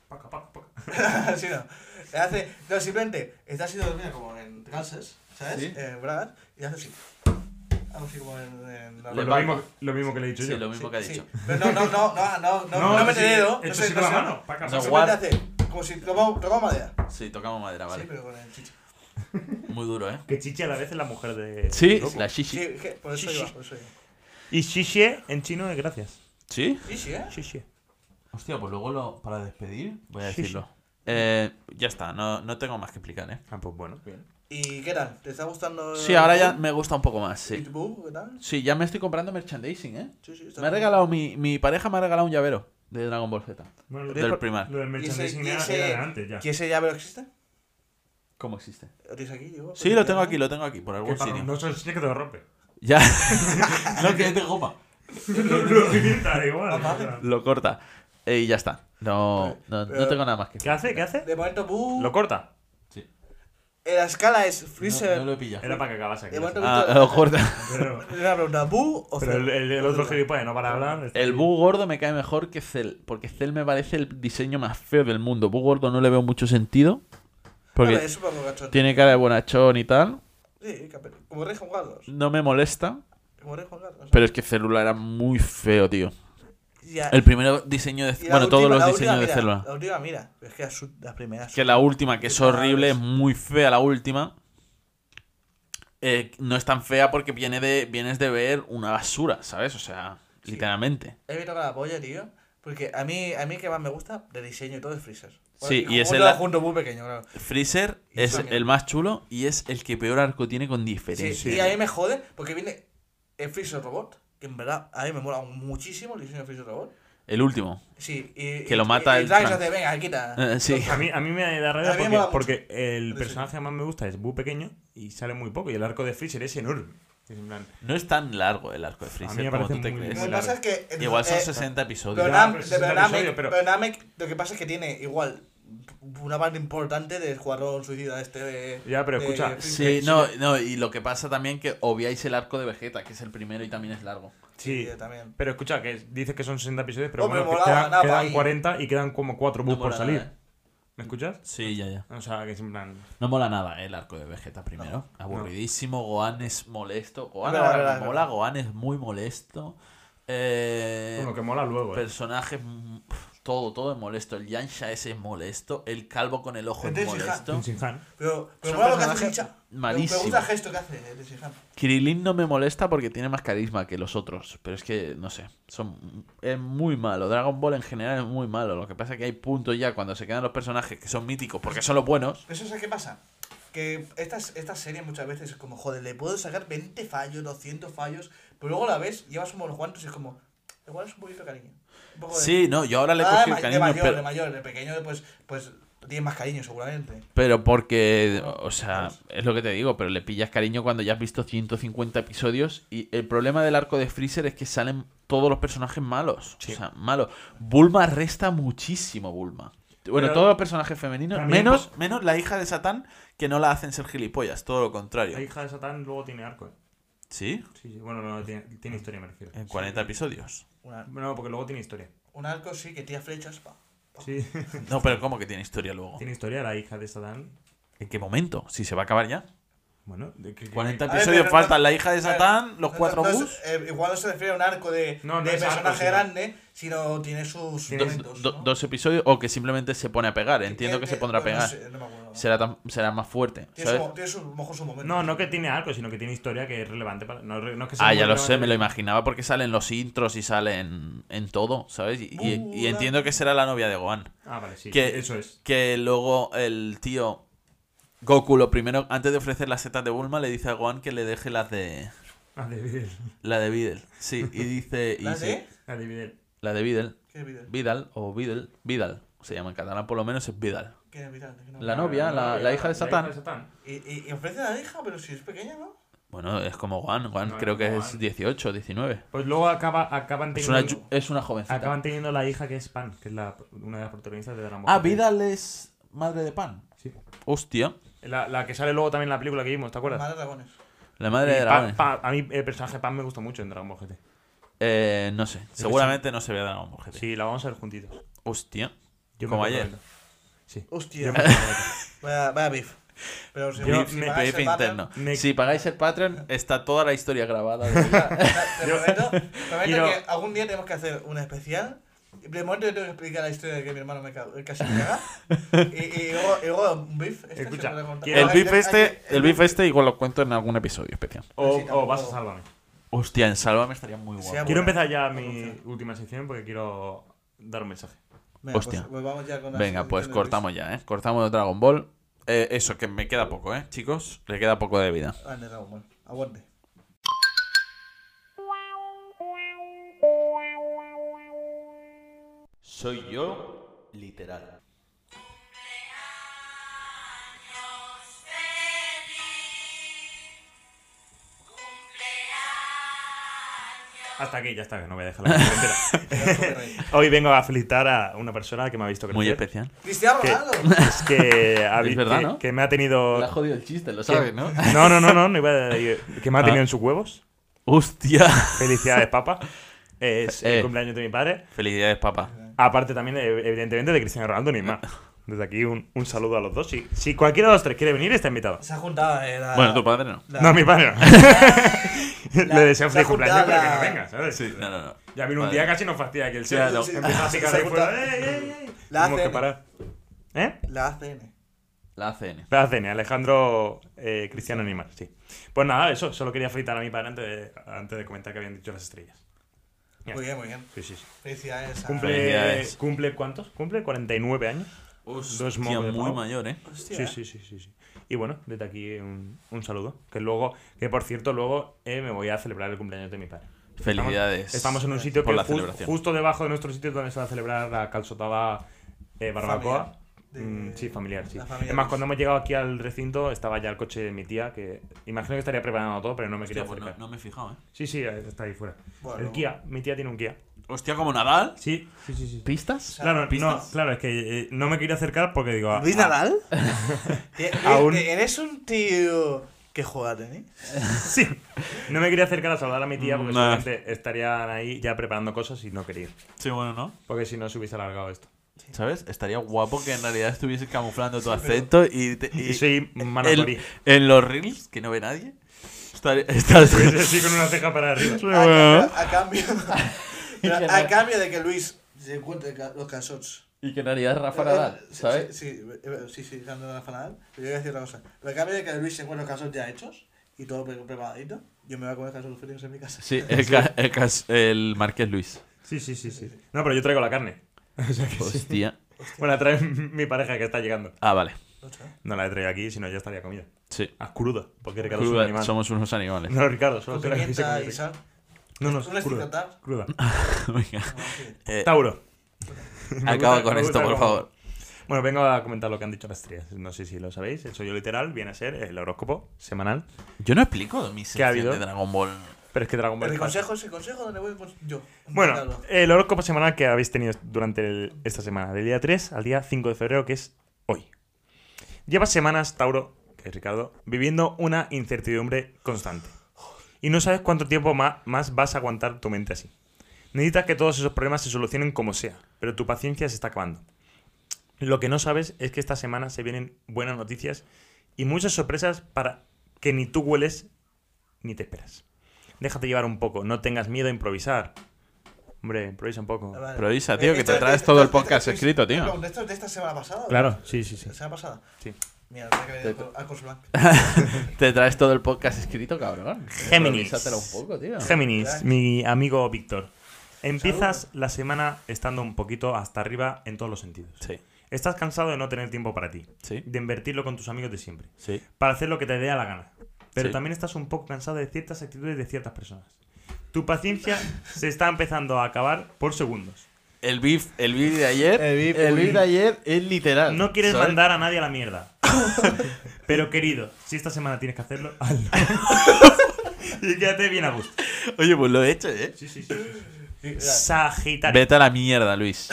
S2: Paca, paca, paca.
S3: sí, no. Le hace, no, simplemente está siendo dormida como en Kansas, ¿sabes?
S1: Sí.
S3: En Bragas, y hace así. Algo así como en. en la-
S1: Le
S2: Pues
S1: va-
S2: lo, mismo, lo mismo que le he dicho
S1: Sí,
S2: yo.
S1: lo mismo que ha dicho.
S3: Sí. Pero no, no, no, no, no, no, no, mete
S2: sí,
S3: dedo.
S2: Esto
S3: no
S2: sí con la
S3: sé,
S2: mano. Paca,
S1: No,
S2: paca.
S1: guau.
S3: Simplemente hace como si tocaba tocaba madera.
S1: Sí, tocamos madera, Ah, vale.
S3: Sí, pero con el chichi.
S1: Muy duro, ¿eh?
S2: Que chiche a la vez es la mujer de.
S1: Sí,
S2: Goku.
S1: la
S3: Sí,
S1: shishi.
S3: es que por eso
S2: Sí,
S3: iba,
S2: sí.
S3: por eso iba.
S2: Y chiche en chino es gracias.
S1: ¿Sí?
S3: Sí, sí, ¿eh?
S2: Chiche.
S1: Hostia, pues luego lo, para despedir voy a
S2: Shishi.
S1: decirlo. Eh, ya está, no, no tengo más que explicar, ¿eh?
S2: Ah, pues bueno. Bien.
S3: ¿Y qué tal? ¿Te está gustando?
S1: Sí,
S3: el
S1: ahora ya
S3: juego?
S1: me gusta un poco más, sí.
S3: ¿YouTube? ¿Qué tal?
S1: Sí, ya me estoy comprando merchandising, ¿eh?
S3: Sí, sí, está
S1: Me ha
S3: bien.
S1: regalado, mi, mi pareja me ha regalado un llavero de Dragon Ball Z.
S2: Bueno,
S1: Del primar.
S2: Lo del
S3: ¿Y ese-
S2: merchandising
S3: y
S2: era,
S3: ese-
S2: era de antes ya.
S3: ¿Y ese llavero existe?
S1: ¿Cómo existe?
S3: ¿Lo tienes aquí? Digo,
S1: Sí, lo tengo aquí, lo tengo aquí, por algún
S2: Que para-
S1: sitio.
S2: no se enseña que te lo rompe.
S1: Ya. no, que es de goma.
S2: lo pinta igual.
S3: Ah, vale.
S2: o sea.
S1: Lo corta. Eh, Y ya está. No, no, no
S3: Pero-
S1: tengo nada más que
S2: eh, ¿Qué hace? ¿Qué hace?
S3: De momento, bu.
S2: Lo corta.
S1: Sí.
S3: Eh, La escala es
S1: No,
S3: Freezer.
S1: no lo he pillado.
S2: Era para que acabas aquí.
S3: De momento-
S1: Ah, lo corta.
S2: Pero,
S3: Era pregunta, ¿bu o
S2: pero
S3: cero?
S2: el, el- el otro gilipollas no para hablar. este,
S1: El Bu gordo me cae mejor que Cell, porque Cell me parece el diseño más feo del mundo. Bu gordo no le veo mucho sentido,
S3: A ver,
S1: porque
S3: es un poco gachón.
S1: tiene cara de bonachón y tal.
S3: Sí, campeón. como Rey Juan Carlos.
S1: No me molesta,
S3: Como Rey Juan Carlos.
S1: pero es que Célula era muy feo, tío.
S3: Ya.
S1: El primer diseño de...
S3: Y la
S1: Bueno, todos
S3: última-
S1: los
S3: la
S1: diseños de
S3: última, mira,
S1: Célula.
S3: La última, mira. Pero es que las su- las primeras.
S1: Que la última, que es horrible, es
S3: Vale.
S1: muy fea la última. Eh, no es tan fea porque viene de, vienes de ver una basura, ¿sabes? O sea,
S3: Sí.
S1: literalmente.
S3: He visto la polla, tío. Porque a mí, a mí que más me gusta de diseño y todo es Freezer.
S1: Sí, y es
S3: junto,
S1: el-
S3: junto muy pequeño, claro.
S1: Freezer
S3: Y
S1: es
S3: también.
S1: el más chulo y es el que peor arco tiene con
S3: Sí,
S1: diferencia.
S3: Y a mí me jode porque viene el Freezer Robot, que en verdad a mí me mola muchísimo el diseño de Freezer Robot.
S1: El último.
S3: Sí, y,
S1: Que
S3: y-
S1: lo mata
S3: y,
S1: el
S3: el Trunks
S1: Trunks.
S3: hace, venga, quita.
S1: Eh, sí.
S2: A mí, a mí me da
S3: A mí me
S2: rabia
S3: mola
S2: porque, porque el
S3: Sí.
S2: personaje que más me gusta es Bu pequeño y sale muy poco. Y el arco de Freezer es enorme. Es en plan,
S1: No es tan largo el arco de
S2: A mí
S1: Freezer
S2: me
S1: como tú
S2: parece
S1: te
S2: muy-
S1: crees.
S3: Lo
S2: muy
S3: que
S2: largo.
S3: pasa es que.
S1: Igual son
S3: eh,
S1: 60
S3: Pero,
S1: episodios.
S2: Ya, pero
S3: Nam- de-
S2: es
S3: pero
S2: el
S3: Namek,
S2: episodio, pero-
S3: pero Namek, lo que pasa es que tiene igual una parte importante del escuadrón suicida este de.
S2: Ya, pero
S3: de
S2: escucha,
S1: Sí,
S3: Freezer.
S1: no, no, y lo que pasa también que obviáis el arco de Vegeta, que es el primero y también es largo.
S2: sí.
S3: yo también.
S2: Pero escucha, que dices que son 60 episodios, pero
S3: Hombre,
S2: bueno, que
S3: molaba,
S2: quedan,
S3: nada,
S2: quedan
S3: ahí.
S2: 40 y quedan como 4
S1: No
S2: bus
S1: mola
S2: por salir.
S1: nada, ¿eh?
S2: ¿Me escuchas?
S1: Sí, ya, ya.
S2: O sea, que es en plan.
S1: No mola nada eh, el arco de Vegeta primero. Aburridísimo, Gohan es molesto. Gohan
S3: Verdad,
S1: ahora
S3: verdad,
S1: me mola,
S3: verdad.
S1: Gohan es muy molesto. Eh,
S2: Bueno, que mola luego. eh.
S1: personajes... mm, pf, Todo, todo es molesto. El Yansha ese es molesto. El calvo con el ojo es
S3: Entonces, hija,
S1: molesto.
S2: Tenzin Han.
S3: Pero, pero
S1: un
S3: mola lo que hace
S1: personaje
S3: Hincha.
S1: malísimo.
S3: Me gusta el gesto que hace eh, el Shinhan.
S1: Kirillin no me molesta porque tiene más carisma que los otros, pero es que, no sé, son, es muy malo. Dragon Ball en general es muy malo. Lo que pasa es que hay puntos ya cuando se quedan los personajes que son míticos porque son los buenos.
S3: Pero eso es qué pasa. Que estas, estas series muchas veces es como, joder, le puedo sacar 20 fallos, 200 fallos, pero luego la ves, llevas como los cuantos y es como, igual es un poquito de cariño. Un poco de-
S1: Sí, no, yo ahora le he
S3: Ah, de
S1: cogido
S3: ma-
S1: cariño,
S3: de mayor,
S1: pero,
S3: de mayor, de pequeño, pues, pues tiene más cariño seguramente.
S1: pero porque, o sea, es lo que te digo, pero le pillas cariño cuando ya has visto 150 episodios. Y el problema del arco de Freezer es que salen todos los personajes malos. O sea, malos. Bulma resta muchísimo, Bulma. Bueno,
S2: Pero-
S1: todos los personajes femeninos,
S2: También-
S1: menos, menos la hija de Satán, que no la hacen ser gilipollas, todo lo contrario.
S2: La hija de Satán luego tiene arco. eh.
S1: ¿Sí?
S2: Sí, sí, bueno, no, tiene, tiene historia, me refiero.
S1: En 40 episodios.
S3: Un, ar-
S2: No, porque luego tiene historia.
S3: un arco sí que tira flechas. pa.
S2: Sí.
S1: No, pero ¿cómo que tiene historia luego?
S2: tiene historia la hija de Satán.
S1: ¿En qué momento? Si se va a acabar ya.
S2: Bueno, de que- que-
S1: 40
S3: A ver,
S1: episodios
S3: pero no-
S1: faltan la hija de Satán, los
S3: No,
S1: cuatro
S3: no, no,
S1: bus.
S3: eh, igual no se refiere a un arco de,
S2: No, no
S3: de
S2: es arco,
S3: personaje
S2: sino-
S3: grande, sino tiene sus
S2: Tiene
S1: Dos,
S3: momentos.
S1: do-
S3: ¿no?
S1: dos episodios o que simplemente se pone a pegar. Entiendo que
S3: Tiene-
S1: se pondrá a
S3: bueno,
S1: pegar.
S3: No sé, no me acuerdo.
S1: Será, tan- será más fuerte.
S3: Tiene, su,
S1: ¿sabes?
S3: mo- tiene su, a lo mejor su momento.
S2: No, no que tiene arco, sino que tiene historia que es relevante para. No, re- no es que sea
S1: Ah,
S2: muy
S1: ya lo
S2: relevante.
S1: sé, me lo imaginaba porque salen los intros y salen en todo, ¿sabes? Y, y- y entiendo que será la novia de Gohan.
S2: Ah, vale, sí.
S1: Que-
S2: Eso es.
S1: Que luego el tío Goku, lo primero, antes de ofrecer las setas de Bulma, le dice a Gohan que le deje las de.
S2: A dividir.
S1: La de Videl, sí, y dice. y
S3: ¿La
S1: sí,
S3: de?
S2: A dividir.
S1: La de Videl.
S3: ¿Qué video?
S1: Vidal o Videl. Vidal. Se llama en catalán, por lo menos es Vidal.
S3: ¿Qué video? ¿Qué no?
S1: La
S2: Ah,
S1: novia, la- la hija de Satán.
S3: Y, y, y ofrece a la hija, pero si es pequeña, ¿no?
S1: Bueno, es como Juan. Juan
S2: No, es
S1: creo que
S2: como
S1: es
S2: Juan.
S1: 18, 19.
S2: Pues luego acaba, acaban
S1: Es
S2: teniendo.
S1: una, ju- es una jovencita.
S2: Ah, Acaban teniendo la hija que es Pan, que es la, una de las protagonistas de Dragon Ball.
S1: Ah,
S2: GT.
S1: Vidal es madre de pan.
S2: Sí.
S1: Hostia.
S2: La, la que sale luego también en la película que vimos, ¿te acuerdas?
S3: Madre dragones.
S1: La madre
S2: Y
S1: de
S2: Pan-
S1: Dragon.
S2: Pan- a mí el personaje Pan me gustó mucho en Dragon Ball GT.
S1: Eh, no sé. Seguramente no se vea Dragon Ball GT.
S2: Sí, la vamos a ver juntitos.
S1: Hostia.
S2: Yo me
S1: Como
S2: comprometo.
S1: ayer.
S3: Hostia. Vaya, vaya beef. Pero si,
S2: Yo
S3: si
S2: me-
S3: pagáis
S1: Beef
S3: el Patreon,
S1: interno.
S2: me-
S1: Si pagáis el Patreon, está toda la historia grabada. de verdad.
S3: Te prometo, prometo
S2: Quiero-
S3: que algún día tenemos que hacer un especial. De momento yo tengo que explicar la historia de que mi hermano me ca- casi me caga. y, y luego, y luego un beef. Este
S2: Escucha,
S3: se puede contar.
S2: quiero-
S1: el
S3: Hay que-
S1: beef
S3: hay
S1: este,
S3: que-
S1: el beef este igual lo cuento en algún episodio especial.
S2: O,
S3: Sí,
S2: o vas a
S3: tampoco.
S2: salvarme.
S1: Hostia, en Sálvame estaría muy guapo.
S3: Sea
S2: Quiero
S3: Bueno,
S2: empezar ya
S3: no
S2: mi
S3: funciona.
S2: última sección porque quiero dar un mensaje.
S3: Venga,
S1: Hostia.
S3: Pues, pues vamos ya con la
S1: Venga, pues
S3: sección de
S1: cortamos ya, ¿eh? Cortamos Dragon Ball. Eh, eso, que me queda poco, ¿eh? Chicos, le queda poco de vida.
S3: Luis. Ande, Dragon Ball. Aguante.
S1: Soy yo, literal.
S2: Hasta aquí, ya está, no voy a dejar la canción entera. Hoy vengo a felicitar a una persona que me ha visto crecer.
S1: Muy especial.
S3: Cristiano
S2: ¿Qué?
S3: Ronaldo.
S2: Es que, ha
S1: Es
S2: vi-
S1: verdad,
S2: que,
S1: ¿no?
S2: que me ha tenido.
S1: Le ha jodido el chiste, lo sabes, ¿no?
S2: No, no, no, no, no iba a decir- Que
S1: Ah.
S2: me ha tenido en sus huevos.
S1: Hostia.
S2: Felicidades, papa. Es
S1: Eh.
S2: el cumpleaños de mi padre.
S1: Felicidades, papá.
S2: Aparte también, eh, evidentemente, de Cristiano Ronaldo, ni más. Desde aquí un, un saludo a los dos. Si, si cualquiera de los tres quiere venir, está invitado.
S3: Se ha juntado. eh, la-
S1: Bueno, tu padre no.
S3: la-
S2: No, mi padre. no.
S3: La-
S2: Le deseo
S3: se ha
S2: feliz cumpleaños,
S3: juntado
S2: pero que no
S3: la-
S2: venga, ¿sabes?
S1: No, no, no.
S2: Ya vino un
S1: Padre.
S2: día casi nos fastidia que el
S1: Sí, no.
S2: señor empieza a
S3: Se
S2: picar ahí
S3: ha
S2: fuera.
S3: juntado-
S2: ¡Ey, ey, ey!
S3: La
S2: Tuvimos que
S3: ACN.
S2: parar. ¿Eh?
S3: La ACN.
S1: La ACN.
S2: La ACN, Alejandro eh, Cristiano Animal, sí. Pues nada, eso, solo quería fritar a mi padre antes de, antes de comentar que habían dicho las estrellas. Ya
S3: Muy
S2: está.
S3: bien, muy bien.
S2: Sí, sí, sí.
S3: Felicidades. a-
S2: Cumple,
S1: Felicidades.
S2: ¿Cumple cuántos? ¿Cumple 49 años? Dos
S1: Pues Hostia,
S2: mocos de
S1: muy
S2: pavo.
S1: mayor, ¿eh?
S3: Hostia,
S2: Sí,
S3: eh.
S2: sí, sí, sí, sí. Y bueno, desde aquí un, un saludo. Que luego, que por cierto, luego eh, me voy a celebrar el cumpleaños de mi padre. Estamos-
S1: Felicidades.
S2: Estamos en un sitio
S1: por
S2: que
S1: la
S2: ju-
S1: celebración.
S2: justo debajo de nuestro sitio donde se va a celebrar la calzotada eh, barbacoa.
S3: Familiar.
S2: Mm,
S3: De-
S2: sí, familiar, sí.
S3: la familia
S2: es más,
S3: Cruz.
S2: cuando hemos llegado aquí al recinto estaba ya el coche de mi tía, que imagino que estaría preparando todo, pero no me quería
S1: Hostia, pues no,
S2: acercar.
S1: no me he fijado, ¿eh?
S2: Sí, sí, eh, está ahí fuera.
S3: Bueno.
S2: El Kia, mi tía tiene un Kia.
S1: Hostia, como Nadal.
S2: Sí, sí, sí. sí.
S1: ¿Pistas?
S2: Claro, no,
S1: pistas.
S2: claro, es que eh, no me quería acercar porque digo... ah,
S3: ¿Luis
S2: ah,
S3: Nadal? Te- Luis,
S2: Aún-
S3: te- Eres un tío que juega a tenis.
S2: Sí. No me quería acercar a saludar a mi tía porque
S1: Nah.
S2: seguramente estarían ahí ya preparando cosas y no quería ir.
S1: Sí, bueno, ¿no?
S2: Porque si no se hubiese alargado esto.
S1: ¿Sabes? Estaría guapo que en realidad estuvieses camuflando tu acento y, te- y-
S2: Y soy manacorí.
S1: en, en los reels, que no ve nadie. Estar, estás-
S2: Pues así con una ceja para arriba.
S3: A, a cambio, Pero a cambio de que Luis se encuentren ca- los calzots.
S1: Y que en realidad es Rafa
S3: Eh,
S1: Nadal,
S3: eh, sí,
S1: ¿sabes?
S3: Sí, sí, eh, sí, sí, ganando Rafa Nadal. Pero yo voy a decir una cosa. Lo que cambia es que Luis se encuentra los calzots ya hechos y todo pre- preparadito. Yo me voy a comer calzots fríos en mi casa.
S1: Sí, el, ca- el cas- el Marqués Luis.
S2: Sí, sí, sí, sí. No, pero yo traigo la carne. O sea que sí.
S1: Hostia.
S2: Bueno, la trae mi pareja que está llegando.
S1: Ah, vale.
S3: Ocho, ¿eh?
S2: No la he traído aquí, sino ya estaría comida.
S1: Sí.
S2: Ah, cruda, porque Ricardo es un
S1: Cruda,
S2: animal.
S1: somos unos animales.
S2: No, Ricardo, solo
S3: Con
S2: te la que se
S3: pimienta
S2: come.
S3: y sal.
S2: No, no,
S3: ¿Una
S2: cruda.
S3: esticatá?
S2: Cruda.
S1: Venga.
S3: No, sí.
S1: Eh,
S2: Tauro. Me
S1: acaba
S2: gusta-
S1: con
S2: me
S1: esto,
S2: gusta
S1: por
S2: como-
S1: favor.
S2: Bueno, vengo a comentar lo que han dicho las trías. No sé si lo sabéis. El yo literal viene a ser el horóscopo semanal.
S1: Yo no explico mi
S2: ha
S1: sección
S2: habido?
S1: de Dragon Ball.
S2: Pero es que Dragon Ball.
S3: El
S2: es fácil.
S3: consejo, el consejo donde voy con- yo.
S2: Bueno,
S3: Claro.
S2: el horóscopo semanal que habéis tenido durante el- esta semana, del día 3 al día 5 de febrero, que es hoy. Llevas semanas, Tauro, que es Ricardo, viviendo una incertidumbre constante. Y no sabes cuánto tiempo ma- más vas a aguantar tu mente así. Necesitas que todos esos problemas se solucionen como sea, pero tu paciencia se está acabando. Lo que no sabes es que esta semana se vienen buenas noticias y muchas sorpresas para que ni tú hueles ni te esperas. Déjate llevar un poco, no tengas miedo a improvisar. Hombre, improvisa un poco.
S3: Ah, vale.
S1: Improvisa, tío,
S3: Eh,
S1: que
S3: esto-
S1: te traes
S3: esto-
S1: todo el
S3: esto-
S1: podcast
S3: esto-
S1: escrito, tío.
S3: esto- Esto es de esta semana pasada.
S2: Claro, sí, sí, sí.
S3: La semana pasada.
S2: Sí.
S3: Mira, tengo que venir a- a Consul Bank.
S1: Te traes todo el podcast escrito, cabrón.
S2: Géminis.
S1: Improvísatelo un poco, tío.
S2: Géminis, mi amigo Víctor. Empiezas
S3: Saludos.
S2: la semana estando un poquito hasta arriba en todos los sentidos.
S1: Sí,
S2: Estás cansado de no tener tiempo para ti,
S1: Sí.
S2: de invertirlo con tus amigos de siempre,
S1: sí.
S2: para hacer lo que te dé la gana. Pero
S1: Sí.
S2: también estás un poco cansado de ciertas actitudes de ciertas personas. Tu paciencia se está empezando a acabar por segundos.
S1: El beef, el beef de ayer.
S5: El beef,
S1: el
S5: uy.
S1: beef de ayer es literal.
S2: No quieres
S1: Ah, ¿sabes?
S2: mandar a nadie a la mierda. Pero querido, si esta semana tienes que hacerlo, hazlo. y quédate bien a gusto.
S1: Oye, pues lo he hecho, ¿eh?
S2: Sí, sí, sí.
S3: Sí, mira,
S2: Sagitario.
S1: Vete a la mierda, Luis.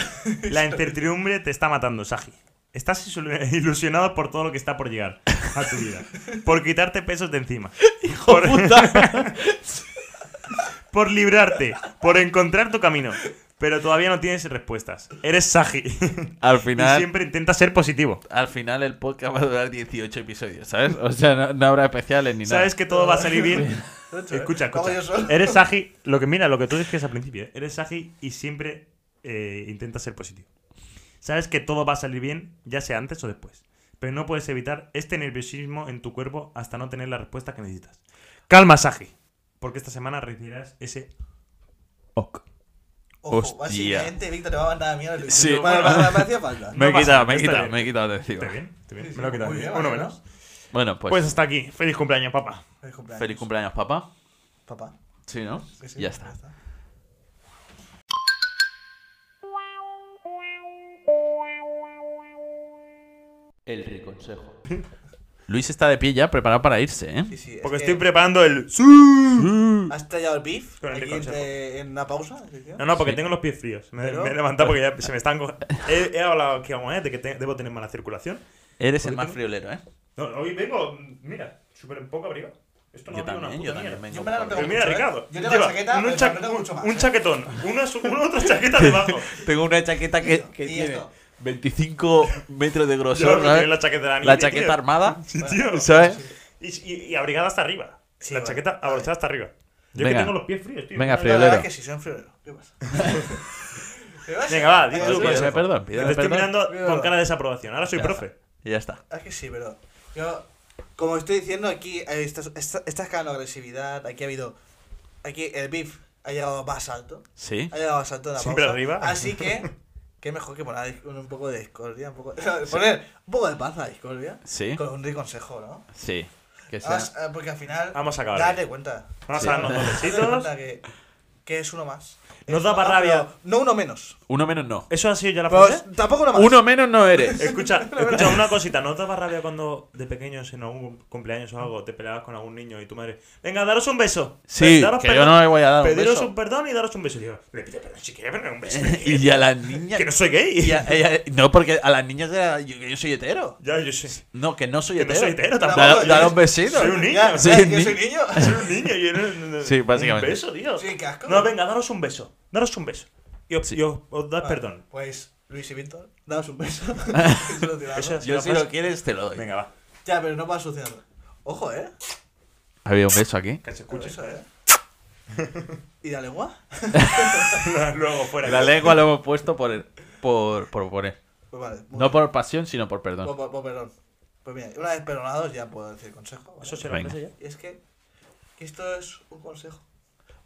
S2: La incertidumbre te está matando, Sagi. Estás isu- ilusionado por todo lo que está por llegar a tu vida. Por quitarte pesos de encima. por, por librarte. Por encontrar tu camino. Pero todavía no tienes respuestas. Eres Sagi.
S1: Al
S2: y
S1: final,
S2: siempre intenta ser positivo.
S1: al final el podcast va a durar 18 episodios, ¿sabes? O sea, no, no habrá especiales ni nada.
S2: Sabes que todo va a salir bien.
S3: ocho, ¿eh?
S2: Escucha,
S3: Lo hago
S2: escucha.
S3: yo solo.
S2: Eres Sagi. Lo que mira, lo que tú decías al principio. ¿eh? Eres Sagi y siempre eh, intenta ser positivo. Sabes que todo va a salir bien, ya sea antes o después. Pero no puedes evitar este nerviosismo en tu cuerpo hasta no tener la respuesta que necesitas. Calma, Sagi. Porque esta semana recibirás ese ok.
S3: Ojo,
S1: Hostia.
S3: básicamente Víctor te va a mandar a mierda. Luis.
S1: Sí.
S3: Me- me- me- me hacía falta.
S1: Me he
S2: No
S1: quitado,
S2: pasa nada,
S1: me he
S2: está
S1: quitado,
S2: bien.
S1: me he quitado de encima.
S2: ¿Está bien? ¿Está bien?
S3: Sí, sí,
S2: Me lo he quitado.
S3: muy bien,
S2: Uno
S3: vale,
S2: menos.
S1: Bueno, pues,
S2: Pues, hasta aquí. Feliz cumpleaños, papá.
S3: Feliz cumpleaños.
S1: feliz cumpleaños, papá.
S3: Papá.
S1: Sí, ¿no?
S3: Sí, sí,
S1: ya está. El reconsejo. Luis está de pie ya, preparado para irse, ¿eh?
S3: Sí, sí, es
S2: Porque
S3: que
S2: estoy preparando el...
S3: ¿Has tallado el beef?
S2: Con el
S3: aquí
S2: reconsejo.
S3: entre- en una pausa. ¿sí, tío?
S2: No, no, porque
S1: Sí.
S2: tengo los pies fríos. Me,
S3: Pero-
S2: me he levantado porque ya se me están cogiendo. He, he hablado aquí a Monet de que te- debo tener mala circulación.
S1: Eres
S2: ¿Por
S1: el
S2: qué
S1: más
S2: no?
S1: friolero, ¿eh?
S2: No, hoy vengo, mira, súper poco abrigado. Esto no
S1: Yo
S2: ha sido
S1: también,
S2: una
S1: yo
S2: puta
S1: también
S2: mierda.
S1: vengo.
S3: Yo en verano
S1: por-
S2: Pero mira, Ricardo,
S3: Yo tengo
S2: lleva
S3: chaqueta,
S2: un,
S3: pero
S2: cha-
S3: no tengo mucho
S2: un-
S3: más,
S2: un
S3: ¿eh?
S2: chaquetón, una, su- una otra chaqueta debajo.
S1: Tengo una chaqueta que, que
S3: Y
S1: tiene
S3: esto.
S1: 25 metros de
S2: Yo
S1: grosor,
S2: no
S1: ¿sabes?
S2: la chaqueta de la
S1: La
S2: niña,
S1: chaqueta
S2: tío.
S1: armada,
S2: Sí, tío.
S1: ¿sabes?
S2: Y, y- y abrigada hasta arriba.
S3: Sí,
S2: la
S3: vale,
S2: chaqueta
S3: vale.
S2: abrochada hasta arriba. Yo
S1: Venga.
S2: que tengo los pies fríos, tío.
S1: Venga,
S3: No, la verdad
S1: friolero.
S3: es que sí, soy un friolero. ¿Qué pasa? ¿Qué pasa?
S2: Venga, va, di
S3: Ay,
S2: tú,
S3: sí,
S1: Pídeme
S2: consejo.
S1: perdón,
S2: Te
S1: pídeme
S2: estoy
S1: perdón.
S2: mirando
S3: Mira,
S2: con
S3: mira.
S2: cara de desaprobación. Ahora soy
S1: Ya
S2: profe.
S1: Y ya está.
S3: Es que sí, pero yo, como estoy diciendo, aquí eh, está, está, está escalando agresividad, aquí ha habido, aquí el beef ha llegado más alto,
S1: ¿Sí?
S3: ha llegado más alto en la
S2: Siempre
S3: pausa,
S2: arriba.
S3: Así que, qué mejor que poner un, un poco de discordia, un poco, poner un poco de paz a la discordia,
S1: Sí.
S3: con un rico consejo, ¿no?
S1: Sí. Que sea...
S2: Ah,
S3: Haz, eh, porque al final,
S2: Vamos a acabar.
S3: date cuenta,
S2: Vamos
S1: Sí.
S2: a darnos dos
S3: date
S2: besitos.
S3: cuenta que, que es uno más.
S2: Nos
S3: Es
S2: da
S3: uno más,
S2: rabia.
S3: pero No uno menos,
S1: Uno menos no.
S2: ¿Eso ha sido ya la
S3: pero
S2: frase?
S3: es- tampoco uno más.
S1: Uno menos no eres.
S2: Escucha, escucha, una cosita, ¿no te daba rabia cuando de pequeños en algún cumpleaños o algo te peleabas con algún niño y tu madre, venga, daros un beso?
S1: Sí,
S2: Daros
S1: que yo
S2: perdón,
S1: no le voy a dar un
S2: pediros
S1: beso.
S2: un perdón y daros un beso. Y yo, le pido perdón si quieres, pero un beso.
S1: Y ya las niñas...
S2: que no soy gay.
S1: y a- ella- no, porque a las niñas era... Yo, yo soy hetero.
S2: Ya, yo sé.
S1: No, que no soy
S2: Que no
S1: hetero.
S2: soy hetero tampoco.
S1: Dar,
S2: yo
S1: dar
S2: soy-
S1: un besito.
S2: Soy un niño.
S3: Ya,
S1: Sí,
S3: ya, yo
S1: ni-
S3: soy niño.
S2: Soy un niño. Yo no, no- no-
S1: Sí, básicamente.
S2: Un beso, tío.
S3: Sí, qué asco.
S2: No, venga, daros un beso. Daros un beso. Y os,
S1: Sí.
S2: y os- os das perdón.
S3: Pues, Luis y Víctor, daos un beso.
S2: Eso
S3: Eso
S2: es-
S1: Yo si lo quieres te lo doy.
S2: Venga, va.
S3: Ya, pero no va a suceder. Ojo, eh.
S1: ¿Había un beso aquí?
S2: Que se escuche.
S3: Eso, eh. ¿Y la lengua?
S2: Luego fuera.
S1: La lengua lo hemos puesto por, el- por, por poner.
S3: Pues vale. muy
S1: No
S3: bien.
S1: por pasión, sino por perdón.
S3: Pues- pues- pues perdón. Pues mira, una vez perdonados ya puedo decir consejo. ¿vale?
S4: Eso será
S1: Venga.
S4: eso ya.
S3: Y es que, que esto es un consejo.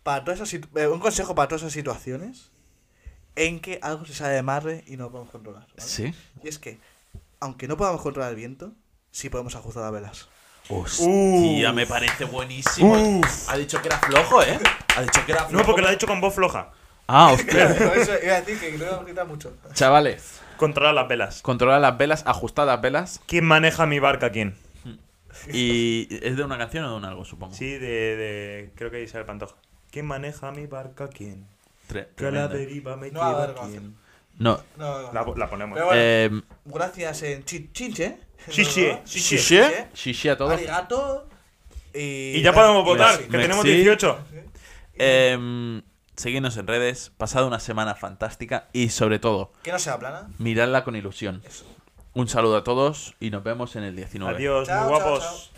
S3: Para todas esas situ- eh, un consejo para todas esas situaciones en que algo se sale de madre y no podemos controlar. ¿vale?
S1: ¿Sí?
S3: Y es que, aunque no podamos controlar el viento, sí podemos ajustar las velas.
S1: Hostia, me parece buenísimo. Ha dicho que era flojo, ¿eh? Ha dicho que era flojo.
S2: No, porque lo ha dicho con voz floja.
S1: Ah, hostia.
S3: Pero eso iba a decir que no iba a gritar mucho.
S1: Chavales,
S2: Controla las velas.
S1: controlar las velas, ajustar las velas.
S2: ¿Quién maneja mi barca? ¿Quién?
S1: Y es de una canción o de un algo, supongo.
S2: Sí, de. de creo que Isabel Pantoja. ¿Quién maneja mi barca? ¿Quién?
S1: Tre-
S2: Que a la
S1: tremendo.
S2: deriva me
S3: No va a
S2: lleva
S3: haber
S2: quién.
S1: No.
S3: No, no, no.
S2: La, la ponemos.
S3: Pero bueno,
S1: Eh,
S3: gracias en chi- chinche. ¿eh?
S2: Sí, sí, sí, sí.
S1: Shishi, shishi a todos.
S3: Arigato. Y,
S2: Y ya podemos votar,
S1: Messi.
S2: que tenemos
S1: Messi.
S2: 18.
S1: Eh, seguidnos en redes, pasad una semana fantástica y sobre todo,
S3: Que no sea plana.
S1: miradla con ilusión.
S3: Eso.
S1: Un saludo a todos y nos vemos en el 19.
S2: Adiós,
S3: Chao,
S2: muy
S3: chao,
S2: guapos.
S3: chao.